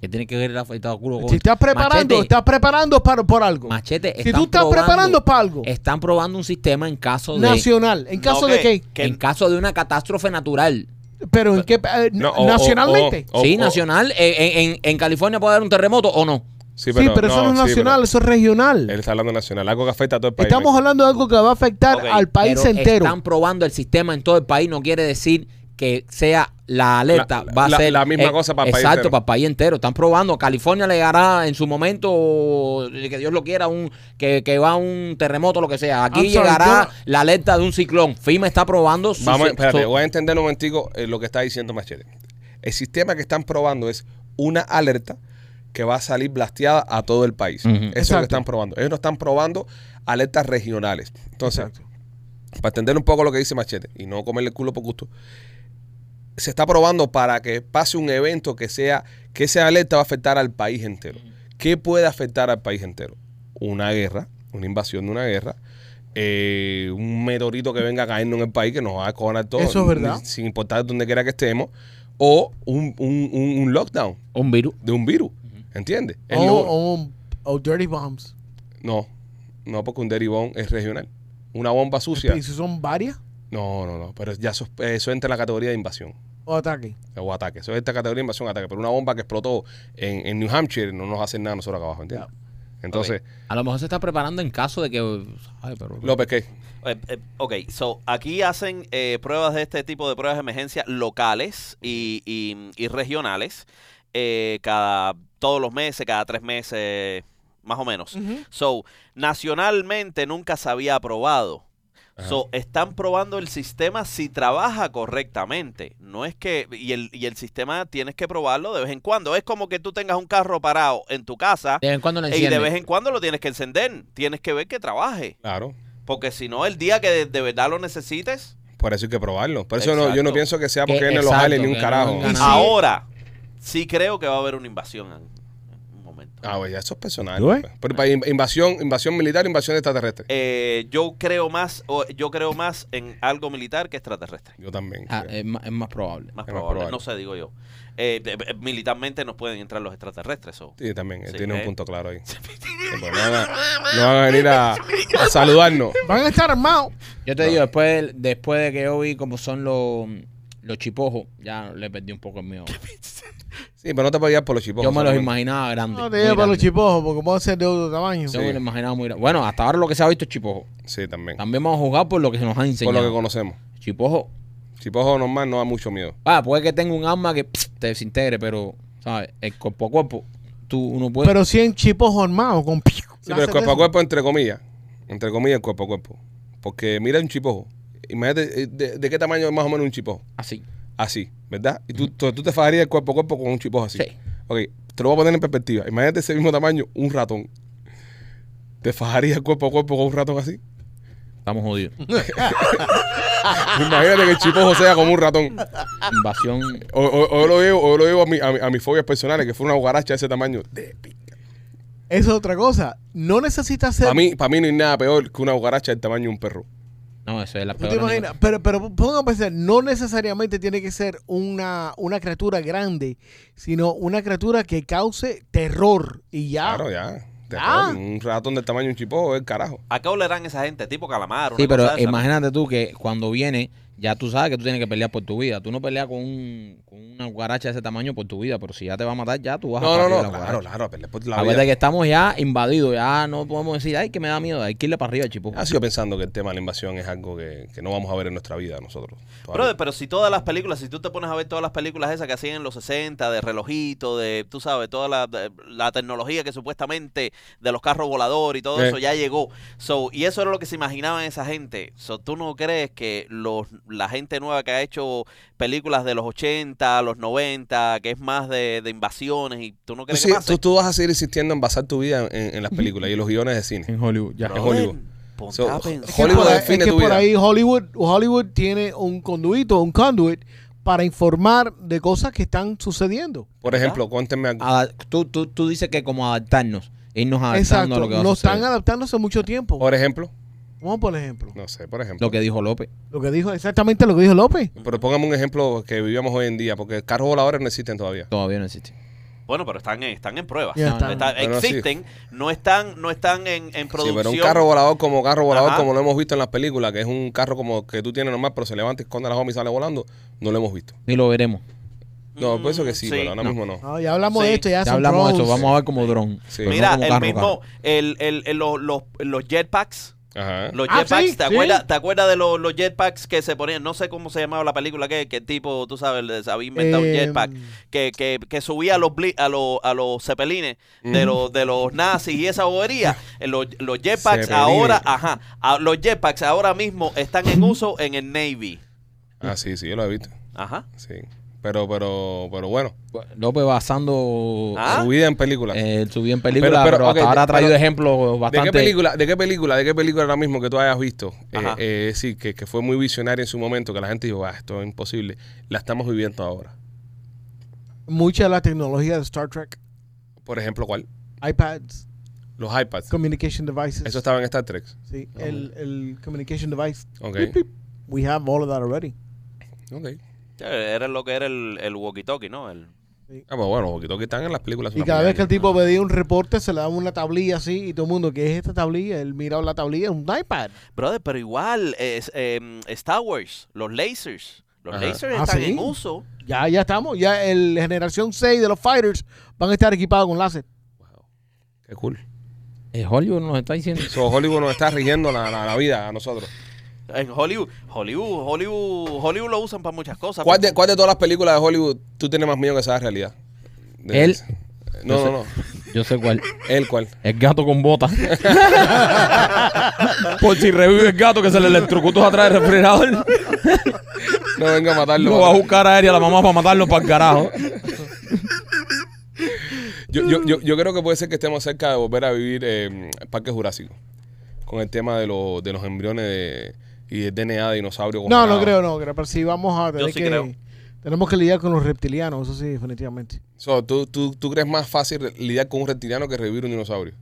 Speaker 2: Que tiene que ver el afeitado al culo.
Speaker 3: Si
Speaker 2: con-
Speaker 3: estás preparando,
Speaker 2: Machete,
Speaker 3: estás preparando para, por algo.
Speaker 2: Machete,
Speaker 3: si
Speaker 2: están
Speaker 3: tú estás
Speaker 2: probando-
Speaker 3: preparando para algo
Speaker 2: Están probando un sistema en caso de.
Speaker 3: nacional, ¿en caso
Speaker 4: No,
Speaker 3: de
Speaker 4: que-
Speaker 3: qué?
Speaker 4: que-
Speaker 2: En caso de una catástrofe natural.
Speaker 3: ¿Pero en qué? eh,
Speaker 1: No, o- o-
Speaker 3: ¿Nacionalmente?
Speaker 1: o-
Speaker 2: sí,
Speaker 1: o-
Speaker 2: nacional. eh, en, en- en California puede haber un terremoto o no.
Speaker 1: Sí,
Speaker 3: sí, pero eso no es
Speaker 1: sí,
Speaker 3: nacional,
Speaker 1: pero
Speaker 3: eso es regional.
Speaker 1: él está hablando nacional, algo que afecta a todo el país.
Speaker 3: Estamos hablando de algo que va a afectar
Speaker 4: Ok,
Speaker 3: al país
Speaker 2: Pero
Speaker 3: entero.
Speaker 2: Están probando el sistema en todo el país. No quiere decir que sea la alerta.
Speaker 1: La-
Speaker 2: va a
Speaker 1: la-
Speaker 2: ser
Speaker 1: la misma cosa para el país
Speaker 2: exacto,
Speaker 1: entero.
Speaker 2: para el país entero. Están probando. California le dará en su momento, que Dios lo quiera, un que, que va un terremoto, lo que sea. Aquí
Speaker 3: I'm sorry,
Speaker 2: llegará
Speaker 3: yo-
Speaker 2: la alerta de un ciclón. FIMA está probando su
Speaker 1: Vamos,
Speaker 2: su-
Speaker 1: espérate,
Speaker 2: su-
Speaker 1: voy a entender un momentico eh, lo que está diciendo Machete. El sistema que están probando es una alerta que va a salir blasteada a todo el país.
Speaker 2: Ujú.
Speaker 1: Eso es lo que
Speaker 3: Exacto.
Speaker 1: están probando. Ellos no están probando alertas regionales. Entonces, para entender un poco lo que dice Machete y no comerle el culo por gusto, se está probando para que pase un evento que sea, que esa alerta va a afectar al país entero. ¿Qué puede afectar al país entero? Una guerra, una invasión de una guerra, eh, un meteorito que venga cayendo en el país que nos va a coronar todo.
Speaker 3: Eso es verdad.
Speaker 1: ni- Sin importar donde quiera que estemos, o un, un- un- un lockdown
Speaker 2: un virus.
Speaker 1: de un virus. ¿Entiendes? Es
Speaker 3: O,
Speaker 1: lo-
Speaker 3: o- o dirty bombs.
Speaker 1: No, no, porque un derivón es regional. Una bomba sucia.
Speaker 3: ¿Y si son varias
Speaker 1: No, no, no. Pero ya eso, eso entra en la categoría de invasión
Speaker 3: o ataque?
Speaker 1: o ataque. Eso es esta categoría de invasión ataque. Pero una bomba que explotó en, en New Hampshire no nos hace nada a nosotros acá abajo, ¿entiendes? Entonces,
Speaker 2: A lo mejor se está preparando en caso de que. ay, pero-
Speaker 1: López, ¿qué?
Speaker 4: Eh, eh, ok, so aquí hacen eh, pruebas de este tipo de pruebas de emergencia locales y, y- y regionales eh, cada todos los meses, cada tres meses, más o menos. So, nacionalmente nunca se había aprobado. So, están probando el sistema si trabaja correctamente. No es que. Y el, y el sistema tienes que probarlo de vez en cuando. Es como que tú tengas un carro parado en tu casa
Speaker 2: De vez en cuando la
Speaker 4: y de
Speaker 2: encienden.
Speaker 4: vez en cuando lo tienes que encender. Tienes que ver que trabaje.
Speaker 1: Claro.
Speaker 4: Porque si no, el día que de, de verdad lo necesites,
Speaker 1: Por eso hay que probarlo. Por eso no- yo no
Speaker 4: Exacto.
Speaker 1: pienso que sea porque
Speaker 2: Que-
Speaker 1: viene los
Speaker 2: Eh, exacto,
Speaker 1: aliens ni un
Speaker 2: que no
Speaker 1: carajo.
Speaker 2: vengan
Speaker 3: Sí.
Speaker 4: ahora sí creo que va a haber una invasión en, en un momento.
Speaker 1: Ah, bueno, ya eso es personal.
Speaker 3: ¿Tú ves?
Speaker 1: Pero para in- invasión, invasión militar, invasión extraterrestre.
Speaker 4: Eh, yo creo más o- yo creo más en algo militar que extraterrestre.
Speaker 1: Yo también.
Speaker 2: Ah,
Speaker 1: creo.
Speaker 2: es, más, es más probable.
Speaker 4: Más
Speaker 1: Es más
Speaker 4: probable,
Speaker 1: probable.
Speaker 4: no sé, digo yo. Eh, de- de- militarmente nos pueden entrar los extraterrestres. so.
Speaker 1: Sí, también. Él
Speaker 4: Sí,
Speaker 1: tiene un
Speaker 4: eh.
Speaker 1: punto claro ahí. Sí, pues, no, van a, no van a venir a, a saludarnos.
Speaker 3: Van a estar armados.
Speaker 2: Yo te digo, después, después de que yo vi cómo son los, los chipojos, ya le perdí un poco el miedo.
Speaker 1: Sí, pero no te podías por los chipos.
Speaker 2: Yo me los imaginaba grandes.
Speaker 3: No te
Speaker 2: muy
Speaker 3: digas para los
Speaker 2: grandes.
Speaker 3: chipojos porque vamos a ser de otro tamaño.
Speaker 2: Yo
Speaker 1: Sí.
Speaker 2: me los imaginaba muy grandes. Bueno, hasta ahora lo que se ha visto es chipojo.
Speaker 1: Sí, también.
Speaker 2: También vamos a jugar por lo que se nos ha
Speaker 1: Por
Speaker 2: enseñado.
Speaker 1: lo que conocemos.
Speaker 2: Chipojo.
Speaker 1: Chipojo normal no da mucho miedo.
Speaker 2: Ah, puede que tenga un arma que pss, te desintegre, pero, ¿sabes? El cuerpo a cuerpo. tú, uno puede.
Speaker 3: Pero 100 chipos jormados con...
Speaker 1: Sí,
Speaker 3: Sí,
Speaker 1: pero el cuerpo a cuerpo, entre comillas. Entre comillas, el cuerpo a cuerpo. Porque mira un chipojo. Imagínate eh, de, de qué tamaño es más o menos un chipojo.
Speaker 2: así.
Speaker 1: Así, ¿verdad? Y tú, tú, tú te fajarías el cuerpo a cuerpo con un chipojo así.
Speaker 2: Sí.
Speaker 1: Ok, te lo voy a poner en perspectiva. Imagínate ese mismo tamaño, un ratón. ¿Te fajarías el cuerpo a cuerpo con un ratón así?
Speaker 2: Estamos jodidos.
Speaker 1: Imagínate que el chipojo sea como un ratón.
Speaker 3: Ah.
Speaker 2: Invasión.
Speaker 1: O, o- o yo lo llevo, o yo lo llevo a, mi- a mi- a mis fobias personales, que fue una cucaracha de ese tamaño.
Speaker 3: Eso es otra cosa. No necesitas ser...
Speaker 1: Para mí, para mí no hay nada peor que una cucaracha del tamaño de un perro.
Speaker 2: No, eso es la
Speaker 3: ¿Tú
Speaker 2: peor.
Speaker 3: te imaginas? Pero, pero pongan a pensar, no necesariamente tiene que ser una, una criatura grande, sino una criatura que cause terror. Y ya.
Speaker 1: Claro, ya. Te
Speaker 3: Ah.
Speaker 1: ponen Un ratón del tamaño de un chipojo, el carajo.
Speaker 4: ¿A qué olerán esa gente? Tipo calamar.
Speaker 2: Sí,
Speaker 4: una
Speaker 2: pero
Speaker 4: cosa de esa.
Speaker 2: imagínate tú que cuando viene, ya tú sabes que tú tienes que pelear por tu vida. Tú no peleas con, un- con una cucaracha de ese tamaño por tu vida, pero si ya te va a matar, ya tú vas a
Speaker 1: No, no,
Speaker 2: partir
Speaker 1: no.
Speaker 2: la
Speaker 1: Claro,
Speaker 2: cucaracha.
Speaker 1: claro. pero después la
Speaker 2: La
Speaker 1: vida-
Speaker 2: verdad es que estamos ya invadidos, ya no podemos decir, ay, que me da miedo, hay que irle para arriba, chipo.
Speaker 1: Ha sido Ah, pensando que el tema de la invasión es algo que, que no vamos a ver en nuestra vida nosotros. todavía.
Speaker 4: Brother, pero si todas las películas, si tú te pones a ver todas las películas esas que hacían en los 60, de relojito, de, tú sabes, toda la, de- la tecnología que supuestamente de los carros voladores y todo
Speaker 1: Sí.
Speaker 4: eso ya llegó. So, y eso era lo que se imaginaban esa gente. So, ¿Tú no crees que los, la gente nueva que ha hecho películas de los 80, los 90, que es más de, de invasiones, y tú no
Speaker 1: Tú,
Speaker 4: crees
Speaker 1: sí-
Speaker 4: que pase?
Speaker 1: tú- tú vas a seguir insistiendo en basar tu vida en, en las películas y en los guiones de cine.
Speaker 2: En Hollywood, ya.
Speaker 1: en
Speaker 4: Brother,
Speaker 1: Hollywood.
Speaker 4: ponte
Speaker 1: So,
Speaker 4: a
Speaker 1: Ho-
Speaker 4: pensar.
Speaker 3: Es que
Speaker 1: Hollywood
Speaker 3: por ahí-
Speaker 1: define
Speaker 3: es que
Speaker 1: tu
Speaker 3: por
Speaker 1: vida.
Speaker 3: ahí Hollywood, Hollywood tiene un conduito, un conduit para informar de cosas que están sucediendo.
Speaker 1: Por ejemplo, cuéntenme algo.
Speaker 2: Ada- tú, tú, tú dices que como adaptarnos, irnos adaptando
Speaker 3: Exacto.
Speaker 2: a Ah, lo que va a
Speaker 3: No están
Speaker 2: suceder.
Speaker 3: adaptándose mucho tiempo.
Speaker 1: Por ejemplo,
Speaker 3: Vamos por ejemplo.
Speaker 1: no sé, por ejemplo.
Speaker 2: Lo que dijo López.
Speaker 3: Lo que dijo, exactamente lo que dijo López.
Speaker 1: Pero póngame un ejemplo que vivíamos hoy en día, porque carros voladores no existen todavía.
Speaker 2: Todavía no existe.
Speaker 4: Bueno, pero están en, están en pruebas.
Speaker 3: Ya están.
Speaker 4: Ah, Está-
Speaker 1: Bueno, sí.
Speaker 4: existen, no están, no están en, en
Speaker 1: Sí,
Speaker 4: producción.
Speaker 1: pero un carro volador como carro volador,
Speaker 4: Ajá.
Speaker 1: como lo hemos visto en las películas, que es un carro como que tú tienes normal, pero se levanta, esconde la homies y sale volando, no lo hemos visto.
Speaker 2: Ni lo veremos.
Speaker 1: No,
Speaker 4: Mm,
Speaker 1: pienso que sí,
Speaker 4: sí.
Speaker 1: pero ahora mismo no.
Speaker 3: No, ya hablamos
Speaker 4: Sí,
Speaker 3: de esto, ya,
Speaker 2: Ya
Speaker 3: son
Speaker 2: hablamos de eso,
Speaker 3: drones.
Speaker 2: vamos a ver como dron.
Speaker 1: Sí.
Speaker 2: pero no
Speaker 4: Mira,
Speaker 2: como
Speaker 4: el
Speaker 2: carro,
Speaker 4: mismo, el, el, el- los, los, los jetpacks.
Speaker 1: Ajá.
Speaker 4: Los
Speaker 3: Ah,
Speaker 4: jetpacks,
Speaker 3: sí,
Speaker 4: ¿te,
Speaker 3: sí.
Speaker 4: acuerdas, ¿te acuerdas de los, los jetpacks que se ponían? No sé cómo se llamaba la película, que, que el tipo, tú sabes, les había inventado un
Speaker 3: Eh,
Speaker 4: jetpack que, que, que subía a los, bli- a los, a los cepelines de los, de los nazis y esa bobería. Eh, Los, los jetpacks
Speaker 1: Zeppelines.
Speaker 4: ahora, ajá, a- los jetpacks ahora mismo están en uso en el Navy.
Speaker 1: Ah, sí, sí, yo lo he visto.
Speaker 4: Ajá.
Speaker 1: Sí. Pero, pero, pero bueno,
Speaker 2: carro. López basando
Speaker 4: Ah.
Speaker 1: su vida en películas.
Speaker 2: eh, su vida en película,
Speaker 1: Pero-
Speaker 2: pero,
Speaker 1: pero, ok,
Speaker 2: hasta ahora ha traído
Speaker 1: pero-
Speaker 2: ejemplos
Speaker 1: ¿De qué
Speaker 2: bastante.
Speaker 1: película, de qué película, de qué película ahora mismo que tú hayas visto? Eh,
Speaker 4: Ajá.
Speaker 1: eh, es decir, que, que fue muy visionaria en su momento, que la gente dijo, ah, esto es imposible. La estamos viviendo ahora.
Speaker 3: Mucha de la tecnología de Star Trek,
Speaker 1: Por ejemplo, ¿cuál?
Speaker 3: iPads,
Speaker 1: Los iPads.
Speaker 3: communication devices.
Speaker 1: Eso estaba en Star Trek.
Speaker 3: Sí, el, el communication device.
Speaker 1: Ok.
Speaker 3: Pip, pip. We have all of that already.
Speaker 1: Ok.
Speaker 4: Ya, Era lo que era el, el walkie-talkie, ¿no? El,
Speaker 1: Ah, pues bueno, los que están en las películas.
Speaker 3: Y
Speaker 1: una
Speaker 3: cada vez que el
Speaker 1: mierda.
Speaker 3: tipo pedía un reporte, se le daba una tablilla así y todo el mundo, ¿qué es esta tablilla? Él miraba la tablilla, un iPad.
Speaker 4: Brother, pero igual, es, em, Star Wars, los lasers. Los
Speaker 1: Ajá.
Speaker 4: lasers
Speaker 3: Ah,
Speaker 4: están
Speaker 3: ¿sí?
Speaker 4: en uso.
Speaker 3: Ya, ya estamos, ya el generación 6 de los fighters van a estar equipados con láser.
Speaker 1: Qué cool.
Speaker 2: Eh, Hollywood nos está diciendo.
Speaker 1: So, Hollywood nos está rigiendo la, la- la vida a nosotros.
Speaker 4: En Hollywood, Hollywood, Hollywood, Hollywood lo usan para muchas cosas.
Speaker 1: ¿Cuál de, ¿Cuál de todas las películas de Hollywood tú tienes más miedo que esa realidad? De-
Speaker 2: Él.
Speaker 1: No, no, no.
Speaker 2: Yo sé cuál.
Speaker 1: Él, ¿cuál?
Speaker 2: El gato con botas. Por si revive el gato que se le electrocutó atrás del refrigerador,
Speaker 1: No venga a matarlo.
Speaker 2: lo va a buscar a él y a la mamá para matarlo para el carajo.
Speaker 1: Yo, yo, yo,
Speaker 3: Mm.
Speaker 1: yo creo que puede ser que estemos cerca de volver a vivir eh, el Parque Jurásico. Con el tema de, lo- de los embriones de- y el DNA de dinosaurio.
Speaker 3: No, no
Speaker 1: congelado.
Speaker 3: creo, no creo, pero sí vamos a tener
Speaker 4: sí
Speaker 3: que...
Speaker 4: creo.
Speaker 3: Tenemos que lidiar con los reptilianos, eso sí, definitivamente.
Speaker 1: So, ¿tú, tú, tú crees más fácil lidiar con un reptiliano que revivir un dinosaurio?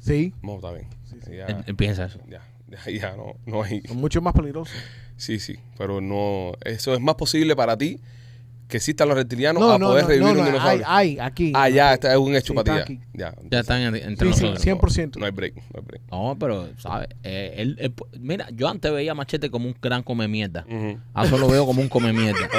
Speaker 3: Sí,
Speaker 1: No, está bien. Ya,
Speaker 2: Em, Empieza eso.
Speaker 1: ya, ya, ya, no, no hay.
Speaker 3: son mucho más peligrosos.
Speaker 1: Sí, sí, pero no. Eso es más posible para ti que existan los reptilianos
Speaker 3: No,
Speaker 1: a
Speaker 3: no,
Speaker 1: poder
Speaker 3: no,
Speaker 1: ah, revivir
Speaker 3: no,
Speaker 1: un
Speaker 3: no, hay,
Speaker 1: dinosaurio.
Speaker 3: hay, aquí.
Speaker 1: ah, ya, está, es un hecho
Speaker 3: Sí,
Speaker 1: para
Speaker 3: está
Speaker 1: ti.
Speaker 3: aquí.
Speaker 1: Ya,
Speaker 2: Ya están en- entre
Speaker 3: Sí, sí,
Speaker 2: nosotros.
Speaker 3: 100%.
Speaker 1: No hay break, no hay break.
Speaker 2: No, pero, ¿sabes? Eh, él- él- mira, yo antes veía a Machete como un gran come mierda.
Speaker 1: Ujú,
Speaker 2: Ahora lo veo como un come mierda.
Speaker 1: ok.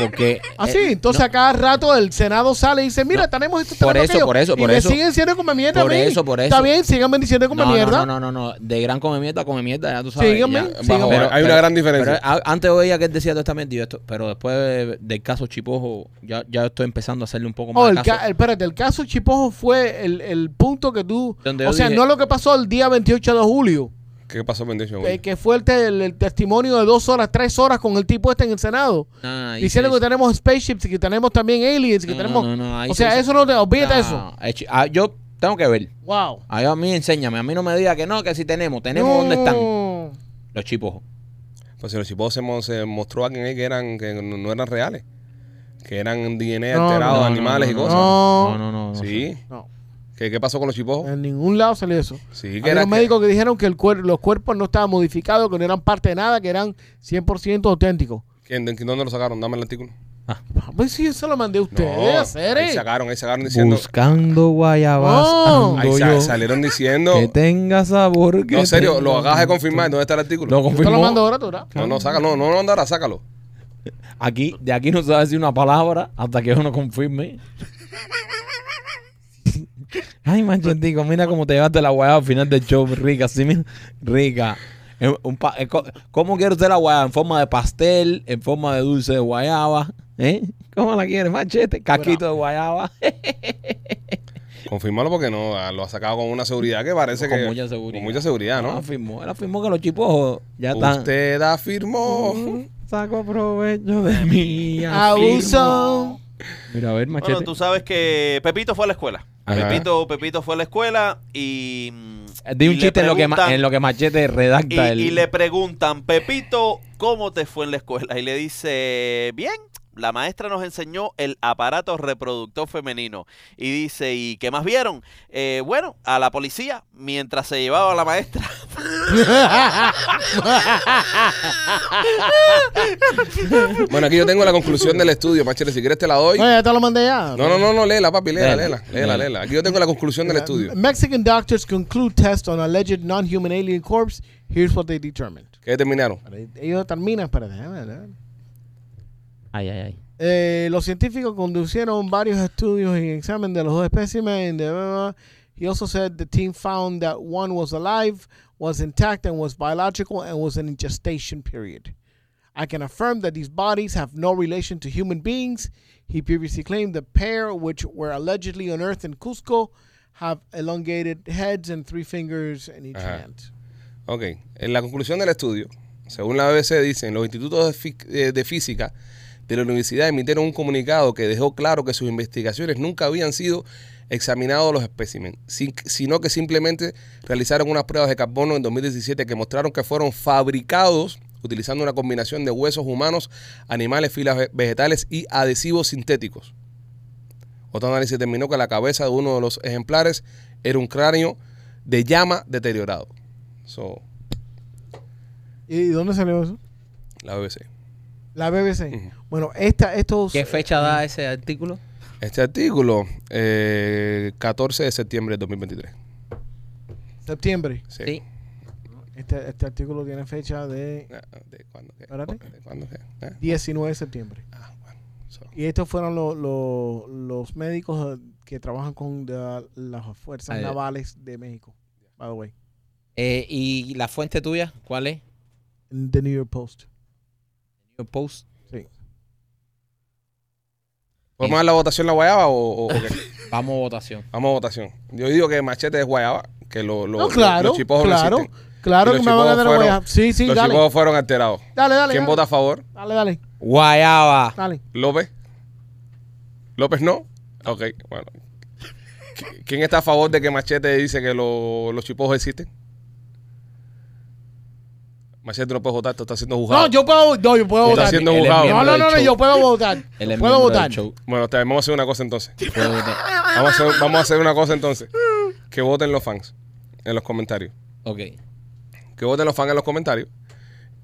Speaker 2: Porque.
Speaker 3: Ah,
Speaker 2: eh,
Speaker 3: sí, entonces a cada rato el Senado sale y dice, mira, tenemos esto,
Speaker 2: Por
Speaker 3: tenemos
Speaker 2: eso, por eso,
Speaker 3: Y
Speaker 2: por
Speaker 3: me
Speaker 2: eso.
Speaker 3: siguen siendo como mierda a
Speaker 2: Por
Speaker 3: mí.
Speaker 2: eso, por
Speaker 3: Está
Speaker 2: eso.
Speaker 3: bien, síganme diciendo como
Speaker 2: no, no,
Speaker 3: mierda.
Speaker 2: no, no, no, no, de gran come mierda, come mierda, ya tú sabes.
Speaker 3: Síganme,
Speaker 2: ya.
Speaker 3: síganme.
Speaker 1: Hay una gran diferencia.
Speaker 2: pero, a- antes oía que él decía toda esta mentira, esto, pero después de- del caso caso Chipojo, ya, ya estoy empezando a hacerle un poco más
Speaker 3: Oh,
Speaker 2: de
Speaker 3: el
Speaker 2: caso.
Speaker 3: ca- el- espérate, el caso Chipojo fue el, el punto que tú.
Speaker 2: Donde
Speaker 3: o
Speaker 2: yo
Speaker 3: sea,
Speaker 2: dije-
Speaker 3: no lo que pasó el día 28 de julio,
Speaker 1: ¿Qué pasó, Mendecio?
Speaker 3: que, que fue el, te- el- el testimonio de dos horas, tres horas con el tipo este en el Senado.
Speaker 2: Ah, y
Speaker 3: Diciendo
Speaker 2: se-
Speaker 3: que tenemos spaceships y que tenemos también aliens y que
Speaker 2: No,
Speaker 3: tenemos.
Speaker 2: no, no, ahí
Speaker 3: o
Speaker 2: se
Speaker 3: sea,
Speaker 2: hizo-
Speaker 3: eso no te. Olvídate
Speaker 2: No,
Speaker 3: eso.
Speaker 2: eh, chi- ah, yo tengo que ver.
Speaker 3: Wow.
Speaker 2: Ahí a mí enséñame. A mí no me diga que no, que si tenemos. Tenemos dónde están
Speaker 3: No.
Speaker 2: los Chipojos.
Speaker 1: Pues si los chipos se, mo- se mostró a quien es que eran, que no, no eran reales. Que eran DNA
Speaker 3: No,
Speaker 1: alterados,
Speaker 3: no,
Speaker 1: animales
Speaker 2: no,
Speaker 1: y cosas.
Speaker 2: No,
Speaker 3: No.
Speaker 2: no, no. no sé.
Speaker 1: sí.
Speaker 3: no.
Speaker 1: ¿Qué, qué pasó con los
Speaker 2: Oh.
Speaker 1: chipos?
Speaker 3: En ningún lado salió eso.
Speaker 1: Sí, que
Speaker 3: Había
Speaker 1: era.
Speaker 3: los médicos que dijeron que el cuer- los cuerpos no estaban modificados, que no eran parte de nada, que eran 100% auténticos.
Speaker 1: que- que- que- ¿Dónde lo sacaron? Dame el artículo.
Speaker 3: Pues sí, eso lo mandé a ustedes,
Speaker 1: ahí
Speaker 3: seres.
Speaker 1: sacaron, ahí sacaron diciendo.
Speaker 5: Buscando guayabas.
Speaker 2: Oh.
Speaker 3: No.
Speaker 1: Ahí
Speaker 5: ando
Speaker 1: sa-
Speaker 5: yo.
Speaker 1: salieron diciendo.
Speaker 5: Que tenga sabor. Que
Speaker 1: No, en serio,
Speaker 5: tenga-
Speaker 1: lo acabas de confirmar. ¿Dónde está el artículo?
Speaker 5: Lo
Speaker 3: Yo te lo mando
Speaker 5: confirmó.
Speaker 3: ahora, tú, ¿verdad?
Speaker 1: No, no, sácalo. No, no, no, ahora sácalo.
Speaker 5: Aquí, de aquí no se va a decir una palabra hasta que uno confirme. Ay, manchetico, mira cómo te llevaste la guayaba al final del show, rica, sí, mira, rica. Es un pa- es co- ¿Cómo quiere usted la guayaba? ¿En forma de pastel? ¿En forma de dulce de guayaba? ¿Eh? ¿Cómo la quiere, machete? ¿Casquito de guayaba?
Speaker 1: Confirmalo porque no, ah, lo ha sacado con una seguridad que parece
Speaker 5: Con
Speaker 1: que.
Speaker 5: mucha seguridad.
Speaker 1: Con mucha seguridad,
Speaker 5: Él
Speaker 2: Ah,
Speaker 1: ¿no?
Speaker 5: afirmó, él afirmó que los chipojos ya están.
Speaker 1: Usted afirmó.
Speaker 5: Saco provecho de mí.
Speaker 3: Ah, Abuso.
Speaker 5: Mira, a ver, machete.
Speaker 4: Bueno, tú sabes que Pepito fue a la escuela.
Speaker 1: Ajá.
Speaker 4: Pepito, Pepito fue a la escuela y. mm,
Speaker 5: Eh, Di un
Speaker 4: y le
Speaker 5: chiste en lo, que ma-
Speaker 4: preguntan-
Speaker 5: en lo que Machete
Speaker 4: y,
Speaker 5: redacta el.
Speaker 4: y le preguntan, Pepito, ¿cómo te fue en la escuela? Y le dice, bien, la maestra nos enseñó el aparato reproductor femenino. Y dice, ¿y qué más vieron? "Eh, bueno, a la policía, mientras se llevaba a la maestra.
Speaker 1: Bueno, aquí yo tengo la conclusión del estudio, Machete. Si quieres te la doy.
Speaker 3: No, ya te lo mandé ya.
Speaker 1: No, no, no, no, léela, papi, léela,
Speaker 5: Léela.
Speaker 1: léela, léela, léela. Aquí yo tengo la conclusión del estudio.
Speaker 3: Eh, Mexican doctors conclude test on alleged non-human alien corpse. Here's what they determined.
Speaker 1: ¿Qué determinaron?
Speaker 3: Ellos terminan, espérate, déjame ver.
Speaker 5: Ay, ay, ay.
Speaker 3: Eh, los científicos conducieron varios estudios y examen de los dos especímenes. de- He also said the team found that one was alive, was intact, and was biological, and was in gestation period. I can affirm that these bodies have no relation to human beings. He previously claimed the pair, which were allegedly unearthed in Cusco, have elongated heads and three fingers in each
Speaker 1: Ajá.
Speaker 3: hand.
Speaker 1: Ok, en la conclusión del estudio, según la BBC dicen, los institutos de, fi- eh, de física de la universidad emitieron un comunicado que dejó claro que sus investigaciones nunca habían sido examinados los especímenes, sin- sino que simplemente realizaron unas pruebas de carbono en 2017 que mostraron que fueron fabricados utilizando una combinación de huesos humanos, animales, filas ve- vegetales y adhesivos sintéticos. Otro análisis determinó que la cabeza de uno de los ejemplares era un cráneo de llama deteriorado. So,
Speaker 3: ¿Y dónde salió eso?
Speaker 1: la BBC.
Speaker 3: La BBC.
Speaker 1: Ujú.
Speaker 3: Bueno, esta, estos.
Speaker 2: ¿Qué fecha da ese artículo?
Speaker 1: Este artículo, eh, 14 de septiembre de 2023.
Speaker 3: Septiembre.
Speaker 1: Sí.
Speaker 2: Sí.
Speaker 3: Este, este artículo tiene fecha de
Speaker 1: Ah, ¿De cuándo? qué?
Speaker 3: Espérate.
Speaker 1: ¿De cuándo qué? Eh,
Speaker 3: 19 de septiembre.
Speaker 1: ah, bueno. So,
Speaker 3: Y estos fueron lo- lo- los médicos eh, que trabajan con la- las fuerzas
Speaker 2: Ah, ya.
Speaker 3: navales de México. By the way,
Speaker 2: Eh, ¿Y la fuente tuya? ¿Cuál es?
Speaker 3: The New York Post.
Speaker 2: Your post.
Speaker 1: ¿Podemos dar la votación la guayaba o, o- o qué?
Speaker 2: Vamos a votación.
Speaker 1: Vamos a votación? Yo digo que machete es guayaba, que lo, lo-
Speaker 3: no,
Speaker 1: lo-
Speaker 3: claro,
Speaker 1: los chipojos no
Speaker 3: claro,
Speaker 1: existen.
Speaker 3: claro
Speaker 1: Y
Speaker 3: que
Speaker 1: los
Speaker 3: me van a
Speaker 1: chipojos
Speaker 3: dar
Speaker 1: fueron-
Speaker 3: huella. Sí, sí,
Speaker 1: los
Speaker 3: dale,
Speaker 1: chipojos fueron alterados.
Speaker 3: dale, dale.
Speaker 1: ¿Quién
Speaker 3: dale.
Speaker 1: vota a favor?
Speaker 3: Dale, dale,
Speaker 2: Guayaba.
Speaker 3: dale.
Speaker 1: ¿López? ¿López no? Ok, bueno. ¿Qui- ¿Quién está a favor de que Machete dice que lo- los chipojos existen? Machete no puede votar, tú estás siendo juzgado.
Speaker 3: No, yo puedo, no, yo puedo
Speaker 1: Está
Speaker 3: votar.
Speaker 1: siendo
Speaker 3: Él es
Speaker 1: juzgado.
Speaker 3: miembro No, no,
Speaker 2: del
Speaker 3: no, no,
Speaker 2: show.
Speaker 3: yo puedo votar.
Speaker 2: Él es
Speaker 3: Puedo
Speaker 2: miembro del
Speaker 3: votar.
Speaker 2: show.
Speaker 1: Bueno, está bien, vamos a hacer una cosa entonces.
Speaker 2: Puede votar.
Speaker 1: Vamos a hacer, vamos a hacer una cosa entonces. Que voten los fans en los comentarios.
Speaker 2: Ok.
Speaker 1: Que voten los fans en los comentarios.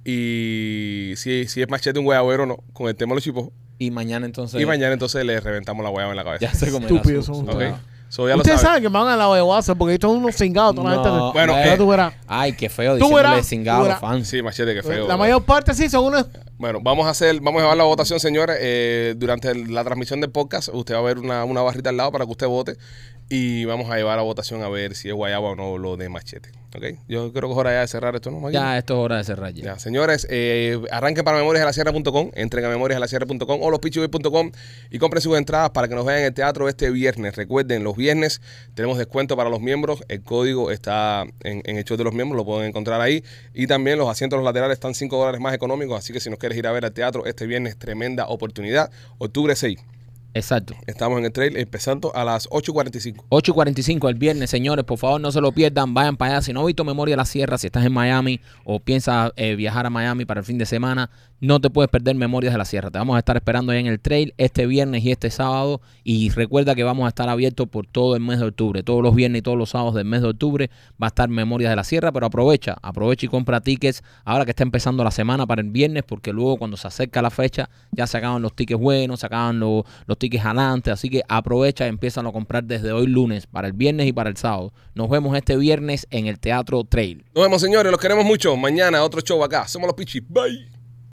Speaker 1: Y si, si es Machete un huevero o no, con el tema de los chipojos.
Speaker 2: Y mañana entonces.
Speaker 1: Y mañana entonces le reventamos la hueva en la cabeza.
Speaker 2: Ya se comerá
Speaker 3: Estúpidos
Speaker 2: su-
Speaker 3: son
Speaker 2: su-
Speaker 1: Ok.
Speaker 3: Wow.
Speaker 1: So, ya lo
Speaker 3: Ustedes
Speaker 1: saben.
Speaker 3: saben que me van a la huevaza porque estos son unos cingados. toda la
Speaker 5: No,
Speaker 3: gente-
Speaker 1: Bueno,
Speaker 3: Ya
Speaker 1: eh,
Speaker 3: tú verás.
Speaker 2: Ay, qué feo.
Speaker 3: Tú verás,
Speaker 2: Diciéndole
Speaker 3: tú
Speaker 2: cingado a los
Speaker 3: verás.
Speaker 2: fans.
Speaker 1: Sí, Machete, que feo.
Speaker 3: La
Speaker 1: bro.
Speaker 3: mayor parte sí son unos
Speaker 1: Bueno, vamos a hacer, vamos a llevar la votación, señores. Eh, durante el- la transmisión del podcast, usted va a ver una, una barrita al lado para que usted vote. Y vamos a llevar a votación a ver si es guayaba o no lo de machete. Ok, yo creo que es hora ya de cerrar esto, ¿no? Maggie?
Speaker 2: Ya, esto es hora de cerrar ya.
Speaker 1: Ya, señores, eh, arranquen para memoriasalasierra.com, entren a memoriasalasierra.com o lospitchyboy.com y compren sus entradas para que nos vean en el teatro este viernes. Recuerden, los viernes tenemos descuento para los miembros, el código está en, en el show de los miembros, lo pueden encontrar ahí. Y también los asientos los laterales están 5 dólares más económicos, así que si nos quieres ir a ver al teatro este viernes, tremenda oportunidad. Octubre 6,
Speaker 2: Exacto.
Speaker 1: estamos en el trail empezando a las 8.45.
Speaker 2: 8.45 el viernes, señores, por favor no se lo pierdan, vayan para allá. Si no has visto Memoria de la Sierra, si estás en Miami o piensas eh, viajar a Miami para el fin de semana, no te puedes perder Memorias de la Sierra. Te vamos a estar esperando allá en el trail este viernes y este sábado. Y recuerda que vamos a estar abiertos por todo el mes de octubre, todos los viernes y todos los sábados del mes de octubre va a estar Memorias de la Sierra, pero aprovecha, aprovecha y compra tickets ahora que está empezando la semana para el viernes, porque luego cuando se acerca la fecha ya se acaban los tickets buenos, se acaban los, los tickets adelante, así que aprovecha y empiezan a comprar desde hoy lunes para el viernes y para el sábado. Nos vemos este viernes en el Teatro Trail.
Speaker 1: Nos vemos, señores, los queremos mucho. Mañana otro show acá. Somos los Pichis. Bye.